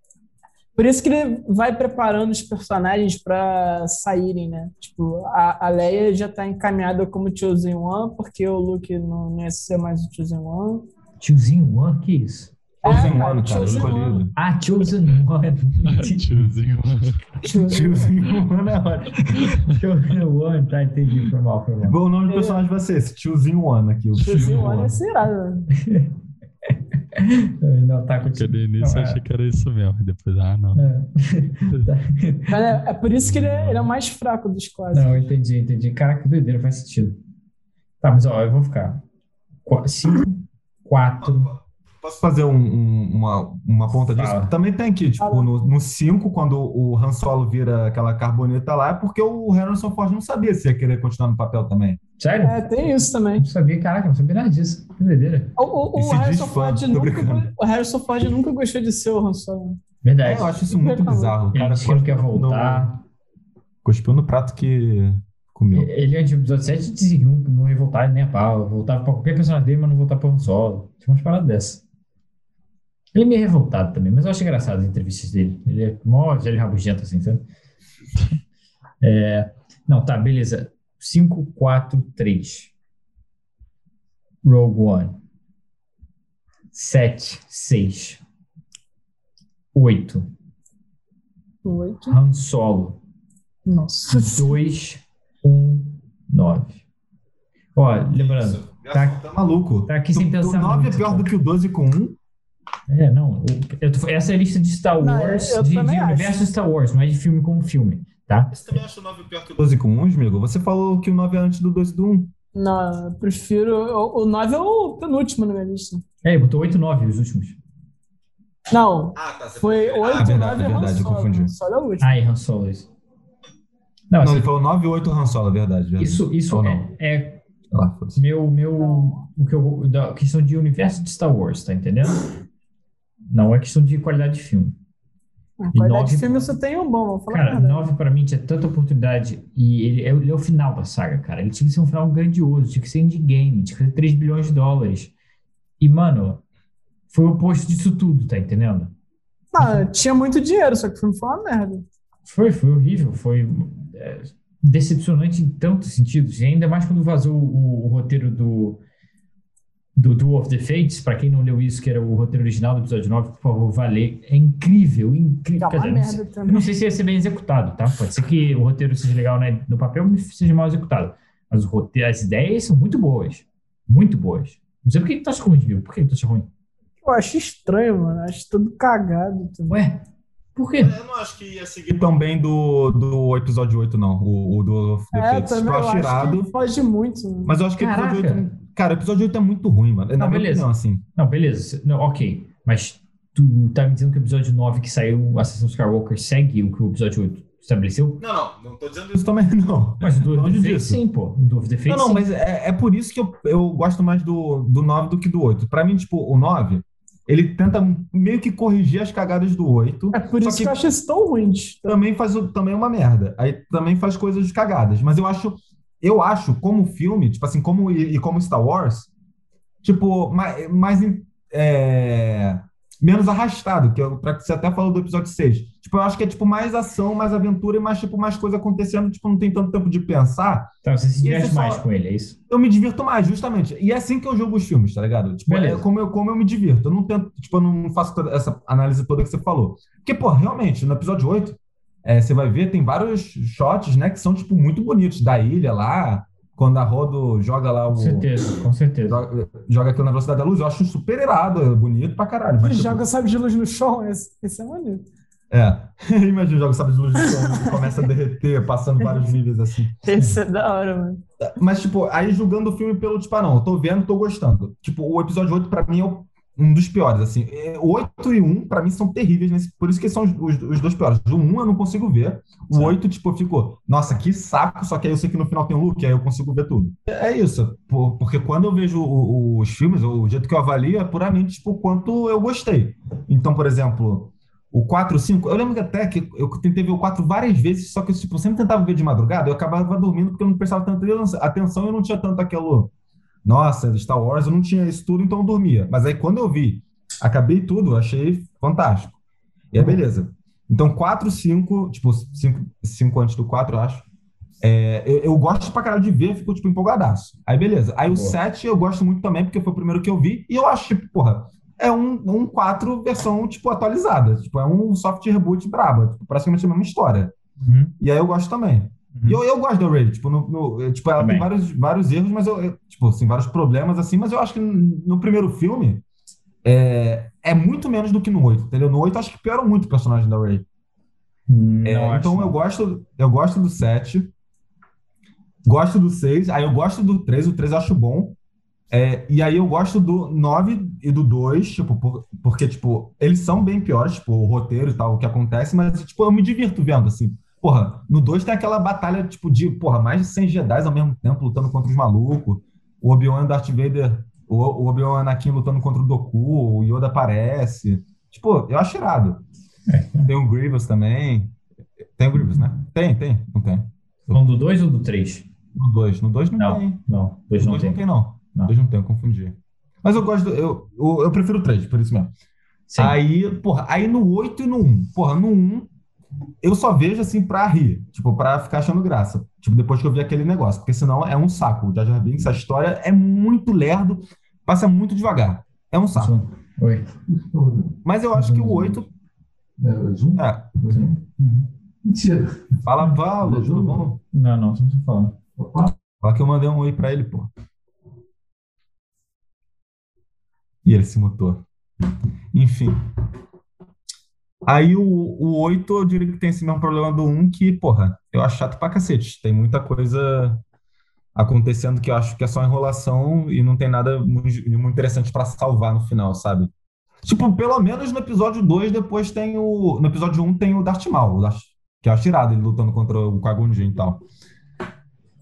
[SPEAKER 4] Por isso que ele vai preparando os personagens pra saírem, né? Tipo, a, a Leia já tá encaminhada como Chosen One, porque o Luke não, não ia ser mais o Chosen One.
[SPEAKER 1] Tiozinho One, que isso?
[SPEAKER 2] Chosen
[SPEAKER 4] cara,
[SPEAKER 2] One, cara,
[SPEAKER 4] Chosen
[SPEAKER 2] escolhido.
[SPEAKER 1] Ah, Chosen One.
[SPEAKER 3] Tiozinho, mano.
[SPEAKER 4] Chosen-
[SPEAKER 2] Tiozinho One é ótimo.
[SPEAKER 1] Chosen One, tá, entendi, foi mal, foi mal.
[SPEAKER 2] Bom, O nome do personagem vai ser esse, Tiozinho One aqui. O
[SPEAKER 4] Chosen One ia ser irado, né?
[SPEAKER 1] Não, tá com
[SPEAKER 3] Porque no início eu achei que era isso mesmo. e Depois, ah, não.
[SPEAKER 4] Mas é, é por isso que ele é, ele é o mais fraco dos quase.
[SPEAKER 1] Não, eu entendi, entendi. Caraca, que doideira, faz sentido. Tá, mas ó, eu vou ficar. 5, 4.
[SPEAKER 2] Posso fazer um- um- uma, uma ponta disso?
[SPEAKER 1] Fala.
[SPEAKER 2] Também tem aqui, tipo, no no 5, quando o Han Solo vira aquela carboneta lá, é porque o Harrison Ford não sabia se ia querer continuar no papel também.
[SPEAKER 1] Sério?
[SPEAKER 4] É, tem isso
[SPEAKER 1] Eu
[SPEAKER 4] também.
[SPEAKER 1] Não sabia, caraca, eu não sabia nada disso. Que doideira.
[SPEAKER 4] O, o- o
[SPEAKER 2] E se diz
[SPEAKER 4] Harrison
[SPEAKER 2] fã,
[SPEAKER 4] Ford
[SPEAKER 2] tô
[SPEAKER 4] nunca,
[SPEAKER 2] brincando.
[SPEAKER 4] o Harrison Ford nunca gostou de ser o Han Solo.
[SPEAKER 1] Verdade.
[SPEAKER 2] É, eu acho isso muito bizarro. O
[SPEAKER 1] Ele
[SPEAKER 2] cara
[SPEAKER 1] disse que não quer
[SPEAKER 2] cuspiu no-
[SPEAKER 1] voltar.
[SPEAKER 2] Cuspiu no prato que comeu.
[SPEAKER 1] Ele, é antes do episódio 7, dizia um, que não, não ia voltar nem a pau. Voltava pra qualquer personagem dele, mas não voltava pra um solo. Tinha umas paradas dessa. Ele é meio revoltado também, mas eu acho engraçado as entrevistas dele. Ele é mó velho rabugento, assim, sabe? É, não, tá, beleza. 5, 4, 3. Rogue One. 7, 6. 8.
[SPEAKER 4] Oito.
[SPEAKER 1] Han Solo.
[SPEAKER 4] Nossa.
[SPEAKER 1] 2, 1, 9. um, Ó, lembrando. Tá-
[SPEAKER 2] Tá, tá maluco.
[SPEAKER 1] tá aqui sem pensar
[SPEAKER 2] O 9 é
[SPEAKER 1] muito, tá?
[SPEAKER 2] pior
[SPEAKER 1] cara.
[SPEAKER 2] do que o 12 com 1.
[SPEAKER 1] É, não. o- eu tô- essa é a lista de Star
[SPEAKER 4] Não,
[SPEAKER 1] Wars,
[SPEAKER 4] eu
[SPEAKER 1] de, de
[SPEAKER 4] também acho.
[SPEAKER 1] universo Star Wars, não é de filme com filme, tá?
[SPEAKER 2] Você também acha o 9 pior que o 12 com 1, amigo? Você falou que o 9 é antes do 12 do 1.
[SPEAKER 4] Não, eu prefiro. O, o 9 é o penúltimo na minha lista.
[SPEAKER 1] É, ele botou 8 e 9 os últimos.
[SPEAKER 4] Não,
[SPEAKER 2] Ah, tá.
[SPEAKER 4] foi 8,
[SPEAKER 2] verdade,
[SPEAKER 4] 9 é
[SPEAKER 2] verdade, eu confundi.
[SPEAKER 4] Só é o último.
[SPEAKER 1] Ah, e Han Solo, isso. Não,
[SPEAKER 2] Não,
[SPEAKER 1] assim,
[SPEAKER 2] ele falou 9 e 8 Han Solo, é verdade. verdade.
[SPEAKER 1] isso, isso
[SPEAKER 2] Ou
[SPEAKER 1] é,
[SPEAKER 2] não.
[SPEAKER 1] é
[SPEAKER 2] Sei lá, foda-se.
[SPEAKER 1] meu, meu, o que eu, da questão de universo de Star Wars, tá entendendo? Não é questão de qualidade de filme.
[SPEAKER 4] A qualidade
[SPEAKER 1] Ah, nove-
[SPEAKER 4] de filme você tem um bom, vou falar a
[SPEAKER 1] Cara,
[SPEAKER 4] verdade.
[SPEAKER 1] 9 pra mim tinha tanta oportunidade e ele é, ele é o final da saga, cara. Ele tinha que ser um final grandioso, tinha que ser endgame, tinha que ser 3 bilhões de dólares. E, mano, foi o oposto disso tudo, tá entendendo?
[SPEAKER 4] Não, tinha muito dinheiro, só que o filme foi uma merda.
[SPEAKER 1] Foi, foi horrível, foi é, decepcionante em tantos sentidos. E ainda mais quando vazou o, o roteiro do, do Duel of the Fates, pra quem não leu isso, que era o roteiro original do episódio 9, por favor, vá ler. É incrível,
[SPEAKER 4] Tá
[SPEAKER 1] incrível. Quer
[SPEAKER 4] uma
[SPEAKER 1] dizer, é um não sei-
[SPEAKER 4] merda
[SPEAKER 1] Eu
[SPEAKER 4] também.
[SPEAKER 1] não sei se ia ser bem executado, tá? Pode ser que o roteiro seja legal né, no papel, mas seja mal executado. Mas o roteiro, as ideias são muito boas. Muito boas. Não sei por que que tu acha ruim, viu? Por que que tu acha ruim?
[SPEAKER 4] Eu acho estranho, mano. Acho tudo cagado. também.
[SPEAKER 1] Ué, por quê?
[SPEAKER 2] É, Eu não acho que ia seguir tão bem do, do episódio 8, não. O, o do The
[SPEAKER 4] É,
[SPEAKER 2] Fates.
[SPEAKER 4] também
[SPEAKER 2] Eu acho
[SPEAKER 4] eu acho
[SPEAKER 2] irado,
[SPEAKER 4] que foge muito. mano.
[SPEAKER 2] mas eu acho que o episódio
[SPEAKER 1] Caraca.
[SPEAKER 2] 8. Cara, o episódio 8 é muito ruim, mano. Na
[SPEAKER 1] Não,
[SPEAKER 2] minha
[SPEAKER 1] beleza.
[SPEAKER 2] opinião, assim.
[SPEAKER 1] Não, beleza. Não, ok. Mas tu tá me dizendo que o episódio 9 que saiu, Assassino Skywalker, segue o que o episódio 8 estabeleceu?
[SPEAKER 2] Não, não. Não tô dizendo isso também, não.
[SPEAKER 1] Mas o Duel of the
[SPEAKER 2] Longe
[SPEAKER 1] Fates,
[SPEAKER 2] disso.
[SPEAKER 1] sim, pô. O Duel of the Fates,
[SPEAKER 2] Não, não,
[SPEAKER 1] sim.
[SPEAKER 2] mas é, é por isso que eu, eu gosto mais do, do 9 do que do 8. Pra mim, tipo, o 9, ele tenta meio que corrigir as cagadas do 8.
[SPEAKER 4] É por
[SPEAKER 2] Só
[SPEAKER 4] isso que...
[SPEAKER 2] que-
[SPEAKER 4] eu acho isso tão ruim.
[SPEAKER 2] Também faz o- também é uma merda. Aí também faz coisas cagadas. Mas eu acho, eu acho como filme, tipo assim, como e, e como Star Wars, tipo, mais, mais em- é, menos arrastado, que eu, pra- você até falou do episódio 6. Tipo, eu acho que é tipo mais ação, mais aventura e mais tipo mais coisa acontecendo, tipo, não tem tanto tempo de pensar.
[SPEAKER 1] Tá, você se diverte
[SPEAKER 2] Esse só-
[SPEAKER 1] mais com ele, é isso?
[SPEAKER 2] eu me divirto mais, justamente. E é assim que eu jogo os filmes, tá ligado? Tipo,
[SPEAKER 1] Beleza.
[SPEAKER 2] é como eu, como eu me divirto. Eu não tento, tipo, eu não faço toda essa análise toda que você falou. Porque, pô, realmente, no episódio 8, é, você vai ver, tem vários shots, né, que são, tipo, muito bonitos. Da ilha lá, quando a Rodo joga lá o.
[SPEAKER 1] Com certeza, com certeza.
[SPEAKER 2] Joga, joga aquilo na velocidade da luz, eu acho super irado, é bonito pra caralho. Mas,
[SPEAKER 4] Ele
[SPEAKER 2] tipo,
[SPEAKER 4] joga sabe de luz no chão, esse, esse é maneiro.
[SPEAKER 2] É. Imagina, joga, sabe, de luz de som, começa a derreter, passando vários níveis assim.
[SPEAKER 4] Esse é da hora, mano.
[SPEAKER 2] Mas, tipo, aí julgando o filme pelo, tipo, ah, não, eu tô vendo, tô gostando. Tipo, o episódio 8, pra mim, é o- um dos piores, assim. É, O 8 e o 1, pra mim, são terríveis, nesse, por isso que são os, os- os dois piores. O 1 eu não consigo ver. O
[SPEAKER 1] Certo.
[SPEAKER 2] 8, tipo, eu fico, nossa, que saco, só que aí eu sei que no final tem um look, aí eu consigo ver tudo. É é isso, por- porque quando eu vejo o- o- os filmes, o jeito que eu avalio é puramente, tipo, o quanto eu gostei. Então, por exemplo... O 4, o 5, eu lembro que até que eu tentei ver o 4 várias vezes, só que eu tipo, sempre tentava ver de madrugada, eu acabava dormindo porque eu não prestava tanta atenção e eu não tinha tanto aquilo. Nossa, Star Wars, eu não tinha isso tudo, então eu dormia. Mas aí quando eu vi, acabei tudo, eu achei fantástico. E é beleza. Então 4, 5, tipo 5, 5 antes do 4, eu acho. É, eu, eu gosto pra caralho de ver, fico tipo empolgadaço. Aí beleza. Aí o
[SPEAKER 1] Boa.
[SPEAKER 2] 7 eu gosto muito também, porque foi o primeiro que eu vi, e eu acho, tipo, porra, é um, um 4 versão, tipo, atualizada. Tipo, é um soft reboot braba. Tipo, praticamente a mesma história.
[SPEAKER 1] Uhum,
[SPEAKER 2] E aí eu gosto também.
[SPEAKER 1] uhum.
[SPEAKER 2] E eu, eu gosto da Raid. Tipo, no, no- eh, tipo ela
[SPEAKER 1] Também.
[SPEAKER 2] tem vários, vários erros, mas eu... eu- Tipo, assim, vários problemas, assim. Mas eu acho que n- no primeiro filme é, é muito menos do que no 8, entendeu? No 8 eu acho que pioram muito o personagem da Raid.
[SPEAKER 1] Uhum. Não
[SPEAKER 2] É,
[SPEAKER 1] acho,
[SPEAKER 2] então
[SPEAKER 1] não.
[SPEAKER 2] eu gosto, eu gosto do 7, gosto do 6, aí eu gosto do 3, o 3 eu acho bom. É, e aí eu gosto do 9 e do 2, tipo, por- porque, tipo, eles são bem piores, tipo, o roteiro e tal, o que acontece, mas, tipo, eu me divirto vendo, assim. Porra, no 2 tem aquela batalha, tipo, de, porra, mais de 100 Jedi ao mesmo tempo lutando contra os malucos, o Obi-Wan e o Darth Vader, o, o Obi-Wan e o Anakin lutando contra o Doku, o Yoda aparece. Tipo, eu acho irado.
[SPEAKER 1] É.
[SPEAKER 2] Tem o Grievous também. Tem o Grievous, né? Tem, tem. Não tem.
[SPEAKER 1] Vão Então, do 2 ou do 3?
[SPEAKER 2] No 2. No 2 não,
[SPEAKER 1] Não.
[SPEAKER 2] tem.
[SPEAKER 1] Não, 2
[SPEAKER 2] No
[SPEAKER 1] não
[SPEAKER 2] dois
[SPEAKER 1] tem.
[SPEAKER 2] não tem, não.
[SPEAKER 1] Não.
[SPEAKER 2] No dois não tem, eu confundi. Mas eu gosto, do- eu, eu, eu prefiro o 3, por isso mesmo.
[SPEAKER 1] Sim.
[SPEAKER 2] Aí, porra, aí no 8 e no 1. Porra, no 1 eu só vejo assim pra rir, tipo, pra ficar achando graça. Tipo, depois que eu vi aquele negócio, porque senão é um saco. O Jar Jar Binks, a história é muito lerdo, passa muito devagar. É um saco.
[SPEAKER 1] Oi.
[SPEAKER 5] Todo.
[SPEAKER 2] Mas eu acho que o 8,
[SPEAKER 5] É, zoom?
[SPEAKER 2] é,
[SPEAKER 1] Uhum.
[SPEAKER 5] Mentira.
[SPEAKER 2] fala Paulo, tudo bom?
[SPEAKER 1] Não, não, não tô falando.
[SPEAKER 5] Opa,
[SPEAKER 2] Fala que eu mandei um oi pra ele, pô. E ele se mutou. Enfim. Aí o, o 8, eu diria que tem esse mesmo problema do 1, que, porra, eu acho chato pra cacete. Tem muita coisa acontecendo que eu acho que é só enrolação e não tem nada mu- muito, interessante pra salvar no final, sabe? Tipo, pelo menos no episódio 2, depois tem o. No episódio 1 tem o Darth Maul, o Darth- que eu acho irado, ele lutando contra o Qui-Gon Jinn e tal.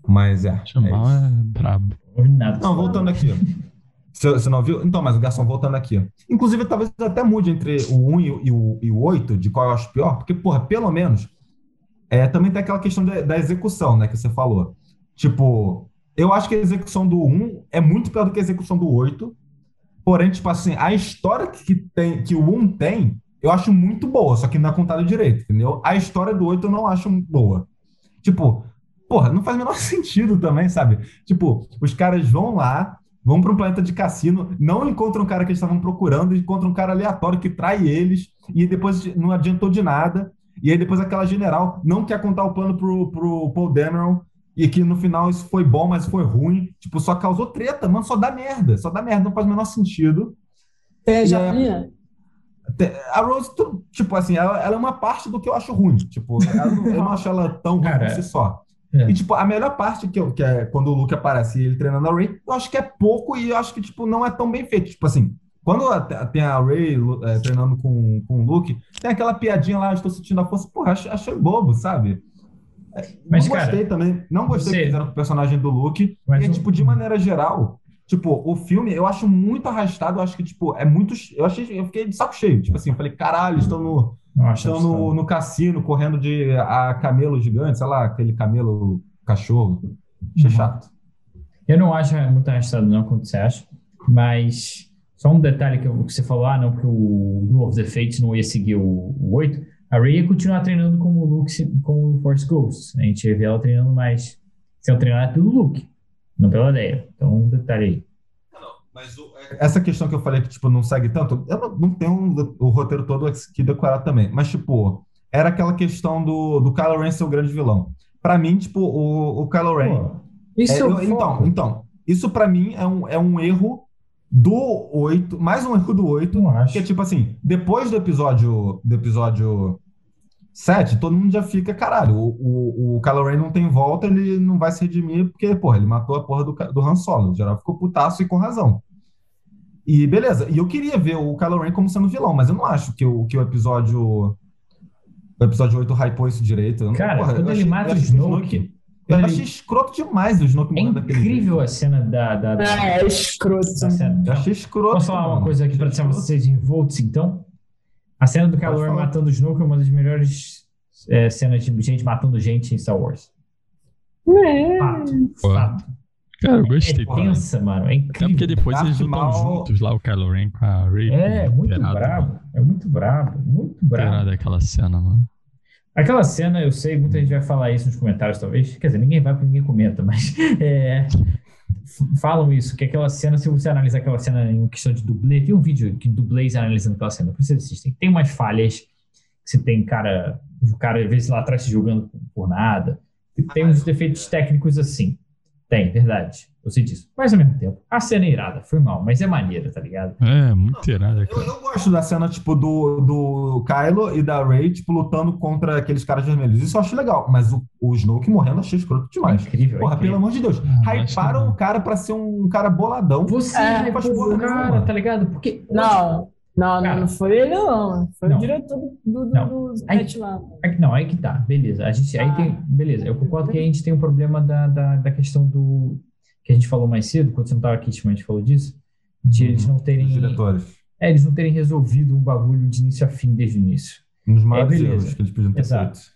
[SPEAKER 2] Mas é. é
[SPEAKER 3] Chamal
[SPEAKER 2] isso.
[SPEAKER 3] é, brabo.
[SPEAKER 1] Não ouvi nada.
[SPEAKER 2] Não, voltando aqui. Você, você não viu? Então, mas Garçom, voltando aqui. Inclusive, talvez eu até mude entre o 1 e o, e o, e o 8, de qual eu acho pior, porque, porra, pelo menos, é, também tem aquela questão da, da execução, né, que você falou. Tipo, eu acho que a execução do 1 é muito pior do que a execução do 8, porém, tipo assim, a história que, tem, que o 1 tem, eu acho muito boa, só que não é contada direito, entendeu? A história do 8 eu não acho boa. Tipo, porra, não faz o menor sentido também, sabe? Tipo, os caras vão lá, vão para um planeta de cassino, não encontram o cara que eles estavam procurando, encontram um cara aleatório que trai eles, e depois não adiantou de nada. E aí depois aquela general não quer contar o plano pro, pro Paul Dameron, e que no final isso foi bom, mas foi ruim. Tipo, só causou treta, mano, só dá merda, só dá merda, não faz o menor sentido.
[SPEAKER 4] Tem a
[SPEAKER 2] E
[SPEAKER 4] japoninha?
[SPEAKER 2] A Rose, tu- tipo assim, ela, ela é uma parte do que eu acho ruim. Tipo, ela não- eu não acho ela tão ruim
[SPEAKER 1] Cara,
[SPEAKER 2] por si só.
[SPEAKER 1] é.
[SPEAKER 2] E, tipo, a melhor parte que, eu, que é quando o Luke aparece e ele treinando a Ray, eu acho que é pouco e eu acho que, tipo, não é tão bem feito. Tipo assim, quando a- tem a Ray treinando com, com o Luke, tem aquela piadinha lá, eu estou sentindo a força, porra, achei, achei bobo, sabe? É,
[SPEAKER 1] Mas,
[SPEAKER 2] não
[SPEAKER 1] cara,
[SPEAKER 2] gostei também, não gostei do
[SPEAKER 1] você-
[SPEAKER 2] que fizeram com o personagem do Luke.
[SPEAKER 1] Mas
[SPEAKER 2] E,
[SPEAKER 1] o-
[SPEAKER 2] tipo, de maneira geral, tipo, o filme eu acho muito arrastado, eu acho que, tipo, é muito. Eu achei, eu fiquei de saco cheio. Tipo assim, eu falei, caralho, estão no,
[SPEAKER 1] Não acho
[SPEAKER 2] estão no,
[SPEAKER 1] absurdo.
[SPEAKER 2] no cassino correndo de a camelo gigante, sei lá, aquele camelo cachorro. Achei
[SPEAKER 1] Uhum.
[SPEAKER 2] chato.
[SPEAKER 1] Eu não acho muito arrastado, não, quanto você acha. Mas só um detalhe que, eu- que você falou, ah, não, porque o Duel of the Fates não ia seguir o, o 8. A Rey ia continuar treinando como o Luke, se- como o Force Ghost. A gente ia ver ela treinando mais. Se ela treinar é pelo Luke, não pela Leia. Então, um detalhe aí.
[SPEAKER 2] Mas essa questão que eu falei que, tipo, não segue tanto, eu não, não tenho um- o roteiro todo que decorar também. Mas, tipo, era aquela questão do, do Kylo Ren ser o grande vilão. Pra mim, tipo, o, o Kylo Ren.
[SPEAKER 4] Isso
[SPEAKER 2] É,
[SPEAKER 4] é, o
[SPEAKER 2] eu- então,
[SPEAKER 4] foco.
[SPEAKER 2] então, isso pra mim é um, é um erro do 8, mais um erro do 8,
[SPEAKER 1] Não acho.
[SPEAKER 2] que é tipo assim, depois do episódio do episódio 7, todo mundo já fica, caralho, o, o, o Kylo Ren não tem volta, ele não vai se redimir, porque, porra, ele matou a porra do, Ca- do Han Solo, o geral ficou putaço e com razão. E beleza, e eu queria ver o Kylo Ren como sendo vilão, mas eu não acho que o, que o episódio o episódio 8 hypou isso direito. Eu não-
[SPEAKER 1] Cara,
[SPEAKER 2] tipo, porra,
[SPEAKER 1] quando
[SPEAKER 2] eu
[SPEAKER 1] ele
[SPEAKER 2] achei-
[SPEAKER 1] mata
[SPEAKER 2] eu
[SPEAKER 1] o
[SPEAKER 2] achei que
[SPEAKER 1] Snoke,
[SPEAKER 2] eu
[SPEAKER 1] Ele-
[SPEAKER 2] achei escroto demais o Snoke
[SPEAKER 1] é
[SPEAKER 2] morrendo daquele jeito.
[SPEAKER 1] incrível a cena da. da, da
[SPEAKER 4] Ah, é escroto.
[SPEAKER 1] da cena.
[SPEAKER 2] Eu achei escroto.
[SPEAKER 1] Posso falar uma
[SPEAKER 2] mano.
[SPEAKER 1] coisa aqui pra deixar vocês revoltos, então? A cena do Kylo
[SPEAKER 2] Pode
[SPEAKER 1] Ren
[SPEAKER 2] falar.
[SPEAKER 1] matando o Snoke é uma das melhores é, cenas de gente matando gente em Star Wars.
[SPEAKER 4] É.
[SPEAKER 1] Fato.
[SPEAKER 3] Pô,
[SPEAKER 1] Fato.
[SPEAKER 3] Cara, eu gostei.
[SPEAKER 1] É
[SPEAKER 3] também.
[SPEAKER 1] tensa, mano. É
[SPEAKER 3] Até porque
[SPEAKER 1] incrível.
[SPEAKER 3] depois eles
[SPEAKER 2] Darth
[SPEAKER 3] lutam
[SPEAKER 2] Maul-
[SPEAKER 3] juntos lá, o Kylo Ren com a Ray.
[SPEAKER 1] É, muito
[SPEAKER 3] né?
[SPEAKER 1] brabo. É muito brabo. Muito brabo.
[SPEAKER 3] daquela cena, mano.
[SPEAKER 1] Aquela cena, eu sei, muita gente vai falar isso nos comentários, talvez. Quer dizer, ninguém vai porque ninguém comenta, mas é, f- falam isso, que aquela cena, se você analisar aquela cena em questão de dublê, tem um vídeo que dublês analisando aquela cena, por isso assistem. Tem umas falhas que você tem cara, o cara às vezes lá atrás se julgando por nada. Tem uns defeitos técnicos assim. Tem, verdade. Eu sei disso. Mas ao mesmo tempo, a cena é irada, foi mal, mas é maneira, tá ligado?
[SPEAKER 3] É, muito irada,
[SPEAKER 2] Eu,
[SPEAKER 3] cara.
[SPEAKER 2] eu gosto da cena, tipo, do, do Kylo e da Rey, tipo, lutando contra aqueles caras vermelhos. Isso eu acho legal. Mas o, o Snoke morrendo eu achei escroto
[SPEAKER 1] É
[SPEAKER 2] demais.
[SPEAKER 1] incrível. é
[SPEAKER 2] Porra,
[SPEAKER 1] incrível.
[SPEAKER 2] pelo amor de Deus.
[SPEAKER 3] Ah, acho
[SPEAKER 2] Hyparam
[SPEAKER 3] que não.
[SPEAKER 2] o cara pra ser um cara boladão.
[SPEAKER 1] Você
[SPEAKER 4] É,
[SPEAKER 1] é,
[SPEAKER 2] faz porra
[SPEAKER 1] cara,
[SPEAKER 2] nenhuma.
[SPEAKER 1] tá ligado? Porque
[SPEAKER 4] Não, não, não,
[SPEAKER 1] Cara.
[SPEAKER 4] não foi ele, não. Foi
[SPEAKER 1] Não.
[SPEAKER 4] o diretor do, do,
[SPEAKER 1] Não.
[SPEAKER 4] do, do
[SPEAKER 1] Aí-
[SPEAKER 4] set lá.
[SPEAKER 1] É que não, aí que tá, beleza. A gente, aí
[SPEAKER 4] Ah.
[SPEAKER 1] tem, beleza, eu concordo que a gente tem um problema da, da, da questão do que a gente falou mais cedo, quando você não tava aqui, Timão, a gente falou disso, de eles não terem,
[SPEAKER 2] Os diretores.
[SPEAKER 1] é, eles não terem resolvido um bagulho de início a fim desde o início.
[SPEAKER 2] Um dos maiores
[SPEAKER 1] É, beleza.
[SPEAKER 2] erros que eles podiam ter
[SPEAKER 1] Exato.
[SPEAKER 2] feito.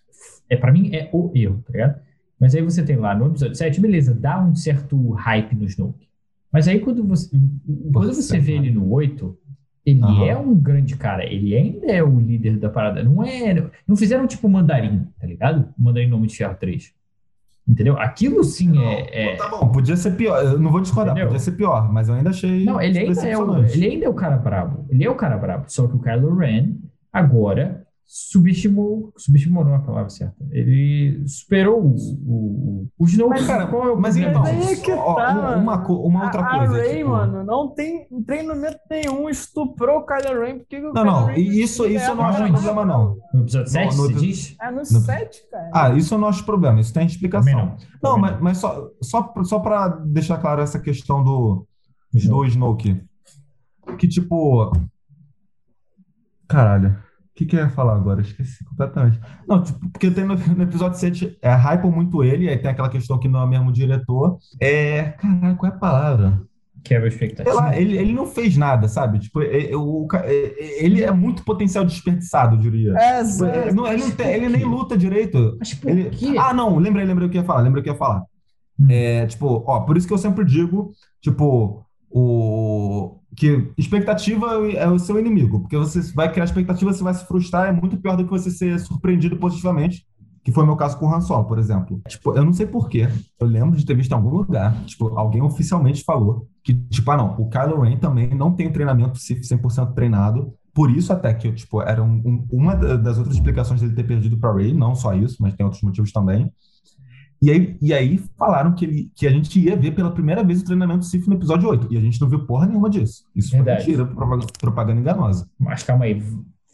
[SPEAKER 1] É, para mim é o erro, tá ligado? Mas aí você tem lá no episódio 7, beleza, dá um certo hype no Snoke. Mas aí quando você, quando você vê ele no 8, ele
[SPEAKER 2] Aham.
[SPEAKER 1] é um grande cara, ele ainda é o líder da parada. Não é, não fizeram tipo Mandarim, tá ligado? Mandarim no Homem de Ferro 3. Entendeu? Aquilo sim é, é-
[SPEAKER 2] Tá bom, podia ser pior. Eu não vou discordar,
[SPEAKER 1] Entendeu?
[SPEAKER 2] podia ser pior, mas eu ainda achei.
[SPEAKER 1] Não, ele ainda é, o,
[SPEAKER 2] decepcionante.
[SPEAKER 1] ele ainda é o cara brabo. Ele é o cara brabo. Só que o Kylo Ren agora subestimou. Subestimou não é a palavra certa. Ele superou o, o, o Snoke.
[SPEAKER 2] Mas, cara,
[SPEAKER 1] qual é o
[SPEAKER 2] Mas
[SPEAKER 1] problema
[SPEAKER 2] então,
[SPEAKER 4] aí é
[SPEAKER 1] disso?
[SPEAKER 4] que
[SPEAKER 2] ó,
[SPEAKER 4] tá,
[SPEAKER 2] uma, uma co- uma outra
[SPEAKER 4] a,
[SPEAKER 2] coisa.
[SPEAKER 4] A Ah, Ray,
[SPEAKER 2] tipo-
[SPEAKER 4] mano, não tem não tem momento nenhum, estuprou o Kylo Ren. Por que que o
[SPEAKER 2] Não,
[SPEAKER 4] Kylo
[SPEAKER 2] não,
[SPEAKER 4] Ren É
[SPEAKER 2] e isso,
[SPEAKER 1] é
[SPEAKER 4] tinha
[SPEAKER 2] isso eu não acho
[SPEAKER 4] ganhado?
[SPEAKER 2] problema, não.
[SPEAKER 1] No episódio 7,
[SPEAKER 2] no
[SPEAKER 1] você
[SPEAKER 2] episódio-
[SPEAKER 1] diz?
[SPEAKER 4] É no
[SPEAKER 2] Não.
[SPEAKER 4] 7, cara.
[SPEAKER 2] Ah, isso eu não acho problema, isso tem
[SPEAKER 1] Também
[SPEAKER 2] explicação.
[SPEAKER 1] não.
[SPEAKER 2] Não,
[SPEAKER 1] Também
[SPEAKER 2] mas, mas só, só, só para deixar claro essa questão do,
[SPEAKER 1] O Snoke.
[SPEAKER 2] do Snoke. Que tipo. Caralho. O que, que eu ia falar agora? Esqueci completamente. Não, tipo, porque tem no, no episódio 7, é, hypam muito ele, aí tem aquela questão que não é o mesmo diretor. É. Caralho, qual é a palavra?
[SPEAKER 1] Quebra a
[SPEAKER 2] Sei
[SPEAKER 1] expectativa.
[SPEAKER 2] lá, ele, ele não fez nada, sabe? Tipo, é- é- o ca- é- ele é muito potencial desperdiçado, eu diria.
[SPEAKER 4] É,
[SPEAKER 2] Tipo, é, não, ele, não tem- ele nem luta direito.
[SPEAKER 1] Mas por
[SPEAKER 2] Ele-
[SPEAKER 1] quê?
[SPEAKER 2] Ah, não, lembrei, lembrei o que eu ia falar, lembrei o que eu ia falar.
[SPEAKER 1] Hum.
[SPEAKER 2] É, tipo, ó, por isso que eu sempre digo, tipo, o que expectativa é o seu inimigo, porque você vai criar expectativa, você vai se frustrar, é muito pior do que você ser surpreendido positivamente, que foi o meu caso com o Han Solo, por exemplo. Tipo, eu não sei porquê, eu lembro de ter visto em algum lugar, tipo, alguém oficialmente falou que, tipo, ah, não, o Kylo Ren também não tem um treinamento Sith 100% treinado, por isso até que, tipo, era um- um- uma da- das outras explicações dele ter perdido para Rey, não só isso, mas tem outros motivos também. E aí, e aí falaram que, ele, que a gente ia ver pela primeira vez o treinamento Sif no episódio 8, e a gente não viu porra nenhuma disso. Isso foi
[SPEAKER 1] Verdade.
[SPEAKER 2] mentira, propaganda, propaganda enganosa.
[SPEAKER 1] Mas calma aí.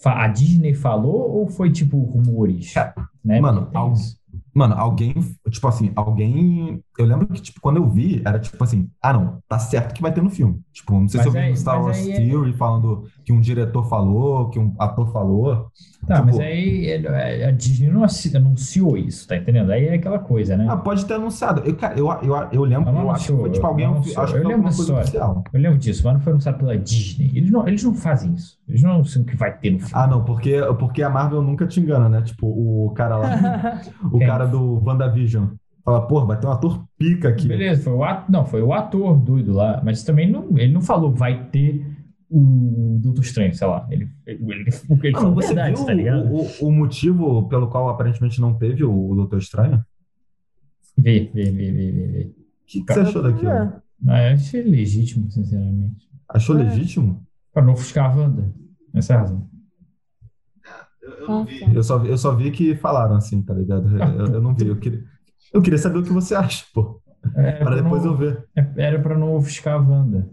[SPEAKER 1] fa- A Disney falou ou foi tipo rumores?
[SPEAKER 2] Cara,
[SPEAKER 1] Né?
[SPEAKER 2] mano,
[SPEAKER 1] Tem
[SPEAKER 2] algo-
[SPEAKER 1] isso.
[SPEAKER 2] Mano, alguém, tipo assim, alguém. Eu lembro que, tipo, quando eu vi, era tipo assim: ah, não, tá certo que vai ter no filme. Tipo, não sei
[SPEAKER 1] Mas
[SPEAKER 2] se eu vi
[SPEAKER 1] aí-
[SPEAKER 2] no Star
[SPEAKER 1] mas
[SPEAKER 2] Wars
[SPEAKER 1] aí é-
[SPEAKER 2] Theory falando que um diretor falou, que um ator falou.
[SPEAKER 1] Tá,
[SPEAKER 2] tipo-
[SPEAKER 1] mas aí ele- é, a Disney não assi- anunciou isso, tá entendendo? Aí é aquela coisa, né?
[SPEAKER 2] Ah, pode ter anunciado. Eu, cara, eu, eu, eu lembro,
[SPEAKER 1] Ela
[SPEAKER 2] eu acho que
[SPEAKER 1] anunciou,
[SPEAKER 2] foi tipo alguém,
[SPEAKER 1] ela
[SPEAKER 2] acho que
[SPEAKER 1] anunciou.
[SPEAKER 2] foi
[SPEAKER 1] Eu lembro
[SPEAKER 2] alguma
[SPEAKER 1] dessa
[SPEAKER 2] coisa
[SPEAKER 1] hora.
[SPEAKER 2] oficial.
[SPEAKER 1] Eu lembro disso, mas não foi anunciado pela Disney. Eles não, eles não fazem isso. Eles não anunciam o que vai ter no filme.
[SPEAKER 2] Ah, não, porque, porque a Marvel nunca te engana, né? Tipo, o cara lá, o
[SPEAKER 1] Quem?
[SPEAKER 2] cara do WandaVision. Fala, pô, vai ter um ator pica aqui.
[SPEAKER 1] Beleza, foi o ator, não, foi o ator doido lá, mas também não, ele não falou vai ter o Doutor Estranho, sei lá. Ele, ele, ele, ele
[SPEAKER 2] Mano,
[SPEAKER 1] falou
[SPEAKER 2] você
[SPEAKER 1] verdade,
[SPEAKER 2] viu
[SPEAKER 1] tá ligado?
[SPEAKER 2] o, o- o motivo pelo qual aparentemente não teve o, o Doutor Estranho?
[SPEAKER 1] Vê, vê, vê, vê, vê, vê.
[SPEAKER 2] O que, que você achou daquilo?
[SPEAKER 1] Ah, eu achei legítimo, sinceramente.
[SPEAKER 2] Achou
[SPEAKER 4] É.
[SPEAKER 2] legítimo?
[SPEAKER 1] Pra não ofuscar a Wanda. Essa é a razão.
[SPEAKER 2] Eu
[SPEAKER 4] não vi.
[SPEAKER 2] Eu só, eu só vi que falaram assim, tá ligado? Eu, eu não vi. Eu queria, eu queria saber o que você acha, pô.
[SPEAKER 1] Era
[SPEAKER 2] Pra
[SPEAKER 1] É, não- é,
[SPEAKER 2] depois eu ver.
[SPEAKER 1] Era pra não ofuscar a Wanda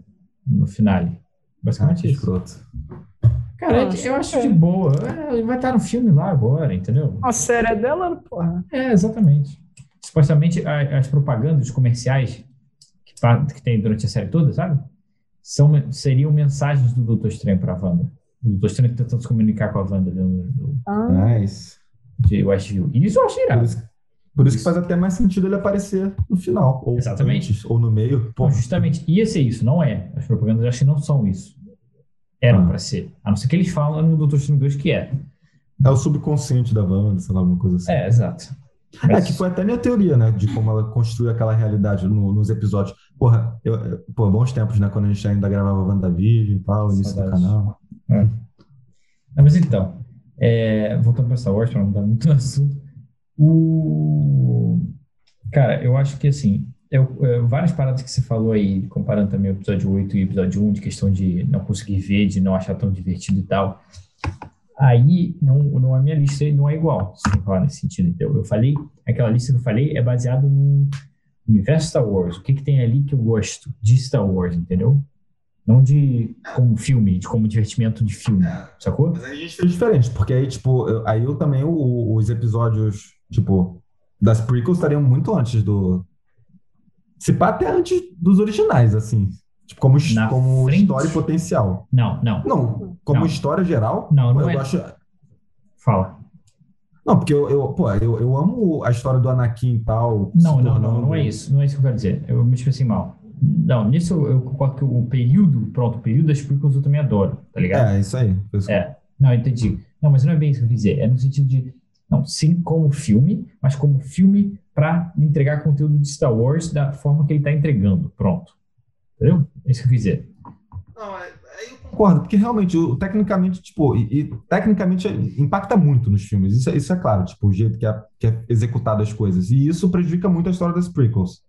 [SPEAKER 1] no finale.
[SPEAKER 2] Ah,
[SPEAKER 1] Basicamente
[SPEAKER 2] que
[SPEAKER 1] isso.
[SPEAKER 2] escroto.
[SPEAKER 1] Cara,
[SPEAKER 4] Nossa,
[SPEAKER 1] eu acho
[SPEAKER 4] é.
[SPEAKER 1] de boa. É, ele vai estar no filme lá agora, entendeu?
[SPEAKER 4] A série é dela, porra.
[SPEAKER 1] É, exatamente. Supostamente a- as propagandas os comerciais que, fa- que tem durante a série toda, sabe? São, men- seriam mensagens do Doutor Estranho pra Wanda. O Doutor Estranho tentando se comunicar com a Wanda dentro do,
[SPEAKER 4] Ah,
[SPEAKER 2] Nice.
[SPEAKER 1] de Westview. E isso eu achei
[SPEAKER 2] Por
[SPEAKER 1] irado.
[SPEAKER 2] isso, por isso que
[SPEAKER 1] Isso.
[SPEAKER 2] faz até mais sentido ele aparecer no final. Ou
[SPEAKER 1] Exatamente.
[SPEAKER 2] antes, ou no meio. Pô,
[SPEAKER 1] Então, justamente, ia ser isso, não é. As propagandas eu acho que não são isso. Eram
[SPEAKER 2] Ah.
[SPEAKER 1] pra ser. A não ser que eles falam no Doutor Estranho 2 que é.
[SPEAKER 2] é o subconsciente da Wanda, sei lá, alguma coisa assim.
[SPEAKER 1] É, exato.
[SPEAKER 2] É, que foi até minha teoria, né? De como ela construiu aquela realidade no- nos episódios. Porra, eu, eu- pô, bons tempos, né? Quando a gente ainda gravava WandaVision e tal, início do
[SPEAKER 1] Saudades.
[SPEAKER 2] canal.
[SPEAKER 1] Ah, mas então, é, voltando para Star Wars, para não mudar muito o assunto, o... Cara, eu acho que assim, eu, é, várias paradas que você falou aí, comparando também o episódio 8 e o episódio 1, de questão de não conseguir ver, de não achar tão divertido e tal, aí não, não a minha lista aí não é igual, se eu falar nesse sentido. Então, eu falei, aquela lista que eu falei é baseado num, universo Star Wars, o que, que tem ali que eu gosto de Star Wars, entendeu? Não de como filme, de como divertimento de filme, sacou?
[SPEAKER 2] Mas aí a gente fez diferente, porque aí, tipo, eu- aí eu também, o- o- os episódios, tipo, das prequels estariam muito antes do. Se pá, até antes dos originais, assim. Tipo, como, his-
[SPEAKER 1] Na
[SPEAKER 2] como
[SPEAKER 1] frente?
[SPEAKER 2] história e potencial.
[SPEAKER 1] Não, não,
[SPEAKER 2] Não, como
[SPEAKER 1] Não.
[SPEAKER 2] história geral,
[SPEAKER 1] Não, não
[SPEAKER 2] eu
[SPEAKER 1] é.
[SPEAKER 2] acho.
[SPEAKER 1] fala.
[SPEAKER 2] Não, porque eu, eu, pô, eu, eu amo a história do Anakin e tal. se
[SPEAKER 1] Não, não, não,
[SPEAKER 2] tornando-
[SPEAKER 1] não é isso. Não é isso que eu quero dizer. Eu me expressei mal. Não, nisso eu, eu concordo que o período, pronto, o período das prequels eu também adoro, tá ligado?
[SPEAKER 2] É, isso aí. Foi isso que-
[SPEAKER 1] É. Não, entendi. Não, mas não é bem isso que eu quis dizer. É no sentido de, não, sim, como filme, mas como filme para entregar conteúdo de Star Wars da forma que ele tá entregando. Pronto. Entendeu? É isso que eu quis dizer.
[SPEAKER 2] Não, aí aí eu concordo, porque realmente, o, tecnicamente, tipo, e, e tecnicamente é- impacta muito nos filmes, isso, é- isso é claro, tipo, o jeito que é, que é executado as coisas, e isso prejudica muito a história das prequels.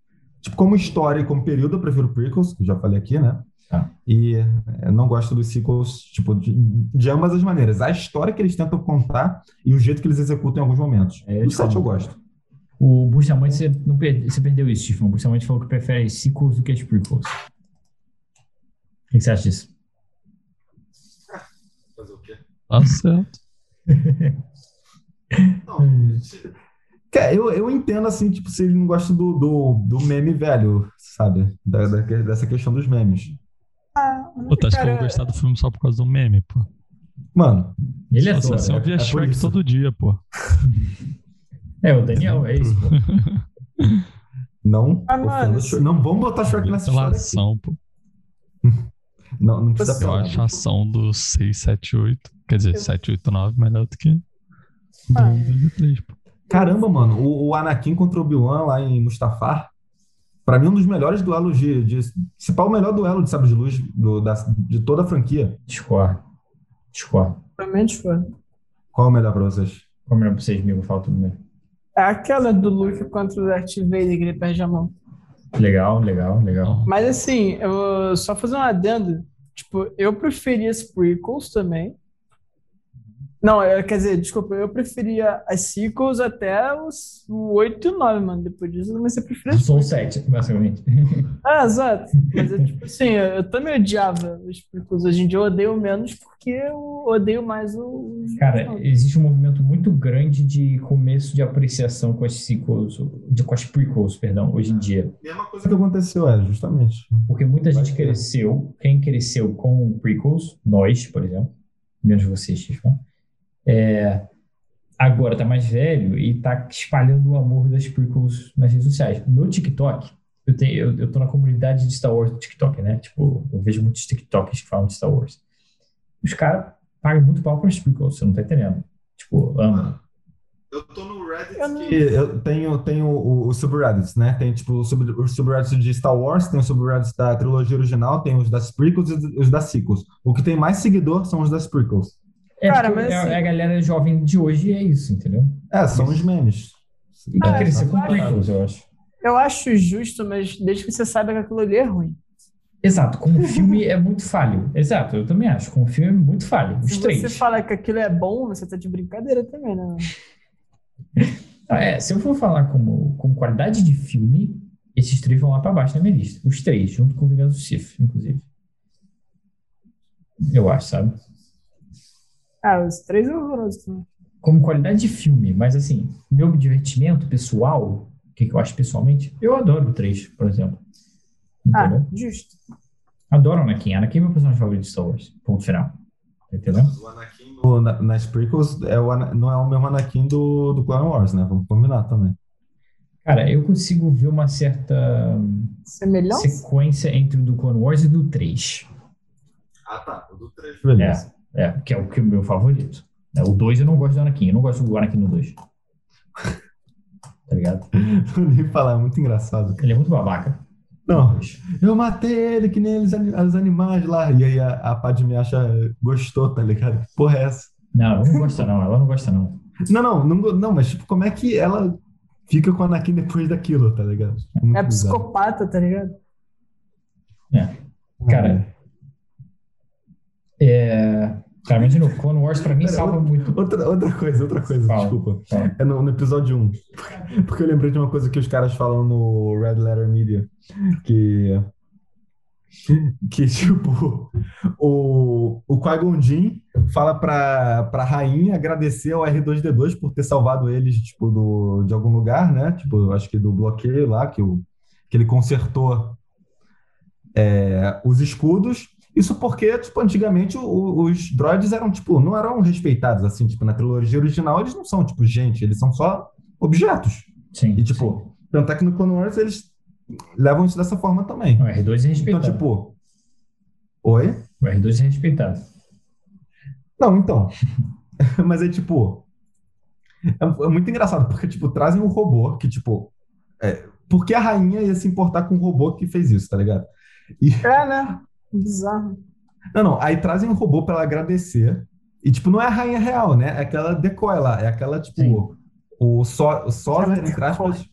[SPEAKER 2] Tipo, como história e como período, eu prefiro prequels, que eu já falei aqui, né?
[SPEAKER 1] Tá.
[SPEAKER 2] E é, não gosto dos sequels, tipo, de, de ambas as maneiras. A história que eles tentam contar e o jeito que eles executam em alguns momentos.
[SPEAKER 1] É, eu
[SPEAKER 2] o
[SPEAKER 1] te
[SPEAKER 2] 7 eu
[SPEAKER 1] falo.
[SPEAKER 2] gosto.
[SPEAKER 1] O Bustamante, você, não perde, você perdeu isso, Stefan. O Bustamante falou que prefere sequels do que as prequels. O que que você acha disso?
[SPEAKER 2] Fazer o quê?
[SPEAKER 3] Tá certo.
[SPEAKER 2] Cara, eu, eu entendo assim, tipo, se ele não gosta do, do, do meme velho, sabe? Da, da- dessa questão dos memes.
[SPEAKER 4] Ah,
[SPEAKER 3] Pô, tu acha que eu vou
[SPEAKER 4] Cara,
[SPEAKER 3] gostar do filme só por causa do meme, pô?
[SPEAKER 2] Mano,
[SPEAKER 1] Ele é
[SPEAKER 3] Nossa,
[SPEAKER 1] adora.
[SPEAKER 3] assim, eu via
[SPEAKER 2] é por
[SPEAKER 3] Shrek
[SPEAKER 2] isso.
[SPEAKER 3] todo dia, pô.
[SPEAKER 1] É, o Daniel, é
[SPEAKER 3] Uhum.
[SPEAKER 1] isso. pô.
[SPEAKER 2] não
[SPEAKER 4] Ah, mano,
[SPEAKER 2] ofenda o
[SPEAKER 4] esse-
[SPEAKER 2] Shrek. Não vamos botar Shrek nessa história aqui.
[SPEAKER 3] Relação, pô.
[SPEAKER 2] Não, não precisa
[SPEAKER 4] Eu
[SPEAKER 3] Eu
[SPEAKER 2] falar.
[SPEAKER 3] acho a ação do 678, quer dizer, 789 melhor do que do
[SPEAKER 4] Ah.
[SPEAKER 3] 123, pô.
[SPEAKER 2] Caramba, mano, o, o Anakin contra o Obi-Wan lá em Mustafar, pra mim um dos melhores duelos de, de se pá, o melhor duelo de sabre de luz do- da, de toda a franquia.
[SPEAKER 1] Discordo. Discordo.
[SPEAKER 4] Realmente foi.
[SPEAKER 2] Qual é o melhor pra vocês?
[SPEAKER 1] Vou melhor pra vocês, amigo, fala tudo bem.
[SPEAKER 4] É aquela do Luke contra o Darth Vader que ele perde a mão.
[SPEAKER 1] Legal, legal, legal.
[SPEAKER 3] Não.
[SPEAKER 4] Mas assim, eu vou só fazer um adendo. Tipo, eu preferia as prequels também. Não, eu- quer dizer, desculpa, eu preferia as sequels até os 8 e 9, mano. Depois disso, eu comecei a preferir as
[SPEAKER 1] Sou o 7, basicamente.
[SPEAKER 4] Ah, exato. Mas é tipo assim, eu, eu também odiava os prequels. Hoje em dia eu odeio menos porque eu odeio mais o.
[SPEAKER 1] Cara, existe um movimento muito grande de começo de apreciação com as sequels, de, com as prequels, perdão, hoje em dia.
[SPEAKER 2] Mesma coisa que aconteceu, é, justamente.
[SPEAKER 1] Porque muita
[SPEAKER 2] Vai
[SPEAKER 1] gente
[SPEAKER 2] ter.
[SPEAKER 1] cresceu, quem cresceu com prequels, nós, por exemplo, menos vocês, Chifão, é, agora tá mais velho e tá espalhando o amor das prequels nas redes sociais. No TikTok, eu, tenho, eu, eu tô na comunidade de Star Wars do TikTok, né? Tipo, eu vejo muitos TikToks que falam de Star Wars. Os caras pagam muito pau pras prequels, você não tá entendendo. Tipo, ama.
[SPEAKER 2] Eu tô no Reddit
[SPEAKER 4] Eu não-
[SPEAKER 2] que eu tenho, tenho o, o subreddits, né? Tem tipo o, sub, o subreddit de Star Wars, tem o subreddit da trilogia original, tem os das prequels e os das sequels. O que tem mais seguidor são os das prequels.
[SPEAKER 1] É,
[SPEAKER 4] Cara,
[SPEAKER 1] porque
[SPEAKER 4] mas
[SPEAKER 1] é-
[SPEAKER 4] assim-
[SPEAKER 1] é a galera jovem de hoje é isso, entendeu?
[SPEAKER 2] É, são os memes.
[SPEAKER 1] E que
[SPEAKER 4] Ah,
[SPEAKER 1] cresceu
[SPEAKER 4] eu
[SPEAKER 1] com
[SPEAKER 4] acho-
[SPEAKER 1] prequels, eu acho.
[SPEAKER 4] Eu acho justo, mas desde que você saiba que aquilo ali é ruim.
[SPEAKER 1] Exato, com o filme é muito falho. Exato, eu também acho. Com o filme é muito falho. Os
[SPEAKER 4] Se
[SPEAKER 1] três.
[SPEAKER 4] você falar que aquilo é bom, você tá de brincadeira também, né? mano?
[SPEAKER 1] Ah, é, se eu for falar como, como qualidade de filme, esses três vão lá pra baixo na minha lista. Os três, junto com o Vingança do Sith, inclusive. Eu acho, sabe?
[SPEAKER 4] Ah, os três é horroroso também.
[SPEAKER 1] Como qualidade de filme, mas assim, meu divertimento pessoal, o que, que eu acho pessoalmente, eu adoro o três, por exemplo.
[SPEAKER 4] Ah,
[SPEAKER 1] Entendeu?
[SPEAKER 4] justo.
[SPEAKER 1] Adoro Anakin. Anakin é meu personagem favorito de Star Wars. Ponto final. Entendeu?
[SPEAKER 2] O Anakin do- na- nas prequels é o, Ana- não é o mesmo Anakin do, do Clone Wars, né? Vamos combinar também.
[SPEAKER 1] Cara, eu consigo ver uma certa
[SPEAKER 4] Semelhança?
[SPEAKER 1] sequência entre o do Clone Wars e do 3.
[SPEAKER 2] Ah, tá. O do 3.
[SPEAKER 1] É, é, que é o que é o meu favorito. É, o 2 eu não gosto do Anakin. Eu não gosto do Anakin no 2. Tá ligado?
[SPEAKER 2] Nem falar, é muito engraçado.
[SPEAKER 1] Ele é muito babaca.
[SPEAKER 2] Não, eu matei ele que nem eles, ani- os animais lá. E aí a, a Padme acha, gostou, tá ligado? Que porra é essa?
[SPEAKER 1] Não, ela não gosta não. Ela não gosta não.
[SPEAKER 2] Não, não, não, go- não, mas tipo, como é que ela fica com o Anakin depois daquilo, tá ligado? Muito
[SPEAKER 4] É
[SPEAKER 2] bizarro.
[SPEAKER 4] psicopata, tá ligado?
[SPEAKER 1] Cara, Cara, imagina o Clone Wars pra mim
[SPEAKER 2] Pera,
[SPEAKER 1] salva
[SPEAKER 2] outra-
[SPEAKER 1] muito.
[SPEAKER 2] Outra, outra coisa, outra coisa,
[SPEAKER 1] Fala.
[SPEAKER 2] desculpa.
[SPEAKER 1] Fala.
[SPEAKER 2] É no, no episódio 1. Porque eu lembrei de uma coisa que os caras falam no Red Letter Media. Que. Que, tipo, o, o Qui-Gon Jinn fala pra, pra rainha agradecer ao R2-D2 por ter salvado eles, tipo, do, de algum lugar, né? Tipo, acho que do bloqueio lá, que, o, que ele consertou é, os escudos. Isso porque, tipo, antigamente o- o- os droids eram, tipo, não eram respeitados, assim, tipo, na trilogia original eles não são, tipo, gente, eles são só objetos.
[SPEAKER 1] Sim.
[SPEAKER 2] E, tipo, tanto é que no Clone Wars eles levam isso dessa forma também.
[SPEAKER 1] O R2 é
[SPEAKER 2] Então,
[SPEAKER 1] respeitado.
[SPEAKER 2] tipo... Oi?
[SPEAKER 1] O R2 é respeitado.
[SPEAKER 2] Não, então. Mas é tipo. É, é muito engraçado, porque, tipo, trazem um robô que, tipo. É, por que a rainha ia se importar com um robô que fez isso, tá ligado?
[SPEAKER 4] É, né? Bizarro.
[SPEAKER 2] Não, não. Aí trazem um robô pra ela agradecer. E, tipo, não é a rainha real, né? É aquela decoy lá. É aquela, tipo. O só, o só
[SPEAKER 4] Aquela
[SPEAKER 2] entre aspas.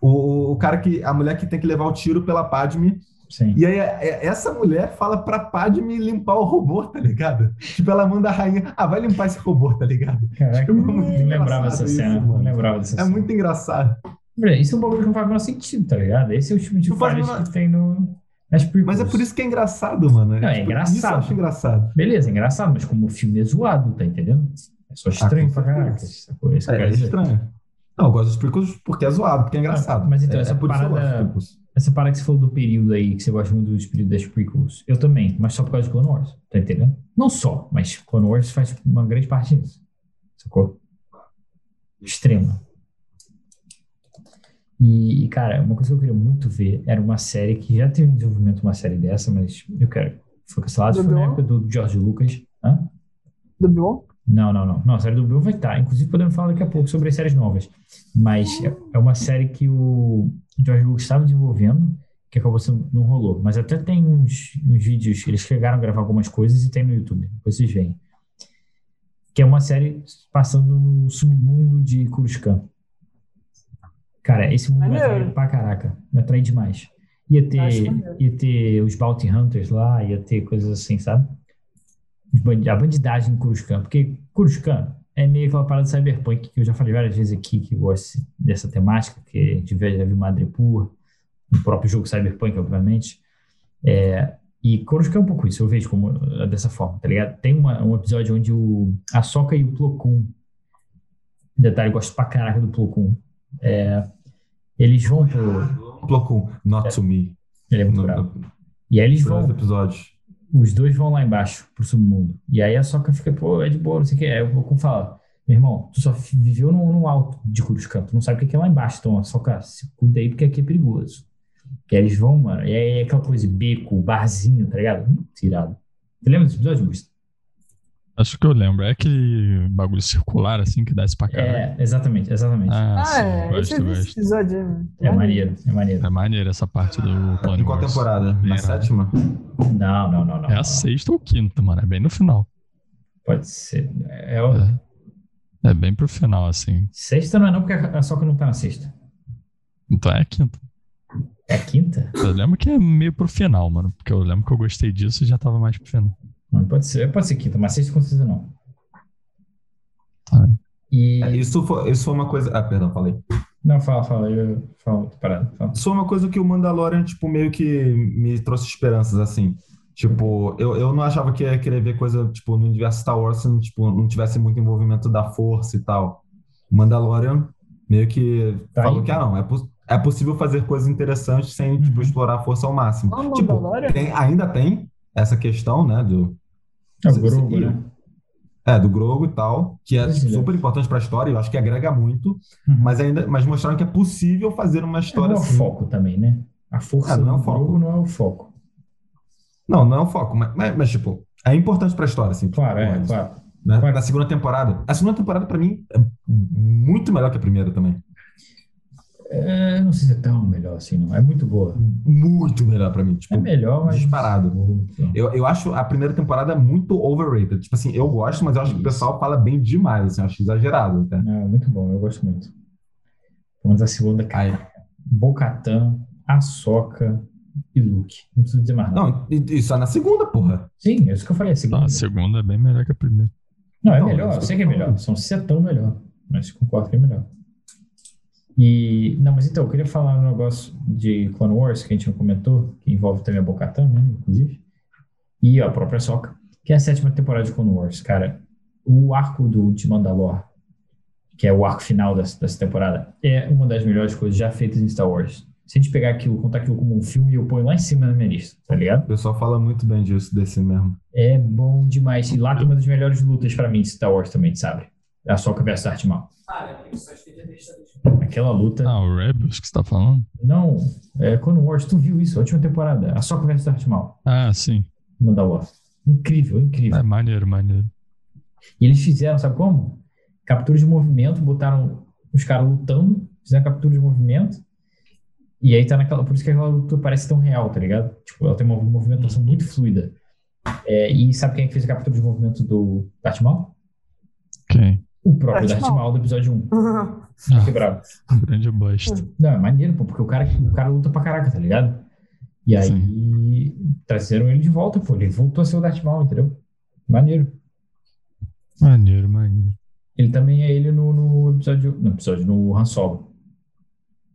[SPEAKER 2] O, o cara que. A mulher que tem que levar o tiro pela Padme.
[SPEAKER 1] Sim.
[SPEAKER 2] E aí, é- é- essa mulher fala pra Padme limpar o robô, tá ligado? Tipo, ela manda a rainha. Ah, vai limpar esse robô, tá ligado?
[SPEAKER 1] Caraca,
[SPEAKER 2] É
[SPEAKER 1] eu
[SPEAKER 2] muito
[SPEAKER 1] não lembrava
[SPEAKER 2] engraçado
[SPEAKER 1] dessa
[SPEAKER 2] isso,
[SPEAKER 1] cena.
[SPEAKER 2] mano.
[SPEAKER 1] Não lembrava dessa
[SPEAKER 2] É
[SPEAKER 1] cena.
[SPEAKER 2] muito engraçado.
[SPEAKER 1] Olha, Isso é um bagulho que não faz o menor sentido, tá ligado? Esse é o tipo de
[SPEAKER 2] Não faz
[SPEAKER 1] falhas
[SPEAKER 2] o menor-
[SPEAKER 1] que tem no. Nas
[SPEAKER 2] Mas é por isso que é engraçado, mano.
[SPEAKER 1] Não, é
[SPEAKER 2] Isso eu
[SPEAKER 1] engraçado.
[SPEAKER 2] acho engraçado.
[SPEAKER 1] Beleza, engraçado, mas como o filme é zoado, tá entendendo? É só estranho
[SPEAKER 2] Ah, com
[SPEAKER 1] pra caraca.
[SPEAKER 2] certeza.
[SPEAKER 1] essa coisa,
[SPEAKER 2] É,
[SPEAKER 1] quer dizer.
[SPEAKER 2] estranho. Não, eu gosto dos prequels porque é zoado, porque é engraçado.
[SPEAKER 1] mas então,
[SPEAKER 2] é,
[SPEAKER 1] essa
[SPEAKER 2] é por isso que eu
[SPEAKER 1] parada-
[SPEAKER 2] gosto dos prequels.
[SPEAKER 1] Essa parada que você falou do período aí, que você gosta muito do período das prequels. Eu também, mas só por causa de Clone Wars, tá entendendo? Não só, mas Clone Wars faz uma grande parte disso. Sacou? Extrema. E, e, cara, uma coisa que eu queria muito ver era uma série que já teve em desenvolvimento uma série dessa, mas eu quero. Foi cancelado, foi na
[SPEAKER 4] Dublou?
[SPEAKER 1] época do George Lucas. Hã?
[SPEAKER 4] Do Bion?
[SPEAKER 1] Não, não, não. Não, a série do Bill vai estar. Inclusive, podemos falar daqui a pouco sobre as séries novas. Mas é- é uma série que o George Lucas estava desenvolvendo, que acabou sendo, não rolou. Mas até tem uns, uns vídeos, eles chegaram a gravar algumas coisas e tem no YouTube. Depois vocês veem. Que é uma série passando no submundo de Coruscant. Cara, esse mundo me
[SPEAKER 4] Maneiro.
[SPEAKER 1] atrai pra caraca. Me atrai demais. Ia
[SPEAKER 4] Acho
[SPEAKER 1] ter,
[SPEAKER 4] maneiro.
[SPEAKER 1] ia ter os Bounty Hunters lá, ia ter coisas assim, sabe? Os bandi- a bandidagem em Coruscant, porque Coruscant é meio aquela parada cyberpunk que eu já falei várias vezes aqui, que eu gosto dessa temática, que a gente vê- já viu Madripoor, no próprio jogo cyberpunk, obviamente. É, e Coruscant é um pouco isso, eu vejo como eh, dessa forma, tá ligado? Tem uma- um episódio onde o, a Sokka e o Plo Koon, detalhe, eu gosto pra caraca do Plo Koon, é, eles vão pro...
[SPEAKER 2] Plo Koon, Not to Me.
[SPEAKER 1] Ele é muito
[SPEAKER 2] No,
[SPEAKER 1] bravo.
[SPEAKER 2] no-
[SPEAKER 1] E aí eles vão,
[SPEAKER 2] nos episódios.
[SPEAKER 1] os dois vão lá embaixo, pro submundo. E aí a Sokka fica, pô, é de boa, não sei o que. Aí o Goku fala, meu irmão, tu só fi- viveu no, no alto de Coruscant, tu não sabe o que que é lá embaixo. Então, a Sokka, se cuida aí porque aqui é perigoso. E aí eles vão, mano, e aí é aquela coisa, beco, barzinho, tá ligado? Muito irado. Você lembra desse episódio, Gusto?
[SPEAKER 3] Acho que eu lembro. É aquele bagulho circular, assim, que desce pra caralho.
[SPEAKER 1] É, exatamente, exatamente.
[SPEAKER 3] Ah,
[SPEAKER 4] Ah,
[SPEAKER 3] sim.
[SPEAKER 4] é. Eu
[SPEAKER 3] Gosto,
[SPEAKER 4] tive esse
[SPEAKER 3] gosto.
[SPEAKER 4] episódio aí, mano.
[SPEAKER 1] é maneiro, é maneiro.
[SPEAKER 3] É maneiro essa parte do Clone
[SPEAKER 2] Em qual
[SPEAKER 3] Wars.
[SPEAKER 2] temporada? Na
[SPEAKER 3] Irado.
[SPEAKER 2] sétima?
[SPEAKER 1] Não, não, não, não.
[SPEAKER 3] É a sexta ou quinta, mano. É bem no final.
[SPEAKER 1] Pode ser. É, o-
[SPEAKER 3] É, é bem pro final, assim.
[SPEAKER 1] Sexta não é não, porque a a Sokka não tá na sexta.
[SPEAKER 3] Então é a quinta.
[SPEAKER 1] É a quinta?
[SPEAKER 3] Eu lembro que é meio pro final, mano. Porque eu lembro que eu gostei disso e já tava mais pro final.
[SPEAKER 1] Não, pode ser, pode ser quinta, mas sexta com certeza não.
[SPEAKER 3] Tá.
[SPEAKER 1] E...
[SPEAKER 2] É, Isso foi, isso foi uma coisa. Ah, perdão, falei.
[SPEAKER 1] Não, fala, fala, eu falo outra parada. Fala.
[SPEAKER 2] Isso foi uma coisa que o Mandalorian, tipo, meio que me trouxe esperanças, assim. Tipo, eu, eu não achava que ia querer ver coisa, tipo, no universo Star Wars se não, tipo, não tivesse muito envolvimento da força e tal. O Mandalorian meio que
[SPEAKER 1] Tá
[SPEAKER 2] falou
[SPEAKER 1] aí.
[SPEAKER 2] que, ah, não, é, pos- é possível fazer coisas interessantes sem, tipo, explorar a força ao máximo.
[SPEAKER 4] Ah,
[SPEAKER 2] tipo,
[SPEAKER 4] Mandalorian?
[SPEAKER 2] tem, ainda tem essa questão, né, do,
[SPEAKER 1] É o
[SPEAKER 2] Sim,
[SPEAKER 1] Grogu,
[SPEAKER 2] sim.
[SPEAKER 1] né?
[SPEAKER 2] é, do Grogu e tal, que é
[SPEAKER 1] Pois é.
[SPEAKER 2] super importante pra história, eu acho que agrega muito,
[SPEAKER 1] Uhum.
[SPEAKER 2] mas ainda, mas mostraram que é possível fazer uma
[SPEAKER 1] Não
[SPEAKER 2] história
[SPEAKER 1] é o
[SPEAKER 2] assim.
[SPEAKER 1] foco também, né? A força
[SPEAKER 2] Ah, não é o
[SPEAKER 1] do
[SPEAKER 2] foco.
[SPEAKER 1] Grogu não é o foco.
[SPEAKER 2] Não, não é o foco, mas, mas, mas, tipo, é importante pra história, assim.
[SPEAKER 1] Claro, é,
[SPEAKER 2] Mas,
[SPEAKER 1] claro.
[SPEAKER 2] né?
[SPEAKER 1] claro.
[SPEAKER 2] Na segunda temporada. A segunda temporada, pra mim, é muito melhor que a primeira também.
[SPEAKER 1] É, não sei se é tão melhor assim, não. É muito boa.
[SPEAKER 2] Muito melhor pra mim. Tipo,
[SPEAKER 1] É melhor, mas.
[SPEAKER 2] Disparado.
[SPEAKER 1] Muito.
[SPEAKER 2] eu, eu acho a primeira temporada muito overrated. Tipo assim, eu gosto, mas eu acho que o pessoal fala bem demais, assim, eu acho exagerado até.
[SPEAKER 1] Não, é muito bom, eu gosto muito. Vamos a segunda, cara.
[SPEAKER 2] Aí,
[SPEAKER 1] Bocatã, Açoca, e Luke. Não preciso dizer mais nada.
[SPEAKER 2] Não, e, e só na segunda, porra.
[SPEAKER 1] Sim, é isso que eu falei. A segunda.
[SPEAKER 3] Não, a segunda é bem melhor que a primeira.
[SPEAKER 1] Não, é
[SPEAKER 2] Não,
[SPEAKER 1] melhor,
[SPEAKER 2] mas
[SPEAKER 1] eu
[SPEAKER 2] eu
[SPEAKER 1] sei que é
[SPEAKER 2] tô
[SPEAKER 1] melhor.
[SPEAKER 2] falando.
[SPEAKER 1] São setão melhor, mas concordo que é melhor. E, não, mas então, eu queria falar um negócio de Clone Wars que a gente não comentou, que envolve também a Bocatã, né, inclusive, e a própria Soca, que é a sétima temporada de Clone Wars, cara. O arco do de Mandalor, que é o arco final dessa, dessa temporada, é uma das melhores coisas já feitas em Star Wars. Se a gente pegar aquilo, contar aquilo como um filme, eu ponho lá em cima na minha lista, tá ligado?
[SPEAKER 2] O pessoal fala muito bem disso, desse mesmo.
[SPEAKER 1] É bom demais. E lá tem uma das melhores lutas pra mim de Star Wars também, sabe? A Soca versus Darth Maul. Aquela luta.
[SPEAKER 3] Ah, o Rebels que você tá falando?
[SPEAKER 1] Não, é, Clone Wars, tu viu isso? A última temporada. A Soca versus Darth Maul.
[SPEAKER 3] Ah, sim.
[SPEAKER 1] Mandalor. Incrível, incrível.
[SPEAKER 3] É maneiro, maneiro.
[SPEAKER 1] E eles fizeram, sabe como? Captura de movimento, botaram os caras lutando, fizeram captura de movimento. E aí tá naquela. Por isso que aquela luta parece tão real, tá ligado? Tipo, ela tem uma movimentação muito fluida. É, e sabe quem é que fez a captura de movimento do Darth Maul?
[SPEAKER 3] Quem?
[SPEAKER 1] O próprio
[SPEAKER 4] Darth
[SPEAKER 1] Darth Maul, do episódio 1. Que
[SPEAKER 3] Ah,
[SPEAKER 1] brabo.
[SPEAKER 3] grande bosta.
[SPEAKER 1] Não, é maneiro, pô, porque o cara, o cara luta pra caraca, tá ligado? E aí trazeram ele de volta, pô. Ele voltou a ser o Darth Maul, entendeu? Maneiro.
[SPEAKER 3] Maneiro, maneiro.
[SPEAKER 1] Ele também é ele no, no episódio. No episódio, no Han Solo.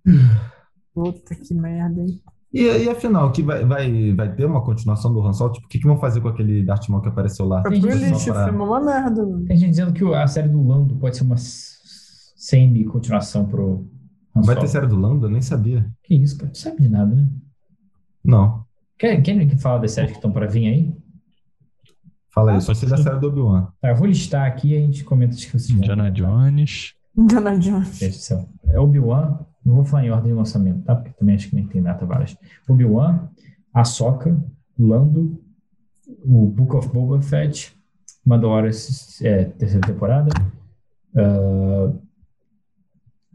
[SPEAKER 4] Puta que merda, hein?
[SPEAKER 2] E, e afinal, que vai, vai, vai ter uma continuação do Han Solo? Tipo, o que, que vão fazer com aquele Darth Maul que apareceu lá?
[SPEAKER 4] É
[SPEAKER 1] Tem
[SPEAKER 4] pro
[SPEAKER 1] gente
[SPEAKER 4] lixo,
[SPEAKER 2] só pra-
[SPEAKER 4] foi uma merda, mano.
[SPEAKER 1] Tem gente dizendo que o- a série do Lando pode ser uma s- semi-continuação pro Han
[SPEAKER 2] Vai
[SPEAKER 1] Solo.
[SPEAKER 2] ter série do Lando? Eu nem sabia.
[SPEAKER 1] Que isso, cara? Tu sabe de nada, né?
[SPEAKER 2] Não.
[SPEAKER 1] Quer, querem que fala das séries que estão pra vir aí?
[SPEAKER 2] Fala aí, só sei da série do Obi-Wan.
[SPEAKER 1] Tá, eu vou listar aqui e a gente comenta as que vocês vão
[SPEAKER 3] Indiana
[SPEAKER 1] comentar.
[SPEAKER 3] Jones.
[SPEAKER 4] Indiana Jones.
[SPEAKER 1] Gente do céu. É Obi-Wan, não vou falar em ordem de lançamento, tá? Porque também acho que nem tem data várias. Obi-Wan, Ahsoka, Lando, o Book of Boba Fett, Mandalorian é, terceira temporada, ah,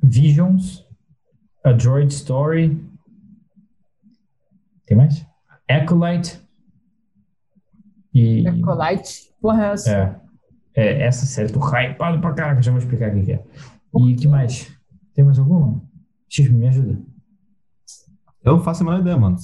[SPEAKER 1] Visions, A Droid Story, tem mais? Acolyte e...
[SPEAKER 6] É Colite. Porra, é essa?
[SPEAKER 1] É. É, essa série, tô hypado pra caraca, já vou explicar o que que é. E que mais? Tem mais alguma? X, me ajuda.
[SPEAKER 2] Eu não faço a menor ideia, mano.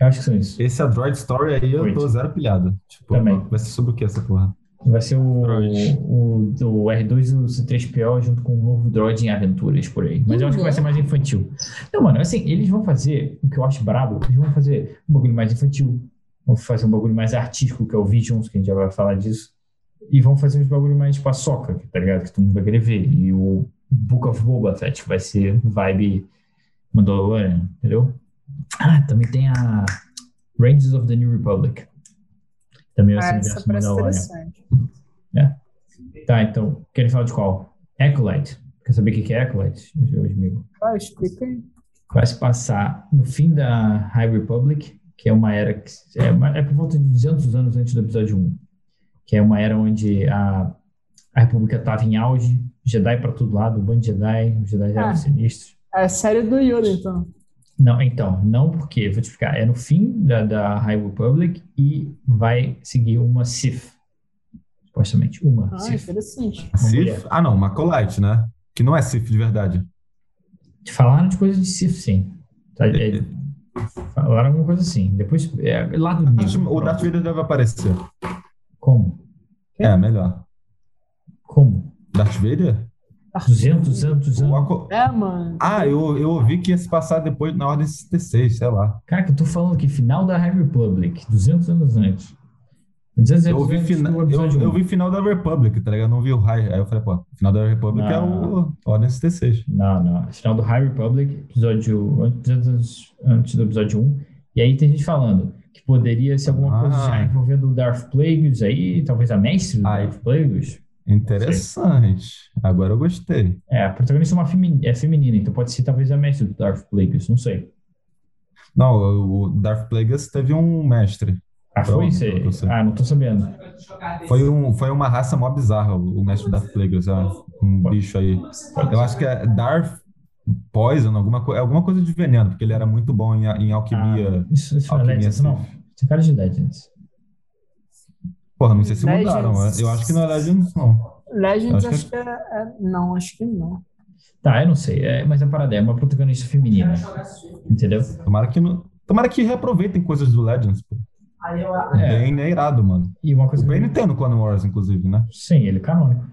[SPEAKER 1] Eu acho que são isso.
[SPEAKER 2] Esse Android Story aí eu tô
[SPEAKER 1] Muito.
[SPEAKER 2] zero pilhado. Tipo,
[SPEAKER 1] Também.
[SPEAKER 2] vai ser sobre o que essa porra?
[SPEAKER 1] Vai ser o,
[SPEAKER 3] Droid.
[SPEAKER 1] o, o R2 e o C3PO junto com o novo droid em aventuras por aí. Mas eu acho que vai ser mais infantil. Não, mano, assim, eles vão fazer o que eu acho brabo, eles vão fazer um bagulho mais infantil, vão fazer um bagulho mais artístico, que é o Visions, que a gente já vai falar disso, e vão fazer uns bagulho mais tipo a Soca, que, tá ligado? Que todo mundo vai querer ver. E o Book of Boba Fett, que vai ser vibe Mandalorian, entendeu? Ah, também tem a Rangers of the New Republic. Também é esse
[SPEAKER 4] Ah,
[SPEAKER 1] universo
[SPEAKER 4] essa parece
[SPEAKER 1] Mandalorian.
[SPEAKER 4] interessante.
[SPEAKER 1] Tá, então, querem falar de qual? Acolyte. Quer saber o que que é Acolyte, meu amigo?
[SPEAKER 4] Vai, Ah, explica aí.
[SPEAKER 1] Vai se passar no fim da High Republic, que é uma era que é, uma- é por volta de 200 anos antes do episódio 1, que é uma era onde a, a República estava em auge, Jedi para todo lado, um bando de Jedi, os Jedi eram
[SPEAKER 4] Ah.
[SPEAKER 1] sinistros.
[SPEAKER 4] É a série do Yoda, então.
[SPEAKER 1] Não, então, não porque, eu vou te explicar, é no fim da, da High Republic e vai seguir uma Sith, supostamente, uma
[SPEAKER 4] Ah,
[SPEAKER 1] Sith.
[SPEAKER 4] interessante.
[SPEAKER 1] Uma mulher.
[SPEAKER 2] Sif? Ah, não, Macolite, né? Que não é Sif de verdade.
[SPEAKER 1] Falaram de coisa de Sif, sim. Tá, é- falaram alguma coisa assim. Depois, é, lá do
[SPEAKER 2] Acho-
[SPEAKER 1] livro.
[SPEAKER 2] O Darth Vader deve aparecer.
[SPEAKER 1] Como?
[SPEAKER 2] É, melhor.
[SPEAKER 1] Como?
[SPEAKER 2] Darth Vader?
[SPEAKER 1] 200 anos,
[SPEAKER 2] O
[SPEAKER 1] anos.
[SPEAKER 2] Aco-
[SPEAKER 4] É, mano.
[SPEAKER 2] Ah, eu, eu ouvi que ia se passar depois na Ordem 66, sei lá.
[SPEAKER 1] Cara, que eu tô falando que final da High Republic, 200 anos antes. 200
[SPEAKER 2] Eu
[SPEAKER 1] anos
[SPEAKER 2] ouvi,
[SPEAKER 1] antes
[SPEAKER 2] fina...
[SPEAKER 1] do
[SPEAKER 2] eu,
[SPEAKER 1] episódio
[SPEAKER 2] eu
[SPEAKER 1] um.
[SPEAKER 2] vi final da Republic, tá ligado? Eu não vi o High. Aí eu falei, pô, final da Republic é
[SPEAKER 1] Ah.
[SPEAKER 2] o a Ordem 66.
[SPEAKER 1] Não, não. Final do High Republic, episódio 200 anos antes do episódio 1. E aí tem gente falando que poderia ser alguma coisa
[SPEAKER 2] Ah.
[SPEAKER 1] já envolvendo o Darth Plagueis aí, talvez a mestre do
[SPEAKER 2] Ai.
[SPEAKER 1] Darth Plagueis.
[SPEAKER 2] Interessante. Agora eu gostei.
[SPEAKER 1] É, a protagonista é, uma femi- é feminina, então pode ser talvez a mestre do Darth Plagueis, não sei.
[SPEAKER 2] Não, o Darth Plagueis teve um mestre.
[SPEAKER 1] Ah, foi?
[SPEAKER 2] Pronto,
[SPEAKER 1] Cê...
[SPEAKER 2] eu tô sabendo.
[SPEAKER 1] Ah, não tô sabendo.
[SPEAKER 2] Foi, um, foi uma raça mó bizarra, o o mestre Darth Plagueis. é um bicho aí. Eu acho que é Darth Poison, alguma, co é alguma coisa de veneno, porque ele era muito bom em, a- em alquimia.
[SPEAKER 1] Isso, isso não é
[SPEAKER 2] alquimia
[SPEAKER 1] Legends, não. Tem cara de Legends.
[SPEAKER 2] Porra, não sei se
[SPEAKER 4] Legends.
[SPEAKER 2] mudaram. Eu acho que não é Legends, não.
[SPEAKER 4] Legends,
[SPEAKER 2] Acho que-
[SPEAKER 4] acho que é, é- Não, acho que não.
[SPEAKER 1] é Tá, eu não sei, é, mas a parada é uma protagonista feminina, entendeu?
[SPEAKER 2] Tomara que não. Tomara que reaproveitem coisas do Legends, pô.
[SPEAKER 6] Aí eu acho.
[SPEAKER 2] O
[SPEAKER 1] É.
[SPEAKER 2] Bane é irado, mano.
[SPEAKER 1] E uma
[SPEAKER 2] O
[SPEAKER 1] coisa.
[SPEAKER 2] Bane tem no Clone Wars, inclusive, né?
[SPEAKER 1] Sim, ele é canônico.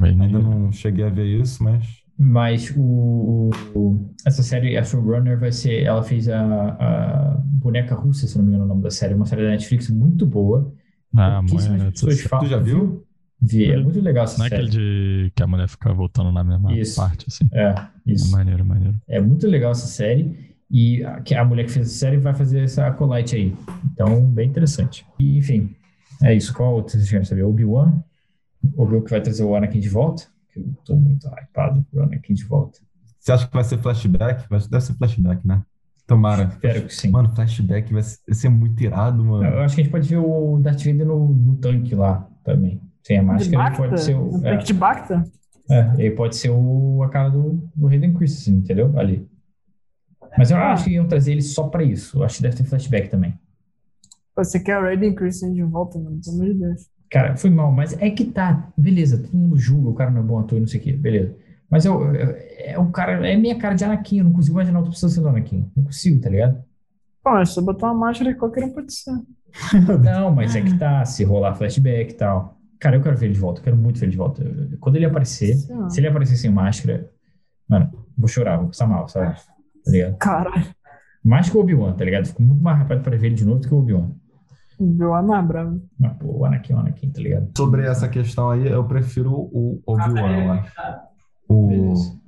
[SPEAKER 2] Ainda não cheguei a ver isso, mas.
[SPEAKER 1] Mas o, o- essa série, a showrunner, vai ser. Ela fez a, a Boneca Russa, se não me engano, o nome da série. É Uma série da Netflix muito boa.
[SPEAKER 3] Ah,
[SPEAKER 1] Pouquíssimas
[SPEAKER 3] mano,
[SPEAKER 1] pessoas falam.
[SPEAKER 2] Tu já viu?
[SPEAKER 1] Vi, é muito legal essa
[SPEAKER 3] Não é
[SPEAKER 1] série.
[SPEAKER 3] aquele de que a mulher fica voltando na mesma
[SPEAKER 1] Isso.
[SPEAKER 3] parte, assim.
[SPEAKER 1] É,
[SPEAKER 3] É
[SPEAKER 1] isso.
[SPEAKER 3] maneiro, maneiro.
[SPEAKER 1] É muito legal essa série. E a, que a mulher que fez essa série vai fazer essa acolyte aí. Então, bem interessante. E, enfim, é isso. Qual outro vocês querem saber? Obi-Wan? Obi-Wan que vai trazer o Anakin de volta? Que Eu tô muito hypado pro Anakin de volta.
[SPEAKER 2] Você acha que vai ser flashback? Vai- Deve ser flashback, né? Tomara.
[SPEAKER 1] Espero que sim.
[SPEAKER 2] Mano, flashback vai ser vai ser muito irado, mano.
[SPEAKER 1] Eu acho que a gente pode ver o Darth Vader no, no tanque lá também. Sem a
[SPEAKER 4] De
[SPEAKER 1] máscara, ele
[SPEAKER 4] Bacta?
[SPEAKER 1] pode ser o.
[SPEAKER 4] Um
[SPEAKER 1] é,
[SPEAKER 4] pack de Bacta?
[SPEAKER 1] é, ele pode ser o, a cara do, do Hayden Christensen, entendeu? Ali. Mas eu acho que iam trazer ele só pra isso. Eu acho que deve ter flashback também.
[SPEAKER 4] Você quer o Raiden Christian de volta, mano? Pelo amor de Deus.
[SPEAKER 1] Cara, foi mal, mas é que tá. Beleza, todo mundo julga, o cara não é bom ator e não sei o quê, beleza. Mas eu, eu- é o cara, é minha cara de Anakin, eu não consigo imaginar outra pessoa sendo Anakin. Não consigo, tá ligado?
[SPEAKER 4] Pô, é só botar uma máscara e qualquer um pode ser.
[SPEAKER 1] Não, mas é que tá, se rolar flashback e tal. Cara, eu quero ver ele de volta, eu quero muito ver ele de volta. Eu- eu- Quando ele aparecer,
[SPEAKER 4] Sei lá.
[SPEAKER 1] se ele aparecer sem máscara, mano, vou chorar, vou passar mal, sabe? Tá ligado?
[SPEAKER 4] Caralho,
[SPEAKER 1] Mais que o Obi-Wan, tá ligado? Fico muito mais rápido pra ver ele de novo do que o Obi-Wan.
[SPEAKER 4] viu a Nabra.
[SPEAKER 1] Mas, pô, o Anakin, o Anakin, tá ligado?
[SPEAKER 2] Sobre essa questão aí, eu prefiro o Obi-Wan, eu acho. O...
[SPEAKER 1] Beleza.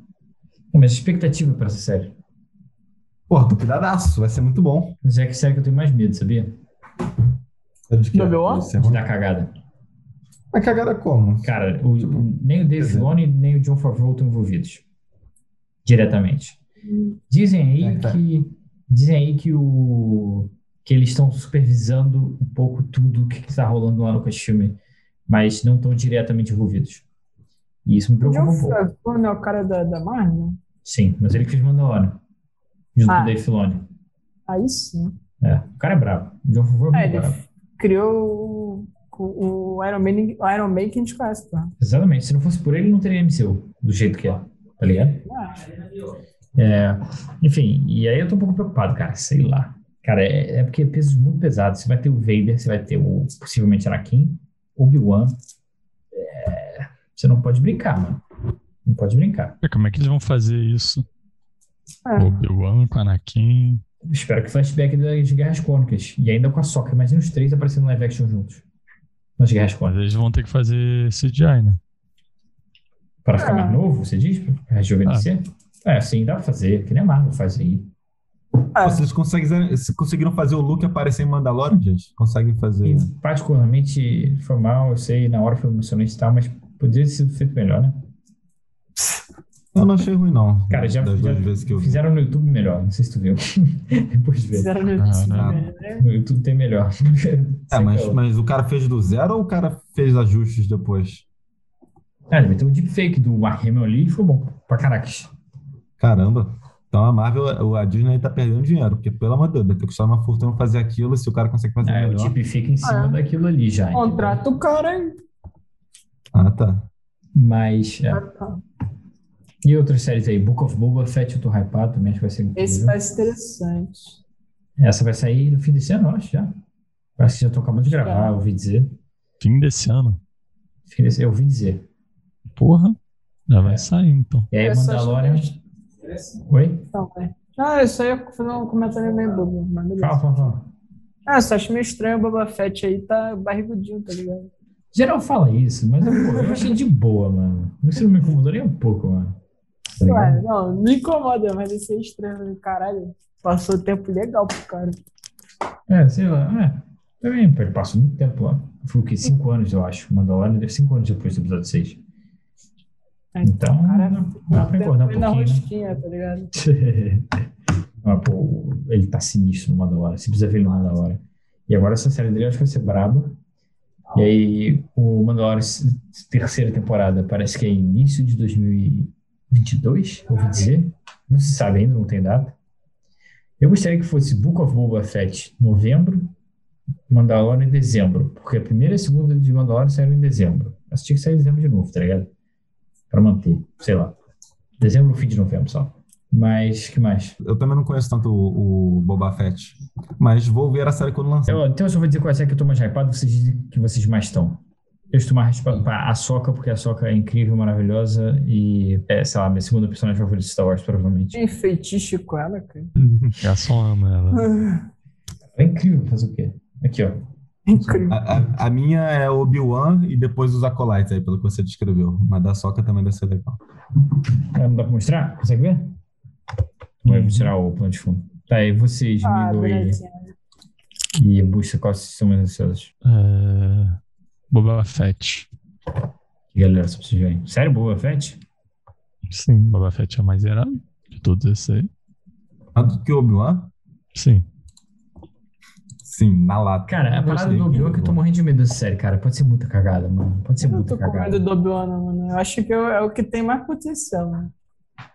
[SPEAKER 1] Mas expectativa pra essa série.
[SPEAKER 2] Pô, tô cuidadaço, vai ser muito bom.
[SPEAKER 1] Mas é que série que eu tenho mais medo, sabia?
[SPEAKER 2] De que
[SPEAKER 4] Do Obi-Wan?
[SPEAKER 2] Isso é
[SPEAKER 1] De
[SPEAKER 2] ruim.
[SPEAKER 1] dar cagada.
[SPEAKER 2] Mas cagada como?
[SPEAKER 1] Cara, o- o- nem o Dave
[SPEAKER 2] Pois é.
[SPEAKER 1] Filoni nem o John Favreau estão envolvidos diretamente. Dizem aí
[SPEAKER 2] É, tá.
[SPEAKER 1] que dizem aí que o que eles estão supervisando um pouco tudo o que está rolando lá no filme, mas não estão diretamente envolvidos. E isso me preocupa um pouco.
[SPEAKER 4] John Favreau não é o cara da, da Marvel? né?
[SPEAKER 1] Sim, mas ele que fez Mandalorian junto
[SPEAKER 4] Ah.
[SPEAKER 1] com o Dave Filoni.
[SPEAKER 4] Aí sim.
[SPEAKER 1] É, o cara é brabo. O John Favreau
[SPEAKER 4] É,
[SPEAKER 1] é muito
[SPEAKER 4] ele
[SPEAKER 1] brabo.
[SPEAKER 4] Criou o, o Iron Man, o Iron Man que a gente conhece, pô.
[SPEAKER 1] Exatamente. Se não fosse por ele, não teria MCU do jeito que é. Tá ligado?
[SPEAKER 4] Ah,
[SPEAKER 1] É, enfim, e aí eu tô um pouco preocupado, cara, sei lá. Cara, é, é porque é pesos muito pesados. Você vai ter o Vader, você vai ter o possivelmente Anakin, Obi-Wan. É, você não pode brincar, mano. Não pode brincar.
[SPEAKER 3] Pô, Como é que eles vão fazer isso?
[SPEAKER 4] É.
[SPEAKER 3] O Obi-Wan com o Anakin.
[SPEAKER 1] Espero que o flashback das Guerras Cônicas. E ainda com a Sokka. Imagina os três aparecendo no live action juntos. Nas Guerras
[SPEAKER 3] Mas
[SPEAKER 1] Cônicas.
[SPEAKER 3] eles vão ter que fazer CGI, né?
[SPEAKER 1] Para ficar
[SPEAKER 4] É.
[SPEAKER 1] mais novo, você diz? Pra rejuvenescer? É, sim, dá pra fazer. Que nem a Marvel faz aí.
[SPEAKER 4] Ah.
[SPEAKER 2] Vocês conseguem- vocês conseguiram fazer o Luke aparecer em Mandalorian, gente? Conseguem fazer.
[SPEAKER 1] E, particularmente, foi mal, eu sei, na hora foi emocionante e tal, mas poderia ter sido feito melhor, né?
[SPEAKER 2] Eu não achei ruim, não.
[SPEAKER 1] Cara, já-
[SPEAKER 2] das duas
[SPEAKER 1] já
[SPEAKER 2] vezes que eu vi.
[SPEAKER 1] Fizeram no YouTube melhor, não sei se tu viu. Depois vê.
[SPEAKER 4] Fizeram no
[SPEAKER 3] Ah,
[SPEAKER 2] né?
[SPEAKER 1] No YouTube tem melhor.
[SPEAKER 2] É,
[SPEAKER 1] Sei
[SPEAKER 2] mas,
[SPEAKER 1] que eu-
[SPEAKER 2] mas o cara fez do zero ou o cara fez ajustes depois?
[SPEAKER 1] Ah, ele meteu o deepfake do Mark Hamill ali e foi bom. Pra caracas.
[SPEAKER 2] Caramba. Então a Marvel, a Disney tá perdendo dinheiro, porque pelo amor de Deus, vai ter que custar uma fortuna fazer aquilo se o cara consegue fazer
[SPEAKER 1] Ah, o
[SPEAKER 2] melhor.
[SPEAKER 1] tipo fica em cima
[SPEAKER 4] Ah, é.
[SPEAKER 1] daquilo ali já. entendeu?
[SPEAKER 4] Contrata o cara, hein?
[SPEAKER 2] Ah, tá.
[SPEAKER 1] Mas. é. E outras séries aí? Book of Boba Fett, eu tô hypado também, acho que vai ser incrível.
[SPEAKER 4] Esse vai ser interessante.
[SPEAKER 1] Essa vai sair no fim desse ano, eu acho já. Parece que já tô acabando de
[SPEAKER 4] é.
[SPEAKER 1] gravar, eu ouvi dizer.
[SPEAKER 3] Fim desse ano.
[SPEAKER 1] Fim desse- Eu ouvi dizer.
[SPEAKER 3] Porra. Já vai
[SPEAKER 1] É.
[SPEAKER 3] sair, então.
[SPEAKER 1] E aí,
[SPEAKER 4] Essa
[SPEAKER 1] Mandalorian.
[SPEAKER 4] acho é.
[SPEAKER 1] Oi?
[SPEAKER 4] Então, é. Ah, isso aí eu ia fazer um comentário meio bobo, mas beleza.
[SPEAKER 1] Fala, fala, fala.
[SPEAKER 4] Ah, só acho meio estranho o Boba Fett aí, tá barrigudinho, tá ligado?
[SPEAKER 1] Geral fala isso, mas eu, pô, eu achei de boa, mano. Isso não me incomodou nem um pouco, mano. Tá ligado?
[SPEAKER 4] Ué, não, não incomoda, mas esse é estranho, falei, caralho. Passou tempo legal pro cara.
[SPEAKER 1] É, sei lá, é. Também, ele passou muito tempo lá. Foi o quê? Cinco anos, eu acho. Mandalorian deu cinco anos depois do episódio 6.
[SPEAKER 4] É,
[SPEAKER 1] Então,
[SPEAKER 4] cara,
[SPEAKER 1] dá pra engordar um
[SPEAKER 4] Foi na
[SPEAKER 1] pouquinho, né?
[SPEAKER 4] rosquinha, tá ligado?
[SPEAKER 1] Mas, pô, ele tá sinistro no Mandalorian. Você precisa ver ele no Mandalorian. E agora essa série dele eu acho que vai ser braba. E aí, o Mandalorian, s- terceira temporada, parece que é início de 2022, ouvi dizer. Não se sabe ainda, não tem data. Eu gostaria que fosse Book of Boba Fett novembro, Mandalorian em dezembro. Porque a primeira e a segunda de Mandalorian saíram em dezembro. Mas tinha que sair em dezembro de novo, tá ligado? Pra manter, sei lá. Dezembro ou fim de novembro só. Mas, que mais?
[SPEAKER 2] Eu também não conheço tanto o, o Boba Fett, mas vou ver a série quando lançar.
[SPEAKER 1] Eu- então eu só vou dizer qual é que eu tô mais hypado, vocês dizem que vocês mais estão. Eu estou mais hypado pra a Soca, porque a Soca é incrível, maravilhosa e é, sei lá, minha segunda personagem favorita de Star Wars, provavelmente.
[SPEAKER 4] Tem fetiche com ela, cara.
[SPEAKER 3] Ela só ama ela.
[SPEAKER 1] É incrível fazer o quê? Aqui, ó.
[SPEAKER 4] Incrível.
[SPEAKER 2] A, a- a minha é Obi-Wan e depois os Acolytes aí, pelo que você descreveu. Mas da Soca também deve ser legal.
[SPEAKER 1] Ah, Não dá pra mostrar? Consegue ver? Ou eu vou tirar o plano de fundo. Tá, e vocês,
[SPEAKER 4] Ah,
[SPEAKER 1] Milo e,
[SPEAKER 4] Brasil.
[SPEAKER 1] e Busta, quais vocês são mais ansiosos?
[SPEAKER 3] É... Boba Fett.
[SPEAKER 1] Galera, só pra vocês verem. Sério, Boba Fett?
[SPEAKER 3] Sim. Boba Fett é o mais zerado de todos esses aí.
[SPEAKER 2] Ah, do que o Obi-Wan?
[SPEAKER 3] Sim.
[SPEAKER 2] Sim, na lata.
[SPEAKER 1] Cara, a
[SPEAKER 2] Eu
[SPEAKER 1] parada
[SPEAKER 2] sei
[SPEAKER 1] do Obi-Wan é que eu tô morrendo de medo dessa série, cara. Pode ser muita cagada, mano. Pode ser
[SPEAKER 4] Eu não
[SPEAKER 1] muita
[SPEAKER 4] tô com
[SPEAKER 1] cagada.
[SPEAKER 4] medo do Obi-Wan, mano. Eu acho que eu- é o que tem mais potencial. né?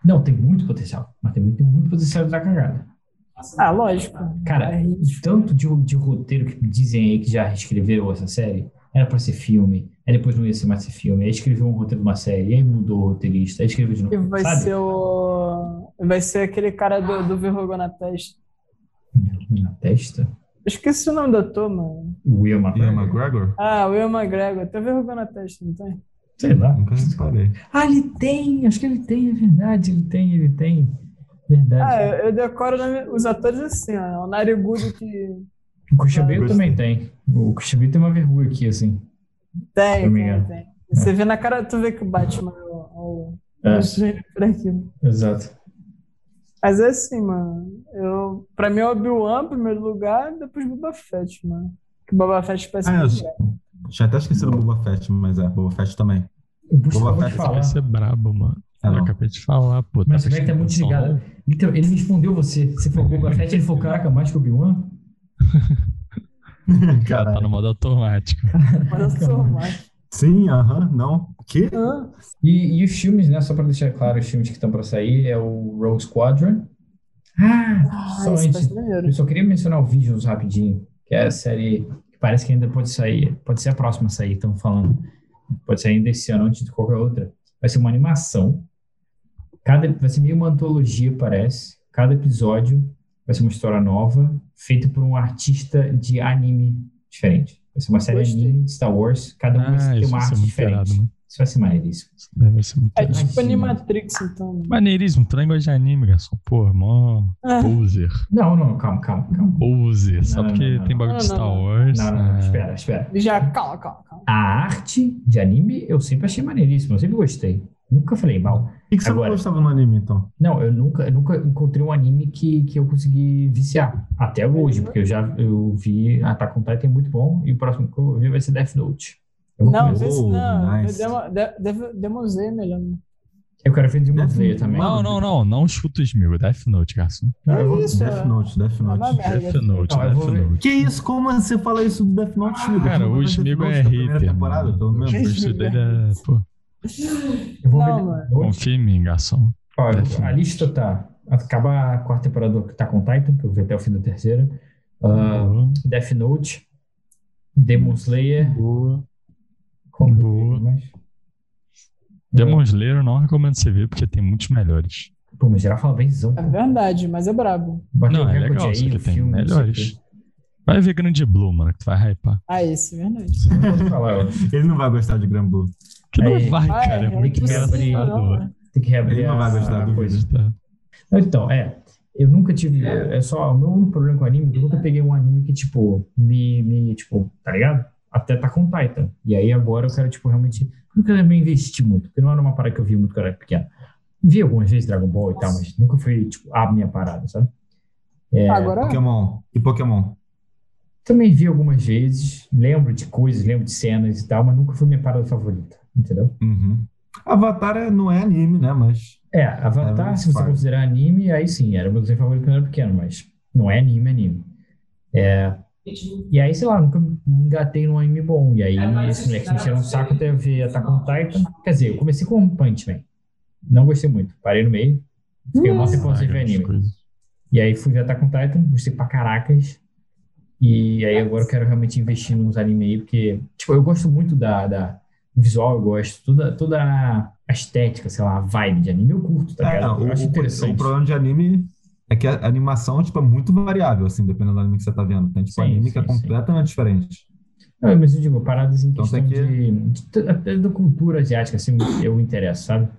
[SPEAKER 1] Não, tem muito potencial. Mas tem muito, tem muito potencial de dar cagada.
[SPEAKER 4] Ah, lógico.
[SPEAKER 1] Cara,
[SPEAKER 4] É
[SPEAKER 1] e tanto de, de roteiro que dizem aí que já reescreveu essa série, era pra ser filme, aí depois não ia ser mais ser filme, aí escreveu um roteiro de uma série, aí mudou o roteirista, aí escreveu de novo.
[SPEAKER 4] E vai
[SPEAKER 1] sabe?
[SPEAKER 4] ser o. Vai ser aquele cara do, do verrugo na testa.
[SPEAKER 1] Na testa?
[SPEAKER 4] Eu esqueci o nome do ator, mano.
[SPEAKER 1] O é Ian
[SPEAKER 2] Ian
[SPEAKER 1] McGregor?
[SPEAKER 2] McGregor?
[SPEAKER 4] Ah, Will McGregor. Tem verrugo na testa, não tem?
[SPEAKER 1] Sei lá.
[SPEAKER 2] Nunca reparei.
[SPEAKER 1] Ah, ele tem! Acho que ele tem, é verdade. Ele tem, ele tem. Verdade.
[SPEAKER 4] Ah, eu, eu decoro o nome- os atores assim, ó. O narigudo que
[SPEAKER 1] o Christian Bale
[SPEAKER 2] Bruce
[SPEAKER 1] também tem. O Christian Bale tem uma verruga aqui, assim.
[SPEAKER 4] tem,
[SPEAKER 1] Obrigado.
[SPEAKER 4] tem, tem. Você vê na cara, tu vê que o Batman é o. o- o gênio por aquilo.
[SPEAKER 1] exato.
[SPEAKER 4] Mas é assim, mano. Eu, pra mim é o Obi-Wan em primeiro lugar, depois Boba Fett, mano. Que Boba Fett parece
[SPEAKER 2] Ah,
[SPEAKER 4] que é
[SPEAKER 2] eu tinha até esquecido o Boba Fett, mas é, Boba Fett também.
[SPEAKER 1] O Bruce
[SPEAKER 2] Boba
[SPEAKER 1] acabou de
[SPEAKER 2] Fett
[SPEAKER 1] falar. Tá
[SPEAKER 3] Vai ser brabo, mano.
[SPEAKER 2] Ah,
[SPEAKER 3] eu
[SPEAKER 2] não.
[SPEAKER 3] acabei de falar, pô.
[SPEAKER 1] Mas o
[SPEAKER 3] tá
[SPEAKER 1] Beck tá muito
[SPEAKER 3] prestando atenção.
[SPEAKER 1] ligado. Então, ele respondeu você. Você falou Boba Fett, ele falou, caraca, mais que o Obi-Wan?
[SPEAKER 2] Cara,
[SPEAKER 3] Tá no modo automático.
[SPEAKER 4] mas eu sou mais.
[SPEAKER 2] Sim, aham, não. Que?
[SPEAKER 4] é Hã?
[SPEAKER 1] E, e os filmes, né? Só pra deixar claro, os filmes que estão pra sair é o Rogue Squadron. Ah,
[SPEAKER 4] Ah,
[SPEAKER 1] só
[SPEAKER 4] isso
[SPEAKER 1] antes.
[SPEAKER 4] parece maneiro.
[SPEAKER 1] Eu só queria mencionar o Visions rapidinho, que é a série que parece que ainda pode sair, pode ser a próxima a sair, estão falando. Pode ser ainda esse ano, antes de qualquer outra. Vai ser uma animação. Cada, vai ser meio uma antologia, parece. Cada episódio vai ser uma história nova, feita por um artista de anime diferente. Vai ser uma série
[SPEAKER 4] Gostei.
[SPEAKER 1] anime de Star Wars, cada um vai
[SPEAKER 3] Ah,
[SPEAKER 1] ter
[SPEAKER 3] isso
[SPEAKER 1] uma
[SPEAKER 3] vai ser
[SPEAKER 1] arte
[SPEAKER 3] muito irado,
[SPEAKER 1] diferente.
[SPEAKER 3] mano.
[SPEAKER 1] Isso vai ser maneiríssimo.
[SPEAKER 3] Isso Vai ser muito
[SPEAKER 4] É
[SPEAKER 3] irado.
[SPEAKER 4] tipo
[SPEAKER 1] Imagina.
[SPEAKER 4] Animatrix, então. mano.
[SPEAKER 3] Maneirismo, tu não gosta de anime, garçom. Pô, mó.
[SPEAKER 4] Ah,
[SPEAKER 3] Poser.
[SPEAKER 1] Não, não, calma, calma, calma.
[SPEAKER 3] Poser. Só
[SPEAKER 1] Não, não,
[SPEAKER 3] porque
[SPEAKER 1] não,
[SPEAKER 3] tem bagulho de
[SPEAKER 4] Não, não,
[SPEAKER 3] Star
[SPEAKER 4] não.
[SPEAKER 3] Wars.
[SPEAKER 1] Não, não, não,
[SPEAKER 3] ah,
[SPEAKER 1] espera, espera.
[SPEAKER 4] Já, calma, calma, calma.
[SPEAKER 1] A arte de anime eu sempre achei maneiríssima, eu sempre gostei. Nunca falei mal.
[SPEAKER 2] O que, que você não
[SPEAKER 1] Agora.
[SPEAKER 2] gostava no anime, então?
[SPEAKER 1] Não, eu nunca, eu nunca encontrei um anime que, que eu consegui viciar. Até hoje, porque eu já eu vi Attack on Titan é muito bom e o próximo que eu vi vai ser Death Note. Eu, vou
[SPEAKER 4] Não,
[SPEAKER 1] começar.
[SPEAKER 4] vê se não.
[SPEAKER 2] nice.
[SPEAKER 4] Eu demo- né? de- devo- Demonzei melhor. mano.
[SPEAKER 1] eu quero ver Demon
[SPEAKER 2] Death
[SPEAKER 1] Slayer
[SPEAKER 2] Note,
[SPEAKER 1] também.
[SPEAKER 3] Não, não, não. Não chuta os mil. Death Note, garçom.
[SPEAKER 1] Não, eu vou-
[SPEAKER 4] É isso,
[SPEAKER 2] Death Note, Death
[SPEAKER 4] é uma
[SPEAKER 2] Note.
[SPEAKER 4] merda.
[SPEAKER 3] Death Note,
[SPEAKER 1] Não, eu
[SPEAKER 3] Death
[SPEAKER 1] vou ver.
[SPEAKER 3] Note.
[SPEAKER 2] Que isso? Como assim você fala isso do Death Note, Schmigo?
[SPEAKER 3] Cara, o Smigo é hater.
[SPEAKER 2] temporada,
[SPEAKER 3] mano.
[SPEAKER 2] pelo
[SPEAKER 3] O
[SPEAKER 2] menos.
[SPEAKER 3] discurso dele é. Pô,
[SPEAKER 1] eu vou ver
[SPEAKER 4] Não,
[SPEAKER 1] Death Note.
[SPEAKER 4] mano.
[SPEAKER 3] confia em mim, garçom.
[SPEAKER 1] Ó,
[SPEAKER 3] Death
[SPEAKER 1] a lista tá. Acaba a quarta temporada do Attack on Titan, que eu vi até o fim da terceira. Ah,
[SPEAKER 3] Boa,
[SPEAKER 1] Death Note, Demon Slayer.
[SPEAKER 3] Boa.
[SPEAKER 1] Qual que é, eu
[SPEAKER 3] Boa.
[SPEAKER 1] vi mais?
[SPEAKER 3] Demon Slayer eu não recomendo você ver porque tem muitos melhores.
[SPEAKER 1] Pô, mas geral fala bemzão.
[SPEAKER 4] É verdade, mas é brabo.
[SPEAKER 1] Bateu
[SPEAKER 3] Não, é
[SPEAKER 1] recorde
[SPEAKER 3] legal,
[SPEAKER 1] aí,
[SPEAKER 3] só que
[SPEAKER 1] o
[SPEAKER 3] tem
[SPEAKER 1] um filme, não sei o
[SPEAKER 3] melhores. Vai ver Grande Blue, mano, que tu vai hypar.
[SPEAKER 4] Ah, esse, é verdade.
[SPEAKER 1] quê. Não posso falar, ó.
[SPEAKER 2] Ele não vai gostar de Grand Blue.
[SPEAKER 3] Que não
[SPEAKER 1] Aí,
[SPEAKER 3] vai,
[SPEAKER 4] Ah,
[SPEAKER 3] cara. É
[SPEAKER 4] é então.
[SPEAKER 3] muito
[SPEAKER 1] impossível,
[SPEAKER 4] não,
[SPEAKER 3] engraçado.
[SPEAKER 4] mano.
[SPEAKER 1] Tem que reabrir
[SPEAKER 2] Ele não vai
[SPEAKER 1] a-
[SPEAKER 2] gostar
[SPEAKER 1] a
[SPEAKER 2] do
[SPEAKER 1] coisa.
[SPEAKER 2] vídeo.
[SPEAKER 3] Tá.
[SPEAKER 1] Não, Então, é. Eu nunca tive. É só. O meu único problema com anime, é que eu nunca peguei um anime que, tipo, me. me tipo, tá ligado? Até tá com Titan. E aí agora eu quero, tipo, realmente. Nunca me investi muito, porque não era uma parada que eu vi muito quando eu era pequeno. Vi algumas vezes Dragon Ball e tal, mas nunca foi, tipo, a minha parada, sabe?
[SPEAKER 4] Agora,
[SPEAKER 2] Pokémon. E Pokémon?
[SPEAKER 1] Também vi algumas vezes, lembro de coisas, lembro de cenas e tal, mas nunca foi minha parada favorita, entendeu?
[SPEAKER 2] Uhum. Avatar é- não é anime, né? Mas.
[SPEAKER 1] É, Avatar,
[SPEAKER 2] É,
[SPEAKER 1] se você
[SPEAKER 2] faz.
[SPEAKER 1] considerar anime, aí sim, era meu desenho favorito quando eu era pequeno, mas não é anime, anime. É, e aí, sei lá, nunca me engatei num anime bom. E aí, esse moleque me tirou um saco até eu ver Attack on Titan. Quer dizer, eu comecei com Punch Man. Não gostei muito, parei no meio. Fiquei um tempo sem ver
[SPEAKER 3] Várias
[SPEAKER 1] anime.
[SPEAKER 3] coisas.
[SPEAKER 1] E aí fui ver Attack on Titan, gostei pra caracas. E aí agora eu quero realmente investir nos anime aí, porque, tipo, eu gosto muito da, da, o visual eu gosto, toda, toda a estética, sei lá, a vibe de anime eu curto, tá
[SPEAKER 2] É,
[SPEAKER 1] ligado?
[SPEAKER 2] o,
[SPEAKER 1] eu acho
[SPEAKER 2] o-
[SPEAKER 1] interessante.
[SPEAKER 2] o problema de anime é que a animação tipo, é muito variável, assim, dependendo do anime que você tá vendo. Tem tipo
[SPEAKER 1] Sim,
[SPEAKER 2] anime que é
[SPEAKER 1] sim, sim.
[SPEAKER 2] completamente diferente.
[SPEAKER 1] Não, mas eu digo, paradas em
[SPEAKER 2] Então
[SPEAKER 1] questão
[SPEAKER 2] tem que-
[SPEAKER 1] de, de- até da cultura asiática, assim, eu me interesso, sabe?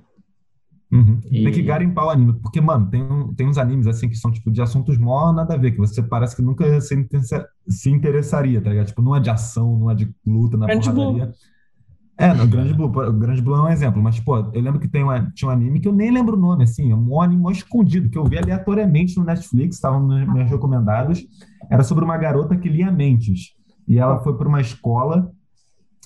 [SPEAKER 2] Uhum.
[SPEAKER 1] E-
[SPEAKER 2] Tem que garimpar o anime, porque, mano, tem, um- tem uns animes assim que são tipo de assuntos mó nada a ver, que você parece que nunca se, interessa- se interessaria, tá ligado? Tipo, não é de ação, não é de luta, na
[SPEAKER 4] Grande Blue.
[SPEAKER 2] porradaria. É, no Grande Blue, pô, o Grande Blue é um exemplo, mas, pô, eu lembro que tem um, tinha um anime que eu nem lembro o nome, assim, é um anime mó escondido, que eu vi aleatoriamente no Netflix, estavam nos meus recomendados, era sobre uma garota que lia mentes, e ela foi pra uma escola,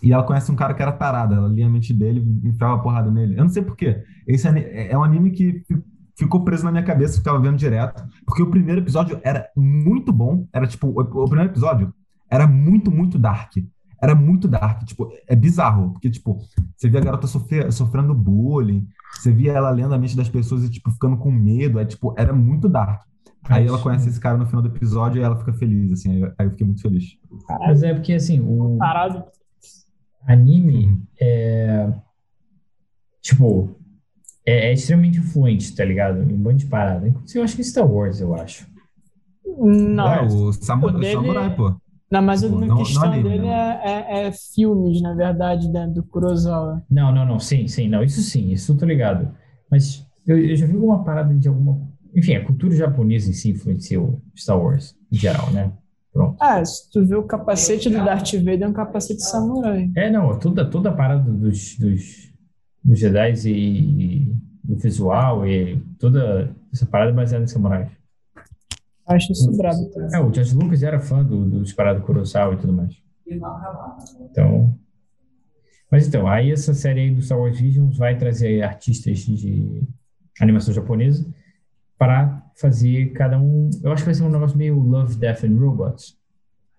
[SPEAKER 2] e ela conhece um cara que era tarado, ela lia a mente dele, enfiava a porrada nele, eu não sei por quê, esse ani- é é um anime que fi- ficou preso na minha cabeça, ficava vendo direto, porque o primeiro episódio era muito bom, era tipo, o, o primeiro episódio era muito, muito dark, era muito dark, tipo, é bizarro, porque, tipo, você via a garota sofrer, sofrendo bullying, você via ela lendo a mente das pessoas e, tipo, ficando com medo, é, tipo, era muito dark. Aí ela conhece esse cara no final do episódio e ela fica feliz, assim, aí eu, aí eu fiquei muito feliz.
[SPEAKER 1] Mas é porque, assim, o
[SPEAKER 4] Parado.
[SPEAKER 2] Uhum.
[SPEAKER 1] anime é. Tipo, é, é extremamente influente, tá ligado? Em um monte de parada. Inclusive, eu acho que Star Wars, eu acho.
[SPEAKER 4] Não,
[SPEAKER 2] É, o, samu-
[SPEAKER 4] o
[SPEAKER 2] o
[SPEAKER 4] dele-
[SPEAKER 2] samurai, pô.
[SPEAKER 4] não mas a
[SPEAKER 2] Não- não
[SPEAKER 4] questão
[SPEAKER 2] anime,
[SPEAKER 4] dele
[SPEAKER 2] né?
[SPEAKER 4] é, é- é filmes, na verdade, né, do Kurosawa.
[SPEAKER 1] Não, não, não, sim, sim, não, isso sim, isso eu tô ligado. Mas eu, eu já vi alguma parada de alguma. Enfim, a cultura japonesa em si influenciou Star Wars, em geral, né? Pronto.
[SPEAKER 4] Ah, se tu vê o capacete do Darth Vader, é um capacete samurai.
[SPEAKER 1] É, não, toda, toda a parada dos, dos, dos Jedi e, e do visual e toda essa parada é baseada em samurais.
[SPEAKER 4] Acho isso brabo. também.
[SPEAKER 1] É, o George Lucas era fã do, do disparado Kurosawa e tudo mais. Então. Mas então, aí essa série aí do Star Wars Visions vai trazer artistas de animação japonesa para fazer cada um. Eu acho que vai ser um negócio meio Love, Death and Robots.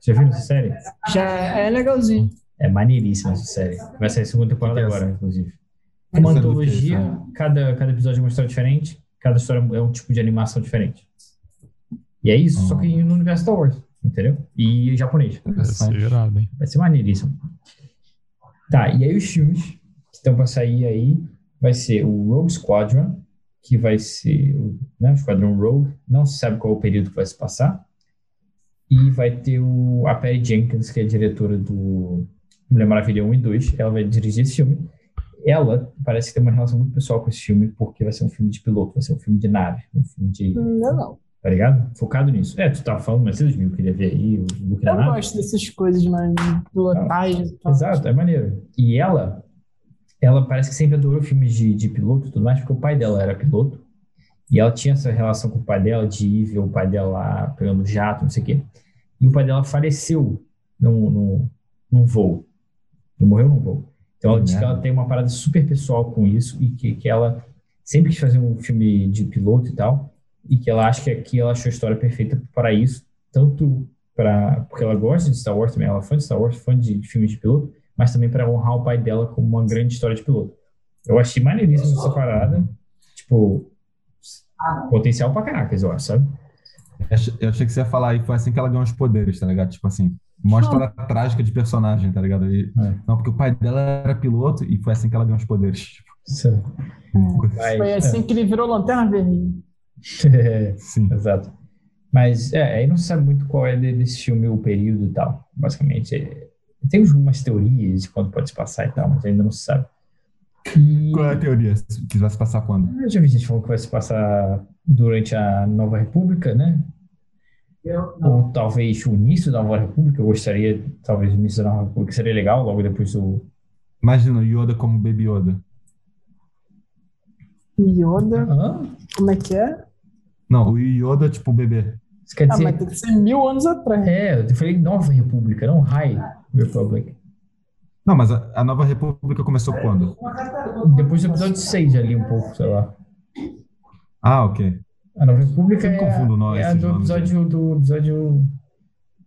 [SPEAKER 1] Já viram essa série?
[SPEAKER 4] Já é legalzinho.
[SPEAKER 1] É maneiríssima essa série. Vai sair a segunda temporada
[SPEAKER 2] Que que é
[SPEAKER 1] agora, inclusive.
[SPEAKER 2] Essa é do
[SPEAKER 1] Uma
[SPEAKER 2] que,
[SPEAKER 1] antologia,
[SPEAKER 2] essa?
[SPEAKER 1] cada, cada episódio é uma história diferente, cada história é um tipo de animação diferente. E é isso, só que no universo Star Wars, entendeu? E japonês.
[SPEAKER 3] Deve ser irado, hein?
[SPEAKER 1] Vai ser maneiríssimo. Tá, e aí os filmes que estão pra sair aí vai ser o Rogue Squadron, que vai ser o né, o Esquadrão Rogue, não se sabe qual é o período que vai se passar. E vai ter o, a Perry Jenkins, que é a diretora do Mulher Maravilha 1 e 2, ela vai dirigir esse filme. Ela parece que tem uma relação muito pessoal com esse filme, porque vai ser um filme de piloto, vai ser um filme de nave, um filme de.
[SPEAKER 4] Legal.
[SPEAKER 1] Tá ligado? Focado nisso. É, tu tava falando mais cedo, Gil, queria ver aí é o Luke na
[SPEAKER 4] Eu
[SPEAKER 1] nave.
[SPEAKER 4] gosto dessas coisas, mano, de pilotagem e tal.
[SPEAKER 1] Exato, é maneiro. E ela, ela parece que sempre adorou filmes de, de piloto e tudo mais, porque o pai dela era piloto. E ela tinha essa relação com o pai dela, de ir ver o pai dela lá pegando jato, não sei o quê. E o pai dela faleceu num, num, num voo. Ele morreu num voo. Então ela
[SPEAKER 2] Que
[SPEAKER 1] diz que
[SPEAKER 2] merda.
[SPEAKER 1] ela tem uma parada super pessoal com isso e que, que ela sempre quis fazer um filme de piloto e tal. E que ela acha que aqui ela achou a história perfeita para isso, tanto para porque ela gosta de Star Wars também, ela é fã de Star Wars, fã de, de filmes de piloto, mas também para honrar o pai dela como uma grande história de piloto. Eu achei maneiríssimo essa parada. Tipo, potencial pra caracas, eu acho, sabe?
[SPEAKER 2] Eu achei- Eu achei que você ia falar, e foi assim que ela ganhou os poderes, tá ligado? Tipo assim, uma história trágica de personagem, tá ligado? E-
[SPEAKER 1] É.
[SPEAKER 2] Não, porque o pai dela era piloto e foi assim que ela ganhou os poderes. Tipo,
[SPEAKER 1] Mas,
[SPEAKER 4] Foi assim que ele virou Lanterna Verde.
[SPEAKER 1] é.
[SPEAKER 2] assim. sim.
[SPEAKER 1] Exato. Mas é, aí não se sabe muito qual é de- desse filme, o período e tal. Basicamente, é, tem algumas teorias de quando pode se passar e tal, mas ainda não se sabe. E
[SPEAKER 2] Qual é a teoria? Que vai se passar quando?
[SPEAKER 1] eu já vi gente falando que vai se passar durante a Nova República, né? Ou talvez o início da Nova República. Eu gostaria, talvez o início da Nova República seria legal, logo depois do.
[SPEAKER 2] Imagina o Yoda como Baby Yoda.
[SPEAKER 4] Yoda,
[SPEAKER 1] Hã?
[SPEAKER 4] como é que é?
[SPEAKER 2] Não, o Yoda, tipo, bebê.
[SPEAKER 1] Isso quer
[SPEAKER 4] Ah,
[SPEAKER 1] dizer.
[SPEAKER 4] mas tem que ser mil anos atrás.
[SPEAKER 1] É, eu falei Nova República, não High Republic.
[SPEAKER 2] Não, mas a, a Nova República começou quando?
[SPEAKER 4] Ah.
[SPEAKER 1] Depois do episódio 6 ali, um pouco, sei lá.
[SPEAKER 2] Ah, ok.
[SPEAKER 1] A Nova República
[SPEAKER 2] Eu me
[SPEAKER 1] é, a-
[SPEAKER 2] confundo, não,
[SPEAKER 1] é a
[SPEAKER 2] esses
[SPEAKER 1] do
[SPEAKER 2] nomes aí.
[SPEAKER 1] episódio do episódio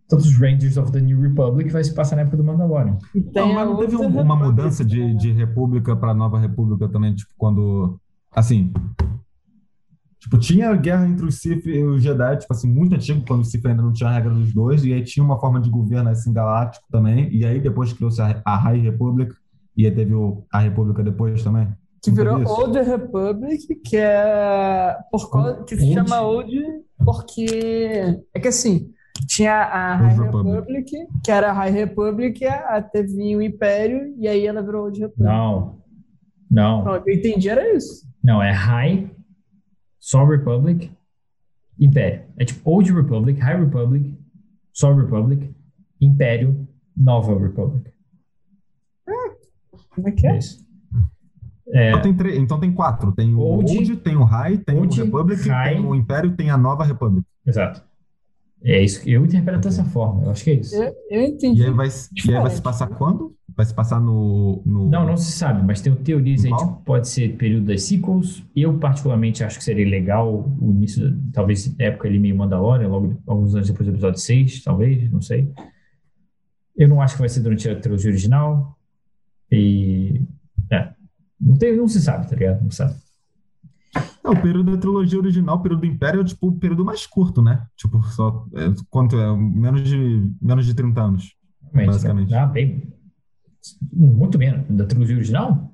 [SPEAKER 1] todos os Rangers of the New Republic vai se passar na época do Mandalorian.
[SPEAKER 4] E
[SPEAKER 2] Não,
[SPEAKER 4] tem
[SPEAKER 2] mas
[SPEAKER 4] a
[SPEAKER 2] não teve
[SPEAKER 4] outra
[SPEAKER 2] um- uma
[SPEAKER 4] República,
[SPEAKER 2] mudança de,
[SPEAKER 4] né?
[SPEAKER 2] de República pra Nova República também, tipo, quando. Assim. Tipo, tinha a guerra entre os Sith e os Jedi, tipo assim, muito antigo, quando o Sith ainda não tinha a regra dos dois, e aí tinha uma forma de governo, assim, galáctico também, e aí depois criou-se a, a High Republic, E aí teve o- a República depois
[SPEAKER 1] É.
[SPEAKER 2] também?
[SPEAKER 4] Que
[SPEAKER 2] Nunca
[SPEAKER 4] virou
[SPEAKER 2] vi isso.
[SPEAKER 4] Old Republic, que é por causa, que se
[SPEAKER 5] Old?
[SPEAKER 4] chama Old porque é que assim, tinha a
[SPEAKER 2] Old
[SPEAKER 4] High
[SPEAKER 2] Republic.
[SPEAKER 4] Republic, que era a High Republic, até vinha o um Império e aí ela virou Old Republic.
[SPEAKER 1] Não. Não.
[SPEAKER 4] Pronto, eu entendi, era isso.
[SPEAKER 1] Não, é High, Sol Republic, Império. É tipo Old Republic, High Republic, Sol Republic, Império, Nova Republic.
[SPEAKER 4] Como é que
[SPEAKER 1] É
[SPEAKER 4] é?
[SPEAKER 1] isso. É,
[SPEAKER 2] Então tem, três, então tem quatro. Tem o
[SPEAKER 1] Old,
[SPEAKER 2] Old, tem o High, tem
[SPEAKER 1] Old,
[SPEAKER 2] o Republic,
[SPEAKER 1] High.
[SPEAKER 2] tem o Império, tem a Nova Republic.
[SPEAKER 1] Exato. É isso que eu interpreto dessa forma. Eu acho que é isso.
[SPEAKER 4] Eu, eu entendi.
[SPEAKER 2] E aí vai, se- e aí vai se passar quando? Vai se passar no... no...
[SPEAKER 1] Não, não se sabe, mas tem teorias aí,
[SPEAKER 2] Qual?
[SPEAKER 1] tipo, pode ser período das sequels. Eu, particularmente, acho que seria legal o início, da- talvez época ali meio Mandalorian, logo alguns anos depois do episódio 6, talvez, não sei. Eu não acho que vai ser durante a trilogia original. E. É. Não, tem, não se sabe, tá ligado? Não sabe.
[SPEAKER 2] É, o período da trilogia original, o período do Império, é tipo o período mais curto, né? Tipo, só... é, quanto é? Menos de, menos de 30 anos.
[SPEAKER 1] Realmente,
[SPEAKER 2] Basicamente.
[SPEAKER 1] né? Ah, bem. Muito menos. Da trilogia original?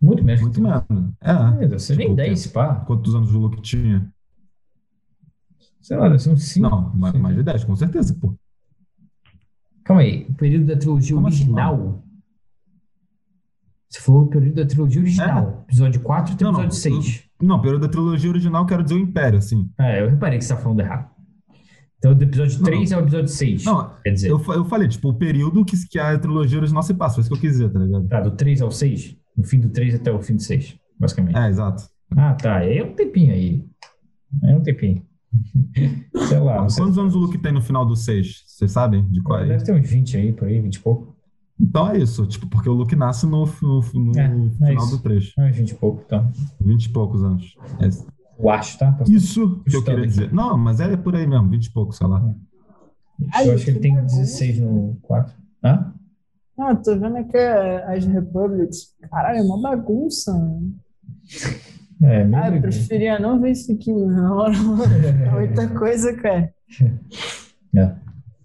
[SPEAKER 1] Muito menos.
[SPEAKER 2] Muito menos. É.
[SPEAKER 1] Meu Deus, você nem
[SPEAKER 2] Tipo,
[SPEAKER 1] 10, pá.
[SPEAKER 2] Quantos anos o Luke tinha?
[SPEAKER 1] Sei lá, são 5.
[SPEAKER 2] Não, ma- mais de 10, com certeza, pô.
[SPEAKER 1] Calma aí, o período da trilogia
[SPEAKER 2] Como assim,
[SPEAKER 1] original? Você falou o período da trilogia original. Episódio 4 até
[SPEAKER 2] É? Não, não,
[SPEAKER 1] episódio 6.
[SPEAKER 2] Não, período da trilogia original, quero dizer o Império, assim.
[SPEAKER 1] É, eu reparei que você tá falando errado. Então, do episódio
[SPEAKER 2] Não.
[SPEAKER 1] 3 ao episódio 6.
[SPEAKER 2] Não,
[SPEAKER 1] Quer dizer,
[SPEAKER 2] eu, fa- eu falei, tipo, o período que, que a trilogia original se passa, foi isso que eu quis dizer, tá ligado?
[SPEAKER 1] tá, do 3 ao 6. No fim do 3 até o fim do 6, basicamente.
[SPEAKER 2] É, exato.
[SPEAKER 1] Ah, tá. É um tempinho aí. É um tempinho. Sei lá. não sei.
[SPEAKER 2] Quantos anos o Luke tem no final do 6? Vocês sabem de qual é?
[SPEAKER 1] Deve ter uns 20 aí, por aí, 20 e pouco.
[SPEAKER 2] Então é isso, tipo, porque o Luke nasce no, no- no
[SPEAKER 1] É, é
[SPEAKER 2] final
[SPEAKER 1] isso.
[SPEAKER 2] do 3.
[SPEAKER 1] Ah, 20 e pouco, então.
[SPEAKER 2] 20 e poucos anos. É isso.
[SPEAKER 1] Eu acho, tá?
[SPEAKER 2] isso que eu
[SPEAKER 1] Estando
[SPEAKER 2] queria
[SPEAKER 1] aqui.
[SPEAKER 2] dizer. Não, mas é por aí mesmo, 20 e poucos, sei lá.
[SPEAKER 1] Eu acho que ele tem 16 no 4. Hã?
[SPEAKER 4] Não, eu tô vendo aqui as Republics. Caralho, é uma bagunça. mano.
[SPEAKER 1] É, meio
[SPEAKER 4] Ah, eu
[SPEAKER 1] doido.
[SPEAKER 4] preferia não ver isso aqui, não. É muita coisa, é. cara.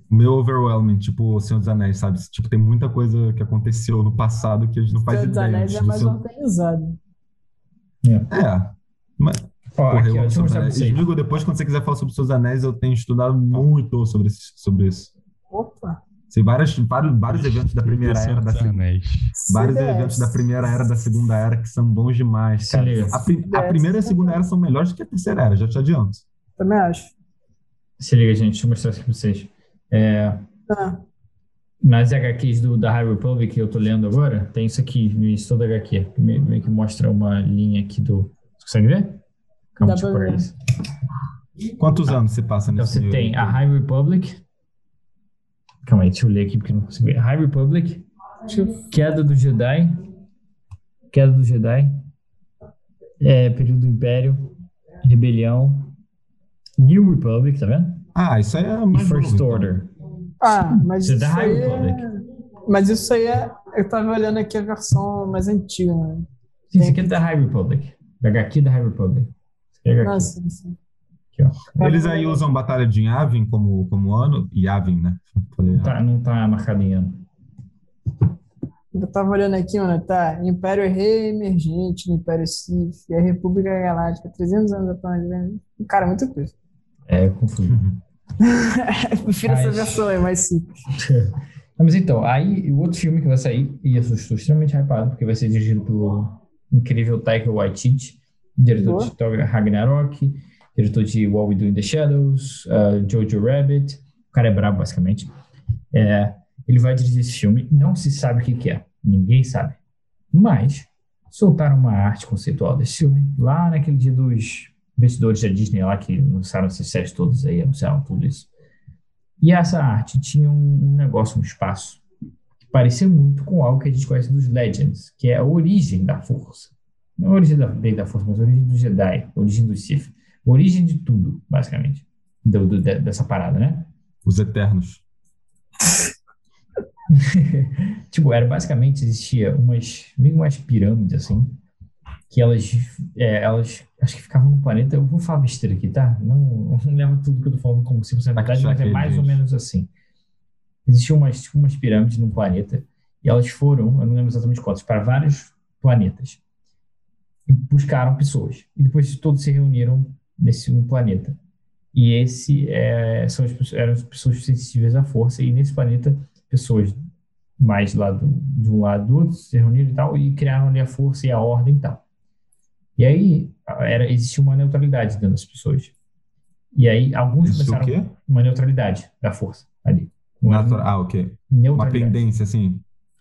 [SPEAKER 2] Meio overwhelming, tipo o Senhor dos Anéis, sabe? Tipo, tem muita coisa que aconteceu no passado que a gente não faz
[SPEAKER 4] Senhor dos
[SPEAKER 2] ideia
[SPEAKER 4] Anéis é
[SPEAKER 2] antes do
[SPEAKER 4] mais
[SPEAKER 2] Senhor-
[SPEAKER 4] organizado.
[SPEAKER 2] É. Mas,
[SPEAKER 1] Ó,
[SPEAKER 2] porra,
[SPEAKER 1] aqui,
[SPEAKER 2] eu
[SPEAKER 1] ó, deixa
[SPEAKER 2] amo
[SPEAKER 1] eu um
[SPEAKER 2] Senhor dos
[SPEAKER 1] mostrar pra
[SPEAKER 2] Anéis.
[SPEAKER 1] vocês.
[SPEAKER 2] Digo, depois, quando você quiser falar sobre os seus anéis, eu tenho estudado muito sobre, esse- sobre isso.
[SPEAKER 4] Opa!
[SPEAKER 2] Sei várias, vários, vários eventos da primeira
[SPEAKER 3] Senhor
[SPEAKER 2] era, da
[SPEAKER 3] dos
[SPEAKER 2] segunda.
[SPEAKER 3] Anéis.
[SPEAKER 2] Vários
[SPEAKER 4] CDS.
[SPEAKER 2] eventos da primeira era, da segunda era, que são bons demais,
[SPEAKER 1] Se
[SPEAKER 2] cara.
[SPEAKER 1] liga.
[SPEAKER 2] A, pri- a
[SPEAKER 4] CDS.
[SPEAKER 2] primeira e a segunda era são melhores que a terceira era, já te adianto.
[SPEAKER 4] Também acho.
[SPEAKER 1] Se liga, gente, deixa eu mostrar isso pra vocês. É,
[SPEAKER 4] Ah,
[SPEAKER 1] nas HQs do, da High Republic que eu tô lendo agora, tem isso aqui no início toda HQ. que me- Meio que mostra uma linha aqui do. Você consegue ver? Calma,
[SPEAKER 4] Dá
[SPEAKER 1] deixa eu
[SPEAKER 4] pra
[SPEAKER 1] pegar
[SPEAKER 4] ver.
[SPEAKER 1] isso.
[SPEAKER 2] Quantos anos você passa
[SPEAKER 1] Então
[SPEAKER 2] nesse
[SPEAKER 1] você tem a
[SPEAKER 2] período?
[SPEAKER 1] High Republic. Calma aí, deixa eu ler aqui porque eu não consigo ver. High Republic,
[SPEAKER 4] deixa eu-
[SPEAKER 1] Queda do Jedi. Queda do Jedi. É, período do Império. Rebelião. New Republic, tá vendo?
[SPEAKER 2] Ah, isso aí é
[SPEAKER 1] E
[SPEAKER 2] mais
[SPEAKER 1] First
[SPEAKER 2] novo, então.
[SPEAKER 1] Order.
[SPEAKER 4] Ah, mas
[SPEAKER 1] Você é da
[SPEAKER 4] isso
[SPEAKER 1] High
[SPEAKER 4] aí
[SPEAKER 1] Republic.
[SPEAKER 4] é... Mas isso aí é... Eu tava olhando aqui a versão mais antiga, né?
[SPEAKER 1] Sim, isso aqui é da High Republic. Da HQ da High Republic. Isso aqui é HQ.
[SPEAKER 4] Nossa, Ah, sim. Tá
[SPEAKER 1] Aqui, ó.
[SPEAKER 2] Eles aí usam Batalha de Yavin como, como ano. Yavin, né? Falei errado.
[SPEAKER 1] Tá, não tá marcado em ano.
[SPEAKER 4] Eu tava olhando aqui, mano, tá? Império Reemergente, Império Sith, e a República Galáctica, 300 anos atrás. né? Cara, muita coisa.
[SPEAKER 1] É, eu confuso.
[SPEAKER 4] Eu prefiro essa
[SPEAKER 1] Mas-
[SPEAKER 4] versão aí, mais simples.
[SPEAKER 1] Não, Mas então, aí o outro filme que vai sair, e eu sou- estou extremamente hypado, porque vai ser dirigido pelo incrível Taika Waititi, diretor
[SPEAKER 4] Boa.
[SPEAKER 1] de Thor Ragnarok, diretor de What We Do in the Shadows, uh, Jojo Rabbit, o cara é brabo, basicamente. É, ele vai dirigir esse filme, não se sabe o que, que é, ninguém sabe. Mas soltaram uma arte conceitual desse filme lá naquele dia dos investidores da Disney lá, que lançaram essas séries todas aí, anunciaram tudo isso. E essa arte tinha um, um negócio, um espaço, que parecia muito com algo que a gente conhece dos Legends, que é a origem da força. Não a origem da, bem da força, mas a origem do Jedi, a origem do Sith. a Origem de tudo, basicamente, do- do- de- dessa parada, né?
[SPEAKER 2] Os Eternos.
[SPEAKER 1] tipo, era basicamente, existia umas, meio umas pirâmides, assim, que elas, é, elas, acho que ficavam no planeta, eu vou falar besteira aqui, tá? Não, não leva tudo que eu tô falando como 100%
[SPEAKER 2] Tá
[SPEAKER 1] verdade, mas é
[SPEAKER 2] chateado,
[SPEAKER 1] mais ou
[SPEAKER 2] gente.
[SPEAKER 1] menos assim. Existiam umas, tipo, umas pirâmides num planeta, E elas foram, eu não lembro exatamente quantas, para vários planetas. E buscaram pessoas. E depois todos se reuniram nesse um planeta. E esse é, são as, pessoas- eram as pessoas sensíveis à força. E nesse planeta, pessoas mais lá do, de um lado do outro se reuniram e tal, e criaram ali a força e a ordem e tal. E aí a- era, existia uma neutralidade dentro das pessoas. E aí alguns
[SPEAKER 2] Isso o
[SPEAKER 1] começaram
[SPEAKER 2] quê?
[SPEAKER 1] uma neutralidade da força ali. Uma
[SPEAKER 2] Natura- Ah, ok. Uma
[SPEAKER 1] Uhum. neutralidade.
[SPEAKER 2] pendência, assim.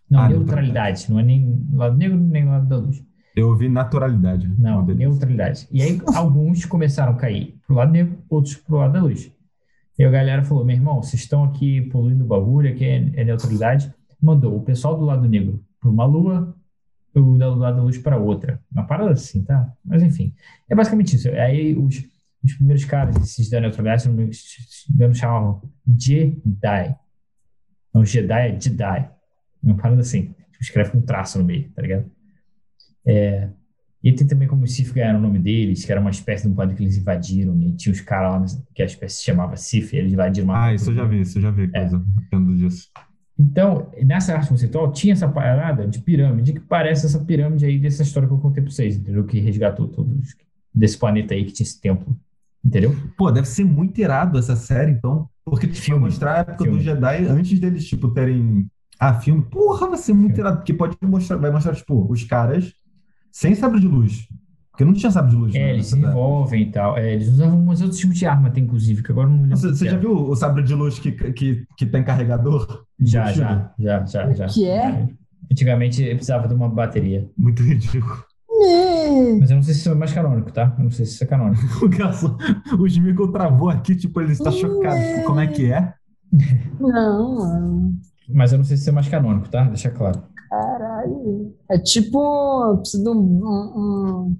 [SPEAKER 1] Não,
[SPEAKER 2] Ah,
[SPEAKER 1] neutralidade. Não é nem lado negro, nem lado da luz.
[SPEAKER 2] Eu ouvi naturalidade.
[SPEAKER 1] Não,
[SPEAKER 2] Uma delícia.
[SPEAKER 1] neutralidade. E aí alguns começaram a cair pro lado negro, outros pro lado da luz. E a galera falou: meu irmão, vocês estão aqui poluindo o bagulho, aqui é, é neutralidade. Mandou o pessoal do lado negro para uma lua, o da- do lado da luz para outra. Uma parada assim, tá? Mas enfim, é basicamente isso. Aí os, os primeiros caras, esses da neutralidade, se não me engano, chamavam Jedi. Não, Jedi é Jedi. Uma parada assim. Tipo, escreve com um traço no meio, tá ligado? É, E tem também como os Sith ganharam o nome deles, que era uma espécie de um planeta que eles invadiram, e tinha os caras lá nessa- que a espécie se chamava Sith, e eles invadiram uma.
[SPEAKER 2] Ah, isso eu já vi, isso eu já
[SPEAKER 1] É.
[SPEAKER 2] vi, coisa. Tendo disso.
[SPEAKER 1] Então, nessa arte conceitual, tinha essa parada de pirâmide, que parece essa pirâmide aí dessa história que eu contei pra vocês, entendeu? Que resgatou todos desse planeta aí que tinha esse templo, entendeu?
[SPEAKER 2] Pô, deve ser muito irado essa série, então. Porque eles vão
[SPEAKER 1] Filme.
[SPEAKER 2] mostrar a época
[SPEAKER 1] Filme.
[SPEAKER 2] do Jedi antes deles, tipo, terem. Ah, filme. Porra, vai ser muito
[SPEAKER 1] Filme.
[SPEAKER 2] irado. Porque pode mostrar, vai mostrar, tipo, os caras sem sabre de luz. Porque não tinha sabre de luz,
[SPEAKER 1] É,
[SPEAKER 2] né,
[SPEAKER 1] eles se
[SPEAKER 2] nessa época.
[SPEAKER 1] envolvem e tal. É, eles usavam uns outros tipos de arma, até inclusive, que agora eu não me lembro.
[SPEAKER 2] Você,
[SPEAKER 1] o que
[SPEAKER 2] você já
[SPEAKER 1] era.
[SPEAKER 2] viu o sabre de luz que, que, que tem carregador?
[SPEAKER 1] é. Já,
[SPEAKER 2] embutido?
[SPEAKER 1] já, já, já,
[SPEAKER 6] O
[SPEAKER 1] já.
[SPEAKER 6] que é?
[SPEAKER 1] Antigamente eu precisava de uma bateria.
[SPEAKER 2] Muito ridículo.
[SPEAKER 6] Me-
[SPEAKER 1] Mas eu não sei se isso é mais canônico, tá? Eu não sei se isso é canônico.
[SPEAKER 2] O garçom, o Smigol travou aqui, tipo, ele está chocado. Tipo, como é que é?
[SPEAKER 6] Não, mano.
[SPEAKER 1] Mas eu não sei se isso é mais canônico, tá? Deixa claro.
[SPEAKER 6] Caralho.
[SPEAKER 4] É tipo. Precisa de um. um, um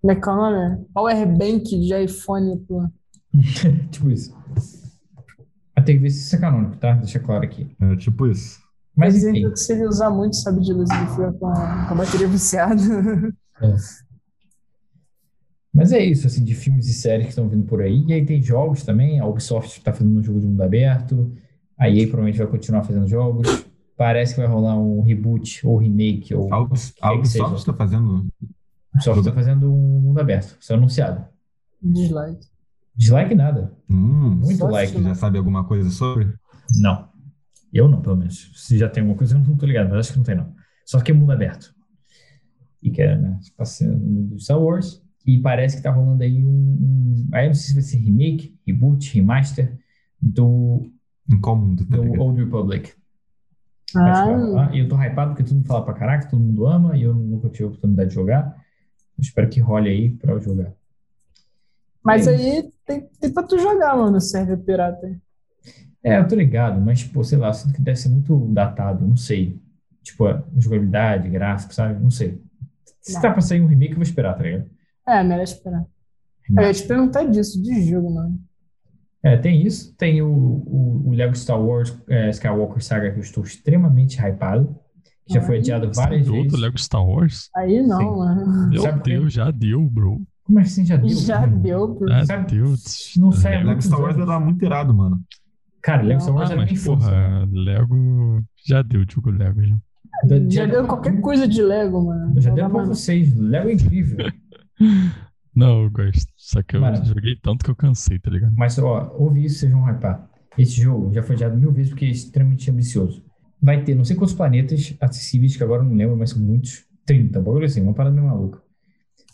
[SPEAKER 4] como é que é o nome? Power Bank de iPhone, pô.
[SPEAKER 1] Tipo isso. Eu tenho que ver se isso é canônico, tá? Deixa claro aqui.
[SPEAKER 2] É tipo isso.
[SPEAKER 1] Mas
[SPEAKER 4] Mas
[SPEAKER 6] é.
[SPEAKER 1] enfim.
[SPEAKER 4] ainda que se ele usar muito, sabe, de luz, ele fica com a, com a bateria viciada.
[SPEAKER 1] É. Mas é isso, assim, de filmes e séries que estão vindo por aí. E aí tem jogos também. A Ubisoft está fazendo um jogo de mundo aberto. A EA provavelmente vai continuar fazendo jogos. Parece que vai rolar um reboot ou remake ou
[SPEAKER 2] A Ubis- a
[SPEAKER 1] Que é que seja.
[SPEAKER 2] Ubisoft está tá fazendo.
[SPEAKER 1] Ubisoft está fazendo um mundo aberto. Isso é anunciado.
[SPEAKER 4] Dislike.
[SPEAKER 1] Dislike nada.
[SPEAKER 2] Hum,
[SPEAKER 1] Muito né?
[SPEAKER 4] Só
[SPEAKER 1] like.
[SPEAKER 2] você já sabe alguma coisa sobre?
[SPEAKER 1] Não. Eu não, pelo menos. Se já tem alguma coisa, eu não tô ligado, mas acho que não tem, não. Só que é mundo aberto. E que é, né? se passa no mundo de Star Wars. E parece que tá rolando aí um. um- aí eu não sei se vai ser remake, reboot, remaster do,
[SPEAKER 2] Em qual mundo, tá
[SPEAKER 1] do
[SPEAKER 2] ligado?
[SPEAKER 1] Old Republic. Vai
[SPEAKER 4] Ah,
[SPEAKER 1] ficar lá. E eu tô hypado porque todo mundo fala pra caraca, todo mundo ama, e eu nunca tive a oportunidade de jogar. Eu espero que role aí pra eu jogar.
[SPEAKER 4] mas
[SPEAKER 1] Sim.
[SPEAKER 4] aí tem, tem pra tu jogar, mano, o server pirata. aí.
[SPEAKER 1] É, eu tô ligado, mas, pô, sei lá, eu sinto que deve ser muito datado, não sei. Tipo, a jogabilidade, gráfico, sabe? Não sei. Se
[SPEAKER 4] Não.
[SPEAKER 1] tá pra sair um remake, eu vou esperar, tá ligado?
[SPEAKER 4] É, merece esperar. Eu ia te perguntar disso, de jogo, mano.
[SPEAKER 1] É, tem isso, tem o, o, o Lego Star Wars é, Skywalker Saga, que eu estou extremamente hypado. que Já foi
[SPEAKER 4] Ai,
[SPEAKER 1] adiado várias
[SPEAKER 3] Do outro
[SPEAKER 1] vezes.
[SPEAKER 3] Lego Star Wars?
[SPEAKER 4] Aí não,
[SPEAKER 1] Sim.
[SPEAKER 4] mano.
[SPEAKER 3] Meu
[SPEAKER 1] Sabe por quê?
[SPEAKER 3] Deus, já deu, bro.
[SPEAKER 1] Como é que assim já deu?
[SPEAKER 4] Já deu, bro.
[SPEAKER 3] Já
[SPEAKER 1] Sabe?
[SPEAKER 3] deu.
[SPEAKER 1] Não
[SPEAKER 3] É,
[SPEAKER 1] sai há
[SPEAKER 2] Lego
[SPEAKER 1] muitos
[SPEAKER 2] Star Wars
[SPEAKER 1] anos.
[SPEAKER 2] era muito irado, mano.
[SPEAKER 1] Cara, Lego Star Wars
[SPEAKER 3] Ah,
[SPEAKER 1] era bem
[SPEAKER 3] mas
[SPEAKER 1] força. né?
[SPEAKER 3] porra, Lego já deu, digo Lego já.
[SPEAKER 1] Da-
[SPEAKER 4] Já deu qualquer coisa de Lego, mano.
[SPEAKER 1] Já
[SPEAKER 4] Não
[SPEAKER 1] deu
[SPEAKER 4] dá
[SPEAKER 1] pra
[SPEAKER 4] mais-
[SPEAKER 1] vocês. Lego é incrível.
[SPEAKER 3] Não, eu gosto. Só que eu
[SPEAKER 1] Mano.
[SPEAKER 3] joguei tanto que eu cansei, tá ligado?
[SPEAKER 1] Mas, ó, ouve isso, vocês vão hypar. Esse jogo já foi adiado mil vezes porque é extremamente ambicioso. Vai ter não sei quantos planetas acessíveis, que agora eu não lembro, mas são muitos. 30, um bagulho assim, uma parada meio maluca.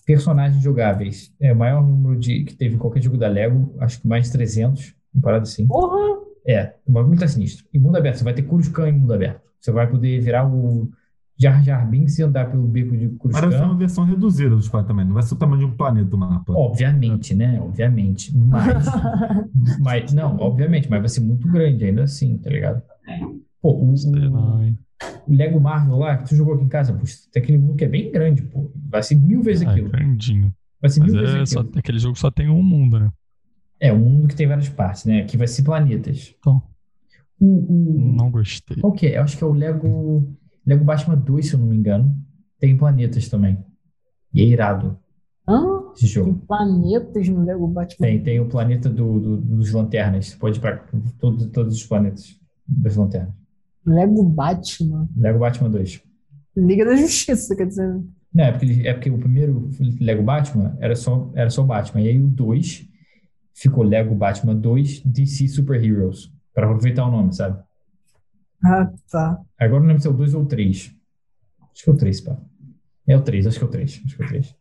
[SPEAKER 1] Personagens jogáveis. É o maior número de, que teve em qualquer jogo da Lego, acho que mais de 300, uma parada assim.
[SPEAKER 4] Porra!
[SPEAKER 1] É, o bagulho tá sinistro. E mundo aberto, você vai ter Coruscant em mundo aberto. Você vai poder virar o Jar Jar Binks e andar pelo beco de
[SPEAKER 2] Mas deve ser
[SPEAKER 1] Coruscant.
[SPEAKER 2] uma versão reduzida dos planetas também. Não vai ser o tamanho de um planeta o mapa.
[SPEAKER 1] Obviamente, né? Obviamente. Mas, mas, não, obviamente, mas vai ser muito grande ainda assim, tá ligado? Pô, o,
[SPEAKER 3] Sei
[SPEAKER 1] o-
[SPEAKER 3] lá, hein?
[SPEAKER 1] o Lego Marvel lá, que tu jogou aqui em casa, pô, tem aquele mundo que é bem grande, pô. Vai ser mil vezes
[SPEAKER 3] Ah, é
[SPEAKER 1] aquilo.
[SPEAKER 3] grandinho.
[SPEAKER 1] Vai ser
[SPEAKER 3] Mas
[SPEAKER 1] mil
[SPEAKER 3] é
[SPEAKER 1] vezes
[SPEAKER 3] só,
[SPEAKER 1] aquilo.
[SPEAKER 3] aquele jogo só tem um mundo, né?
[SPEAKER 1] É, um mundo que tem várias partes, né? Aqui vai ser planetas.
[SPEAKER 3] Então,
[SPEAKER 1] O, o,
[SPEAKER 3] não gostei.
[SPEAKER 1] qual que é? Eu acho que é o Lego, Lego Batman 2, se eu não me engano. Tem planetas também. E é irado
[SPEAKER 4] Hã?
[SPEAKER 1] esse
[SPEAKER 4] Tem
[SPEAKER 1] jogo.
[SPEAKER 4] planetas no Lego Batman.
[SPEAKER 1] Tem, tem o planeta do, do- dos lanternas. Você pode ir pra todo, todos os planetas das lanternas.
[SPEAKER 6] Lego Batman.
[SPEAKER 1] Lego Batman 2.
[SPEAKER 6] Liga da Justiça, quer dizer.
[SPEAKER 4] né?
[SPEAKER 1] Não, é porque, ele- é porque o primeiro Lego Batman era só, era só Batman. E aí o 2 ficou Lego Batman 2 DC Super Heroes. Pra aproveitar o nome, sabe?
[SPEAKER 4] Ah, tá.
[SPEAKER 1] Agora eu não lembro se é o 2 ou o 3. Acho que é o 3, pá. É o 3, acho que é o 3. Acho que é o 3.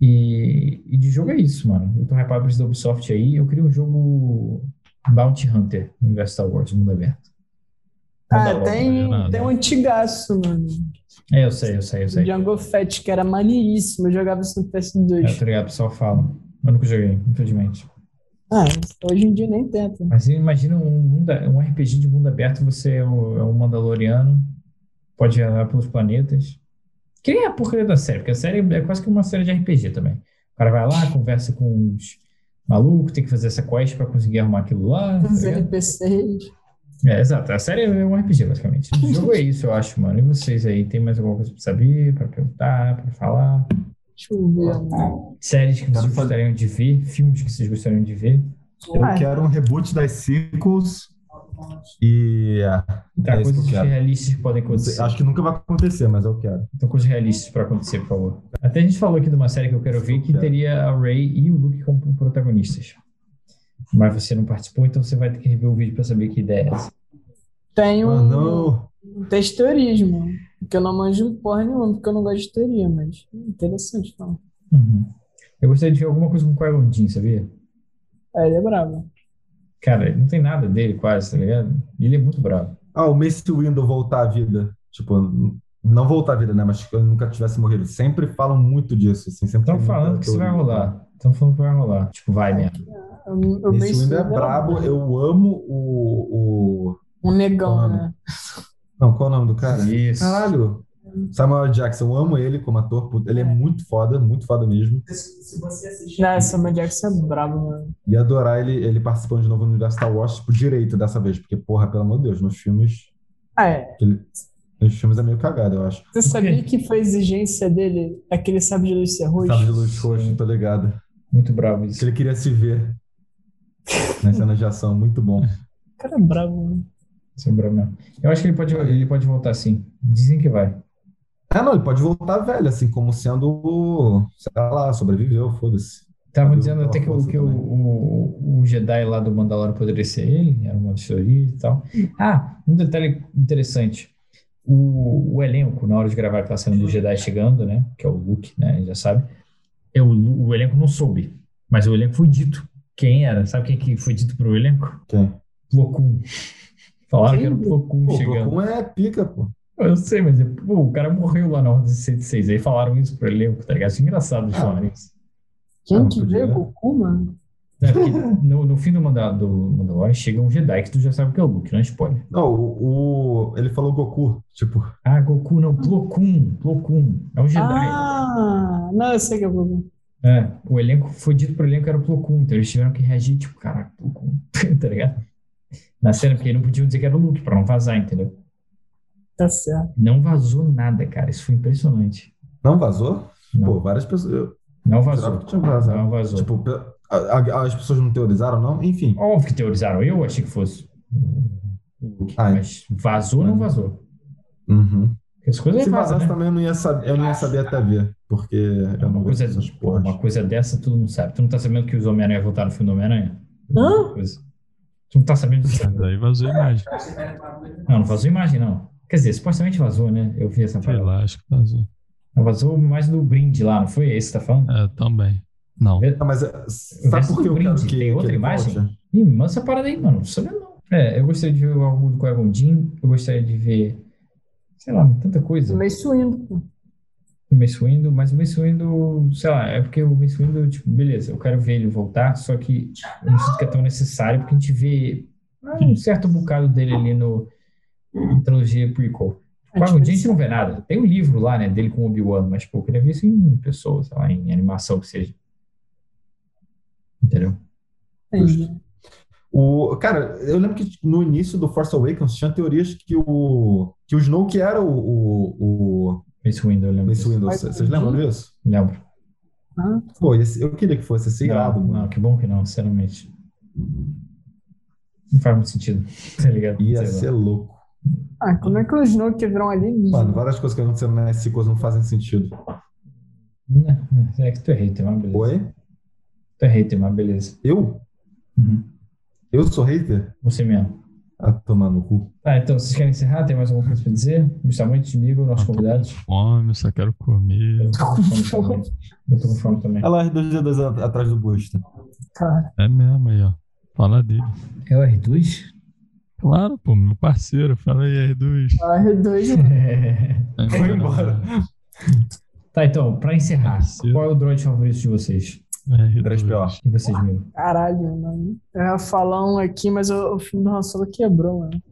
[SPEAKER 1] E, e de jogo é isso, mano. Eu tô hypado pra esse da Ubisoft aí. Eu queria um jogo Bounty Hunter no universo Star Wars, mundo aberto. Manda
[SPEAKER 4] Ah,
[SPEAKER 1] logo.
[SPEAKER 4] tem,
[SPEAKER 3] não,
[SPEAKER 4] tem
[SPEAKER 3] não.
[SPEAKER 4] um antigaço, mano.
[SPEAKER 1] É, eu sei, eu sei, eu sei.
[SPEAKER 4] Jungle Fett, que era maneiríssimo. Eu jogava isso no
[SPEAKER 1] É,
[SPEAKER 4] PS2.
[SPEAKER 1] tá ligado, o pessoal fala. Eu nunca joguei, infelizmente.
[SPEAKER 4] Ah, hoje em dia nem tenta.
[SPEAKER 1] Mas imagina um, mundo- um RPG de mundo aberto, você é o- é um Mandaloriano, pode andar pelos planetas. Que nem a porcaria da série, porque a série é quase que uma série de RPG também. O cara vai lá, conversa com os malucos, tem que fazer essa quest pra conseguir arrumar aquilo lá. tá
[SPEAKER 4] Os
[SPEAKER 1] ligado?
[SPEAKER 4] NPCs.
[SPEAKER 1] É, exato. A série é um RPG, basicamente. O jogo é isso, eu acho, mano. E vocês aí, tem mais alguma coisa pra saber, pra perguntar, pra falar?
[SPEAKER 6] Deixa eu
[SPEAKER 2] Ah,
[SPEAKER 6] ver.
[SPEAKER 4] né?
[SPEAKER 1] Séries que vocês
[SPEAKER 2] Quero fazer-
[SPEAKER 1] gostariam de ver, filmes que vocês gostariam de ver.
[SPEAKER 2] Eu
[SPEAKER 1] é.
[SPEAKER 4] Ah,
[SPEAKER 2] quero um reboot das sequels e é,
[SPEAKER 1] Tá,
[SPEAKER 2] É isso que eu
[SPEAKER 1] coisas
[SPEAKER 2] quero.
[SPEAKER 1] realistas que podem
[SPEAKER 2] não
[SPEAKER 1] acontecer.
[SPEAKER 2] sei, acho que nunca vai acontecer, mas eu quero.
[SPEAKER 1] Então, coisas realistas pra acontecer, por favor. Até a gente falou aqui de uma série que eu quero ver que teria a Ray e o Luke como protagonistas. Mas você não participou, então você vai ter que rever o vídeo pra saber que ideia é essa.
[SPEAKER 4] Tem
[SPEAKER 2] Ah,
[SPEAKER 4] um,
[SPEAKER 2] não.
[SPEAKER 4] Tem teorias, mano. Porque eu não manjo porra nenhuma, porque eu não gosto de teoria, mas é interessante, não.
[SPEAKER 2] Uhum.
[SPEAKER 1] Eu gostaria de ver alguma coisa com o Qui-Gon Jinn, sabia?
[SPEAKER 4] É, ele é brabo.
[SPEAKER 1] Cara, não tem nada dele quase, tá ligado? E Ele é muito bravo.
[SPEAKER 2] Ah, o Mace Windu voltar à vida. Tipo, n- não voltar à vida, né? Mas que eu nunca tivesse morrido. Sempre falam muito disso, assim. Sempre
[SPEAKER 1] Estão
[SPEAKER 2] tem muita
[SPEAKER 1] falando que isso vai
[SPEAKER 2] teoria.
[SPEAKER 1] rolar. Estão falando que vai rolar. Tipo, vai mesmo.
[SPEAKER 4] O
[SPEAKER 2] Mace
[SPEAKER 4] Mace
[SPEAKER 2] Windu é
[SPEAKER 4] Windu era
[SPEAKER 2] brabo. Eu amo o, o...
[SPEAKER 4] Um negão,
[SPEAKER 2] Ah,
[SPEAKER 4] né?
[SPEAKER 2] Não, qual é o nome do cara?
[SPEAKER 1] Isso.
[SPEAKER 2] Caralho. Samuel Jackson, eu amo ele como ator. puta, Ele é muito foda, muito foda mesmo.
[SPEAKER 4] Não, Samuel Jackson é brabo, mano.
[SPEAKER 2] E adorar ele, ele participando de novo no universo Star Wars, tipo, direito dessa vez. Porque, porra, pelo amor de Deus, nos filmes...
[SPEAKER 4] Ah, é.
[SPEAKER 2] Nos filmes é meio cagado, eu acho.
[SPEAKER 4] Você sabia que foi a exigência dele, aquele sabre de luz ser roxo?
[SPEAKER 2] Sabe de luz roxo, tô ligado.
[SPEAKER 1] Muito bravo
[SPEAKER 2] Que
[SPEAKER 1] isso.
[SPEAKER 2] ele queria se ver nas cenas de ação, muito bom.
[SPEAKER 4] O cara é brabo,
[SPEAKER 2] Ah,
[SPEAKER 4] mano.
[SPEAKER 1] Isso é bravo mesmo. Eu acho que ele pode, ele pode voltar sim. Dizem que vai.
[SPEAKER 2] Ah, não, ele pode voltar velho, assim, como sendo, o- sei lá, sobreviveu, foda-se.
[SPEAKER 1] Estavam
[SPEAKER 2] Eu
[SPEAKER 1] dizendo
[SPEAKER 2] tava
[SPEAKER 1] até que, o,
[SPEAKER 2] falando
[SPEAKER 1] que o,
[SPEAKER 2] também.
[SPEAKER 1] o, o Jedi lá do Mandalorian poderia ser ele, era uma das teorias e tal. Ah, um detalhe interessante. O, o elenco, na hora de gravar aquela cena do Jedi chegando, né? Que é o Luke, né? a gente Já sabe. É o, Lu- o elenco não soube, mas o elenco foi dito. Quem era? Sabe quem que foi dito pro elenco?
[SPEAKER 2] Quem?
[SPEAKER 1] Plo Koon. Falaram que
[SPEAKER 4] Quem?
[SPEAKER 1] era o Plo Koon
[SPEAKER 2] Pô, o
[SPEAKER 1] chegando.
[SPEAKER 2] Goku é pica, pô.
[SPEAKER 1] Eu sei, mas é- pô, o cara morreu lá na Ordem 66. Aí falaram isso pro elenco, tá ligado? Isso é engraçado de
[SPEAKER 2] Ah.
[SPEAKER 1] falar isso.
[SPEAKER 2] Ah,
[SPEAKER 6] Quem
[SPEAKER 2] não
[SPEAKER 6] que
[SPEAKER 2] podia.
[SPEAKER 6] vê o Goku, mano?
[SPEAKER 1] É, porque no, no fim do, manda, do Mandalorian chega um Jedi que tu já sabe que é o Luke, não é spoiler.
[SPEAKER 2] Não, o, o- ele falou Goku, tipo,
[SPEAKER 1] Ah, Goku não, Plo Koon, Plo Koon, é um Jedi.
[SPEAKER 4] Ah, não, eu sei que é brabo.
[SPEAKER 1] É, o elenco, foi dito pro elenco que era o Plo Koon, então eles tiveram que reagir, tipo, caraca, Plo Koon, tá ligado? Na cena, porque eles não podiam dizer que era o Luke, pra não vazar, entendeu?
[SPEAKER 4] Tá certo.
[SPEAKER 1] Não vazou nada, cara, isso foi impressionante.
[SPEAKER 2] não vazou?
[SPEAKER 1] Não.
[SPEAKER 2] Pô, várias pessoas. Eu
[SPEAKER 1] Não
[SPEAKER 2] jurava
[SPEAKER 1] vazou,
[SPEAKER 2] que tinha vazado.
[SPEAKER 1] não vazou.
[SPEAKER 2] Tipo, pe- a- a- as pessoas não teorizaram, não? Enfim.
[SPEAKER 1] Óbvio que teorizaram, eu achei que fosse o Luke,
[SPEAKER 2] Ah,
[SPEAKER 1] mas vazou ou não
[SPEAKER 2] Uhum.
[SPEAKER 1] vazou?
[SPEAKER 2] Uhum.
[SPEAKER 1] Porque as coisas
[SPEAKER 2] Se
[SPEAKER 1] vazam,
[SPEAKER 2] vazasse
[SPEAKER 1] né?
[SPEAKER 2] também eu não ia saber, eu não ia saber até ver, porque eu
[SPEAKER 1] Uma
[SPEAKER 2] não vejo
[SPEAKER 1] coisa,
[SPEAKER 2] essas
[SPEAKER 1] pô,
[SPEAKER 2] porras.
[SPEAKER 1] uma coisa dessa tu não sabe. Tu não tá sabendo que os Homem-Aranha voltaram no filme do Homem-Aranha?
[SPEAKER 4] Hã?
[SPEAKER 1] Coisa. Tu não tá sabendo disso.
[SPEAKER 3] Mas aí vazou a imagem.
[SPEAKER 1] Não, não vazou imagem, não. Quer dizer, supostamente vazou, né? Eu vi essa
[SPEAKER 3] Sei
[SPEAKER 1] parada.
[SPEAKER 3] lá, acho que vazou.
[SPEAKER 1] Não, vazou mais do brinde lá, não foi esse que tá falando?
[SPEAKER 3] É, também. Não.
[SPEAKER 2] Ah, mas é, sabe
[SPEAKER 1] Verso
[SPEAKER 2] por que eu
[SPEAKER 1] do
[SPEAKER 2] quero
[SPEAKER 1] brinde,
[SPEAKER 2] que,
[SPEAKER 1] tem outra
[SPEAKER 2] que ele
[SPEAKER 1] imagem?
[SPEAKER 2] volte?
[SPEAKER 1] Ih, manda essa parada aí, mano. Não sabia não. É, eu gostaria de ver algo do Qui-Gon Jinn, eu gostaria de ver, sei lá, tanta coisa.
[SPEAKER 4] Mace Windu, pô.
[SPEAKER 1] O Mace Windu, mas o Mace Windu, sei lá, é porque o Mace Windu, tipo, beleza, eu quero ver ele voltar, só que eu não sinto que é tão necessário, porque a gente vê um certo bocado dele ali no na trilogia prequel.
[SPEAKER 4] É
[SPEAKER 6] É
[SPEAKER 4] tipo
[SPEAKER 1] Claro, um dia a gente não vê nada. Tem um livro lá, né, dele com o Obi-Wan, mas, pô, eu queria ver isso em pessoa, sei lá, em animação que seja. Entendeu?
[SPEAKER 4] Entendi.
[SPEAKER 2] O, cara, eu lembro que tipo, no início do Force Awakens tinha teorias que o que o Snoke que era o, o, o
[SPEAKER 1] Mace Windu, eu lembro.
[SPEAKER 2] Mace
[SPEAKER 1] disso.
[SPEAKER 2] Windu.
[SPEAKER 4] Mas-
[SPEAKER 2] Vocês lembram disso?
[SPEAKER 1] Lembro.
[SPEAKER 2] Pô, esse- eu queria que fosse assim, irado,
[SPEAKER 1] não,
[SPEAKER 2] mano.
[SPEAKER 1] não, que bom que não, sinceramente. Não faz muito sentido, tá ligado?
[SPEAKER 2] Ia
[SPEAKER 1] Sei lá.
[SPEAKER 2] ser louco.
[SPEAKER 6] Ah, como é que o Snow que virou um alienígena?
[SPEAKER 2] Mano, várias coisas que aconteceram nesse ciclo não fazem sentido.
[SPEAKER 1] Não, não, é que tu é hater, mas beleza.
[SPEAKER 2] Oi?
[SPEAKER 1] Tu é hater, mas beleza.
[SPEAKER 2] Eu?
[SPEAKER 1] Uhum.
[SPEAKER 2] Eu sou hater?
[SPEAKER 1] Você mesmo.
[SPEAKER 2] Ah, tomar no cu.
[SPEAKER 1] Tá, então, vocês querem encerrar? Tem mais alguma coisa pra dizer? Gostar muito de mim, nossos convidados?
[SPEAKER 3] Fome, só quero comer.
[SPEAKER 1] Eu tô com fome também. Eu tô com fome também.
[SPEAKER 2] Olha lá, R2D2 a- atrás do Busta.
[SPEAKER 6] Cara,
[SPEAKER 3] É mesmo aí, ó. Fala dele.
[SPEAKER 1] É o R2?
[SPEAKER 3] Claro, pô, meu parceiro. Fala aí, R2.
[SPEAKER 6] ah, R2, mano.
[SPEAKER 2] Foi embora.
[SPEAKER 1] Tá, então, pra encerrar,
[SPEAKER 3] Parceiro.
[SPEAKER 1] qual é o droid favorito de vocês?
[SPEAKER 3] R2.
[SPEAKER 2] 3PO.
[SPEAKER 1] E vocês mesmo?
[SPEAKER 6] Caralho, mano. Eu ia falar um aqui, mas o, o filme do Han Solo quebrou, mano.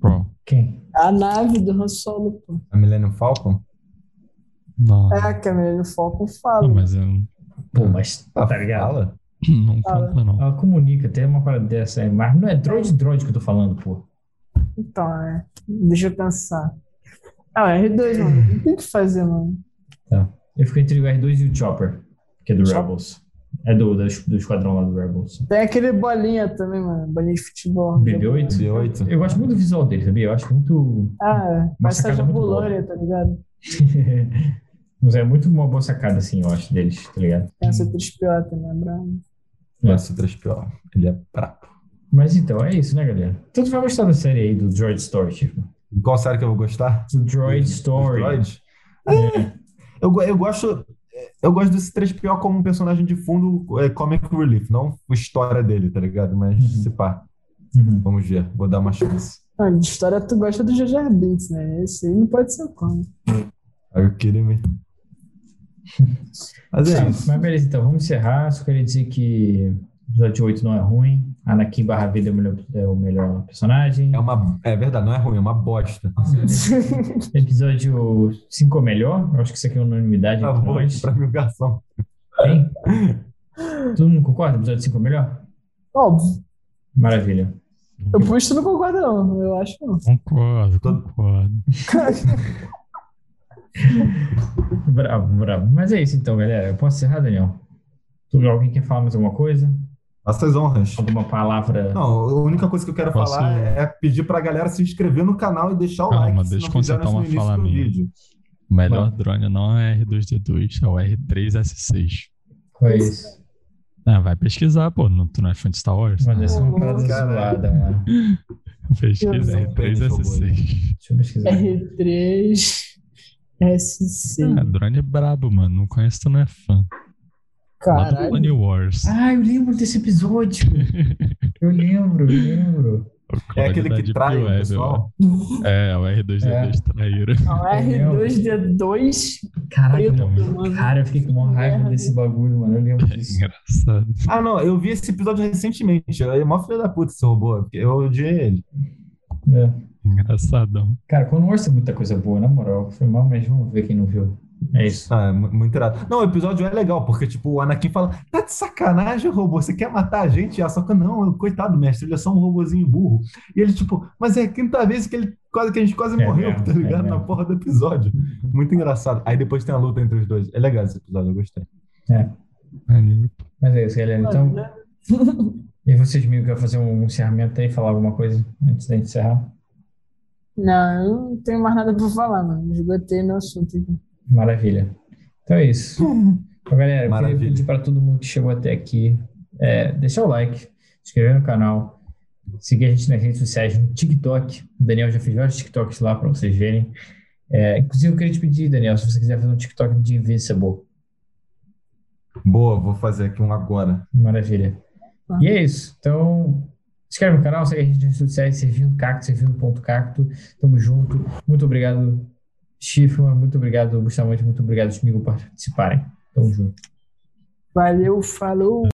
[SPEAKER 3] Pronto.
[SPEAKER 1] Quem?
[SPEAKER 6] A nave do Han Solo, pô.
[SPEAKER 2] A Millennium Falcon?
[SPEAKER 3] Não.
[SPEAKER 6] É, que a Millennium Falcon fala.
[SPEAKER 3] Não, mas eu não,
[SPEAKER 1] Pô, mas
[SPEAKER 2] Ah,
[SPEAKER 1] tá ligado?
[SPEAKER 2] Fala.
[SPEAKER 3] não
[SPEAKER 6] Fala.
[SPEAKER 3] conta, não.
[SPEAKER 1] Ela comunica, tem uma parada dessa aí, mas não é droid droid que eu tô falando, pô.
[SPEAKER 6] Então, é. Deixa eu pensar. Ah, R2, mano. Não tem o que fazer, mano.
[SPEAKER 1] Eu fico entre o R2 e o Chopper, que é do
[SPEAKER 6] Chopper?
[SPEAKER 1] Rebels. É do, do, do esquadrão lá do Rebels.
[SPEAKER 6] Tem aquele bolinha também, mano. Bolinha de futebol.
[SPEAKER 1] BB-8?
[SPEAKER 2] B8.
[SPEAKER 1] Eu gosto muito do visual dele, sabia? Eu acho muito.
[SPEAKER 6] Ah,
[SPEAKER 1] Uma
[SPEAKER 6] mas
[SPEAKER 1] sacada
[SPEAKER 6] de
[SPEAKER 1] muito boa.
[SPEAKER 6] Bolônia, tá ligado?
[SPEAKER 1] Mas é muito uma boa sacada, assim, eu acho, deles, tá ligado?
[SPEAKER 6] Tem essa 3PO também, é brabo.
[SPEAKER 2] Nossa, o 3PO. Ele é brabo.
[SPEAKER 1] Mas então, é isso, né, galera? Então tu vai gostar da série aí do Droid Story, tipo.
[SPEAKER 2] E Qual série que eu vou gostar?
[SPEAKER 1] Do Droid Story.
[SPEAKER 2] Droid?
[SPEAKER 1] É.
[SPEAKER 2] Eu, go- eu gosto... Eu gosto desse 3PO como um personagem de fundo é, comic relief, não a história dele, tá ligado? Mas
[SPEAKER 1] Uhum.
[SPEAKER 2] se pá,
[SPEAKER 1] Uhum.
[SPEAKER 2] vamos ver, vou dar uma chance.
[SPEAKER 6] Ah, de história tu gosta do Jar Binks, né? Esse aí não pode ser como.
[SPEAKER 2] Are you kidding me? Mas é
[SPEAKER 1] Tá,
[SPEAKER 2] isso.
[SPEAKER 1] mas beleza, então vamos encerrar. Só queria dizer que o episódio 8 não é ruim. Anakin barra vida é o melhor, é o melhor personagem.
[SPEAKER 2] É uma. É verdade, não é ruim, é uma bosta.
[SPEAKER 1] Episódio 5 é o melhor. Eu acho que isso aqui é unanimidade
[SPEAKER 2] Pra
[SPEAKER 1] entre
[SPEAKER 2] voz,
[SPEAKER 1] nós.
[SPEAKER 2] pra mim, o garçom.
[SPEAKER 1] Hein? Todo mundo concorda? Episódio 5 é o melhor?
[SPEAKER 6] Óbvio.
[SPEAKER 1] Maravilha.
[SPEAKER 6] Eu puxo, tu não concorda, não. Eu acho que não.
[SPEAKER 3] Concordo,
[SPEAKER 2] Todo-
[SPEAKER 3] concordo.
[SPEAKER 1] Bravo, bravo. Mas é isso então, galera. Eu posso encerrar, Daniel? Tu, alguém quer falar mais alguma coisa?
[SPEAKER 2] Nossas honras.
[SPEAKER 1] Alguma palavra?
[SPEAKER 2] Não, a única coisa que eu quero
[SPEAKER 3] Posso-
[SPEAKER 2] falar é pedir pra galera se inscrever no canal e deixar o
[SPEAKER 3] Calma,
[SPEAKER 2] like. se
[SPEAKER 3] deixa
[SPEAKER 2] não
[SPEAKER 3] eu consertar
[SPEAKER 2] fizeram
[SPEAKER 3] uma
[SPEAKER 2] isso no
[SPEAKER 3] fala
[SPEAKER 2] início do
[SPEAKER 3] minha.
[SPEAKER 2] vídeo.
[SPEAKER 3] O melhor drone não é R2D2, é o R3S6.
[SPEAKER 1] Qual é isso?
[SPEAKER 3] Ah, vai pesquisar, pô. Não, tu não é fã de Star Wars?
[SPEAKER 1] Mas essa é uma parada
[SPEAKER 2] Caralho.
[SPEAKER 1] zoada, mano.
[SPEAKER 2] é-
[SPEAKER 3] Pesquisa
[SPEAKER 2] Deus. né?
[SPEAKER 3] R3S6.
[SPEAKER 1] Deixa eu pesquisar.
[SPEAKER 6] R3, S5.
[SPEAKER 3] Ah, drone é brabo, mano. Não conhece, tu não é fã. Lá do
[SPEAKER 6] Caralho.
[SPEAKER 3] Clone
[SPEAKER 2] É
[SPEAKER 3] Wars.
[SPEAKER 1] Ah, eu lembro desse episódio. Eu lembro, eu lembro.
[SPEAKER 3] O
[SPEAKER 2] É
[SPEAKER 3] clone da
[SPEAKER 2] aquele que
[SPEAKER 3] Deep
[SPEAKER 2] trai o
[SPEAKER 3] Web,
[SPEAKER 2] pessoal.
[SPEAKER 3] ó. É, o R2D2 traíra.
[SPEAKER 6] Não, R2D2.
[SPEAKER 1] Caraca,
[SPEAKER 6] Preto,
[SPEAKER 1] mano.
[SPEAKER 6] mano.
[SPEAKER 1] Cara, eu fiquei com uma raiva desse bagulho, mano. Eu lembro disso.
[SPEAKER 3] Engraçado.
[SPEAKER 2] Ah, não, eu vi esse episódio recentemente. É mó filho da puta esse robô. porque Eu odiei ele.
[SPEAKER 1] É.
[SPEAKER 3] Engraçadão.
[SPEAKER 1] Cara, quando Wars é muita coisa boa, na moral. Foi mal, mas vamos ver quem não viu. É isso.
[SPEAKER 2] Ah, é mu- muito irado. Não, o episódio é legal, porque, tipo, o Anakin fala: tá de sacanagem, robô, você quer matar a gente? E a Soca, não, eu- coitado, mestre, ele é só um robozinho burro. E ele, tipo, mas é a quinta vez que ele quase que a gente quase
[SPEAKER 1] É
[SPEAKER 2] morreu,
[SPEAKER 1] mesmo,
[SPEAKER 2] tá ligado?
[SPEAKER 1] é
[SPEAKER 2] Na
[SPEAKER 1] mesmo.
[SPEAKER 2] porra do episódio. Muito engraçado. Aí depois tem a luta entre os dois. É legal esse episódio, eu gostei.
[SPEAKER 3] Maneiro.
[SPEAKER 1] Mas é isso, galera. Então,
[SPEAKER 4] né?
[SPEAKER 1] e vocês, Mil, quer fazer um encerramento aí, falar alguma coisa antes da gente encerrar?
[SPEAKER 6] Não, eu não tenho mais nada pra falar, mano. Esgotei meu assunto aqui.
[SPEAKER 1] Maravilha. Então é isso. Então, galera, eu
[SPEAKER 2] Maravilha.
[SPEAKER 1] queria pedir para todo mundo que chegou até aqui, é, deixar o like, se inscrever no canal, seguir a gente nas redes sociais, no TikTok. O Daniel já fez vários TikToks lá para vocês verem. É, inclusive, eu queria te pedir, Daniel, se você quiser fazer um TikTok de Invincible.
[SPEAKER 2] Boa, vou fazer aqui um agora.
[SPEAKER 1] Maravilha.
[SPEAKER 6] Tá.
[SPEAKER 1] E é isso. Então, se inscreve no canal, segue a gente nas redes sociais, servindo cacto, servindo.cacto. Tamo junto. Muito obrigado, Chifra. Muito obrigado, Bustamante. Muito obrigado, Smigo, por participarem. Tamo junto.
[SPEAKER 6] Valeu, falou.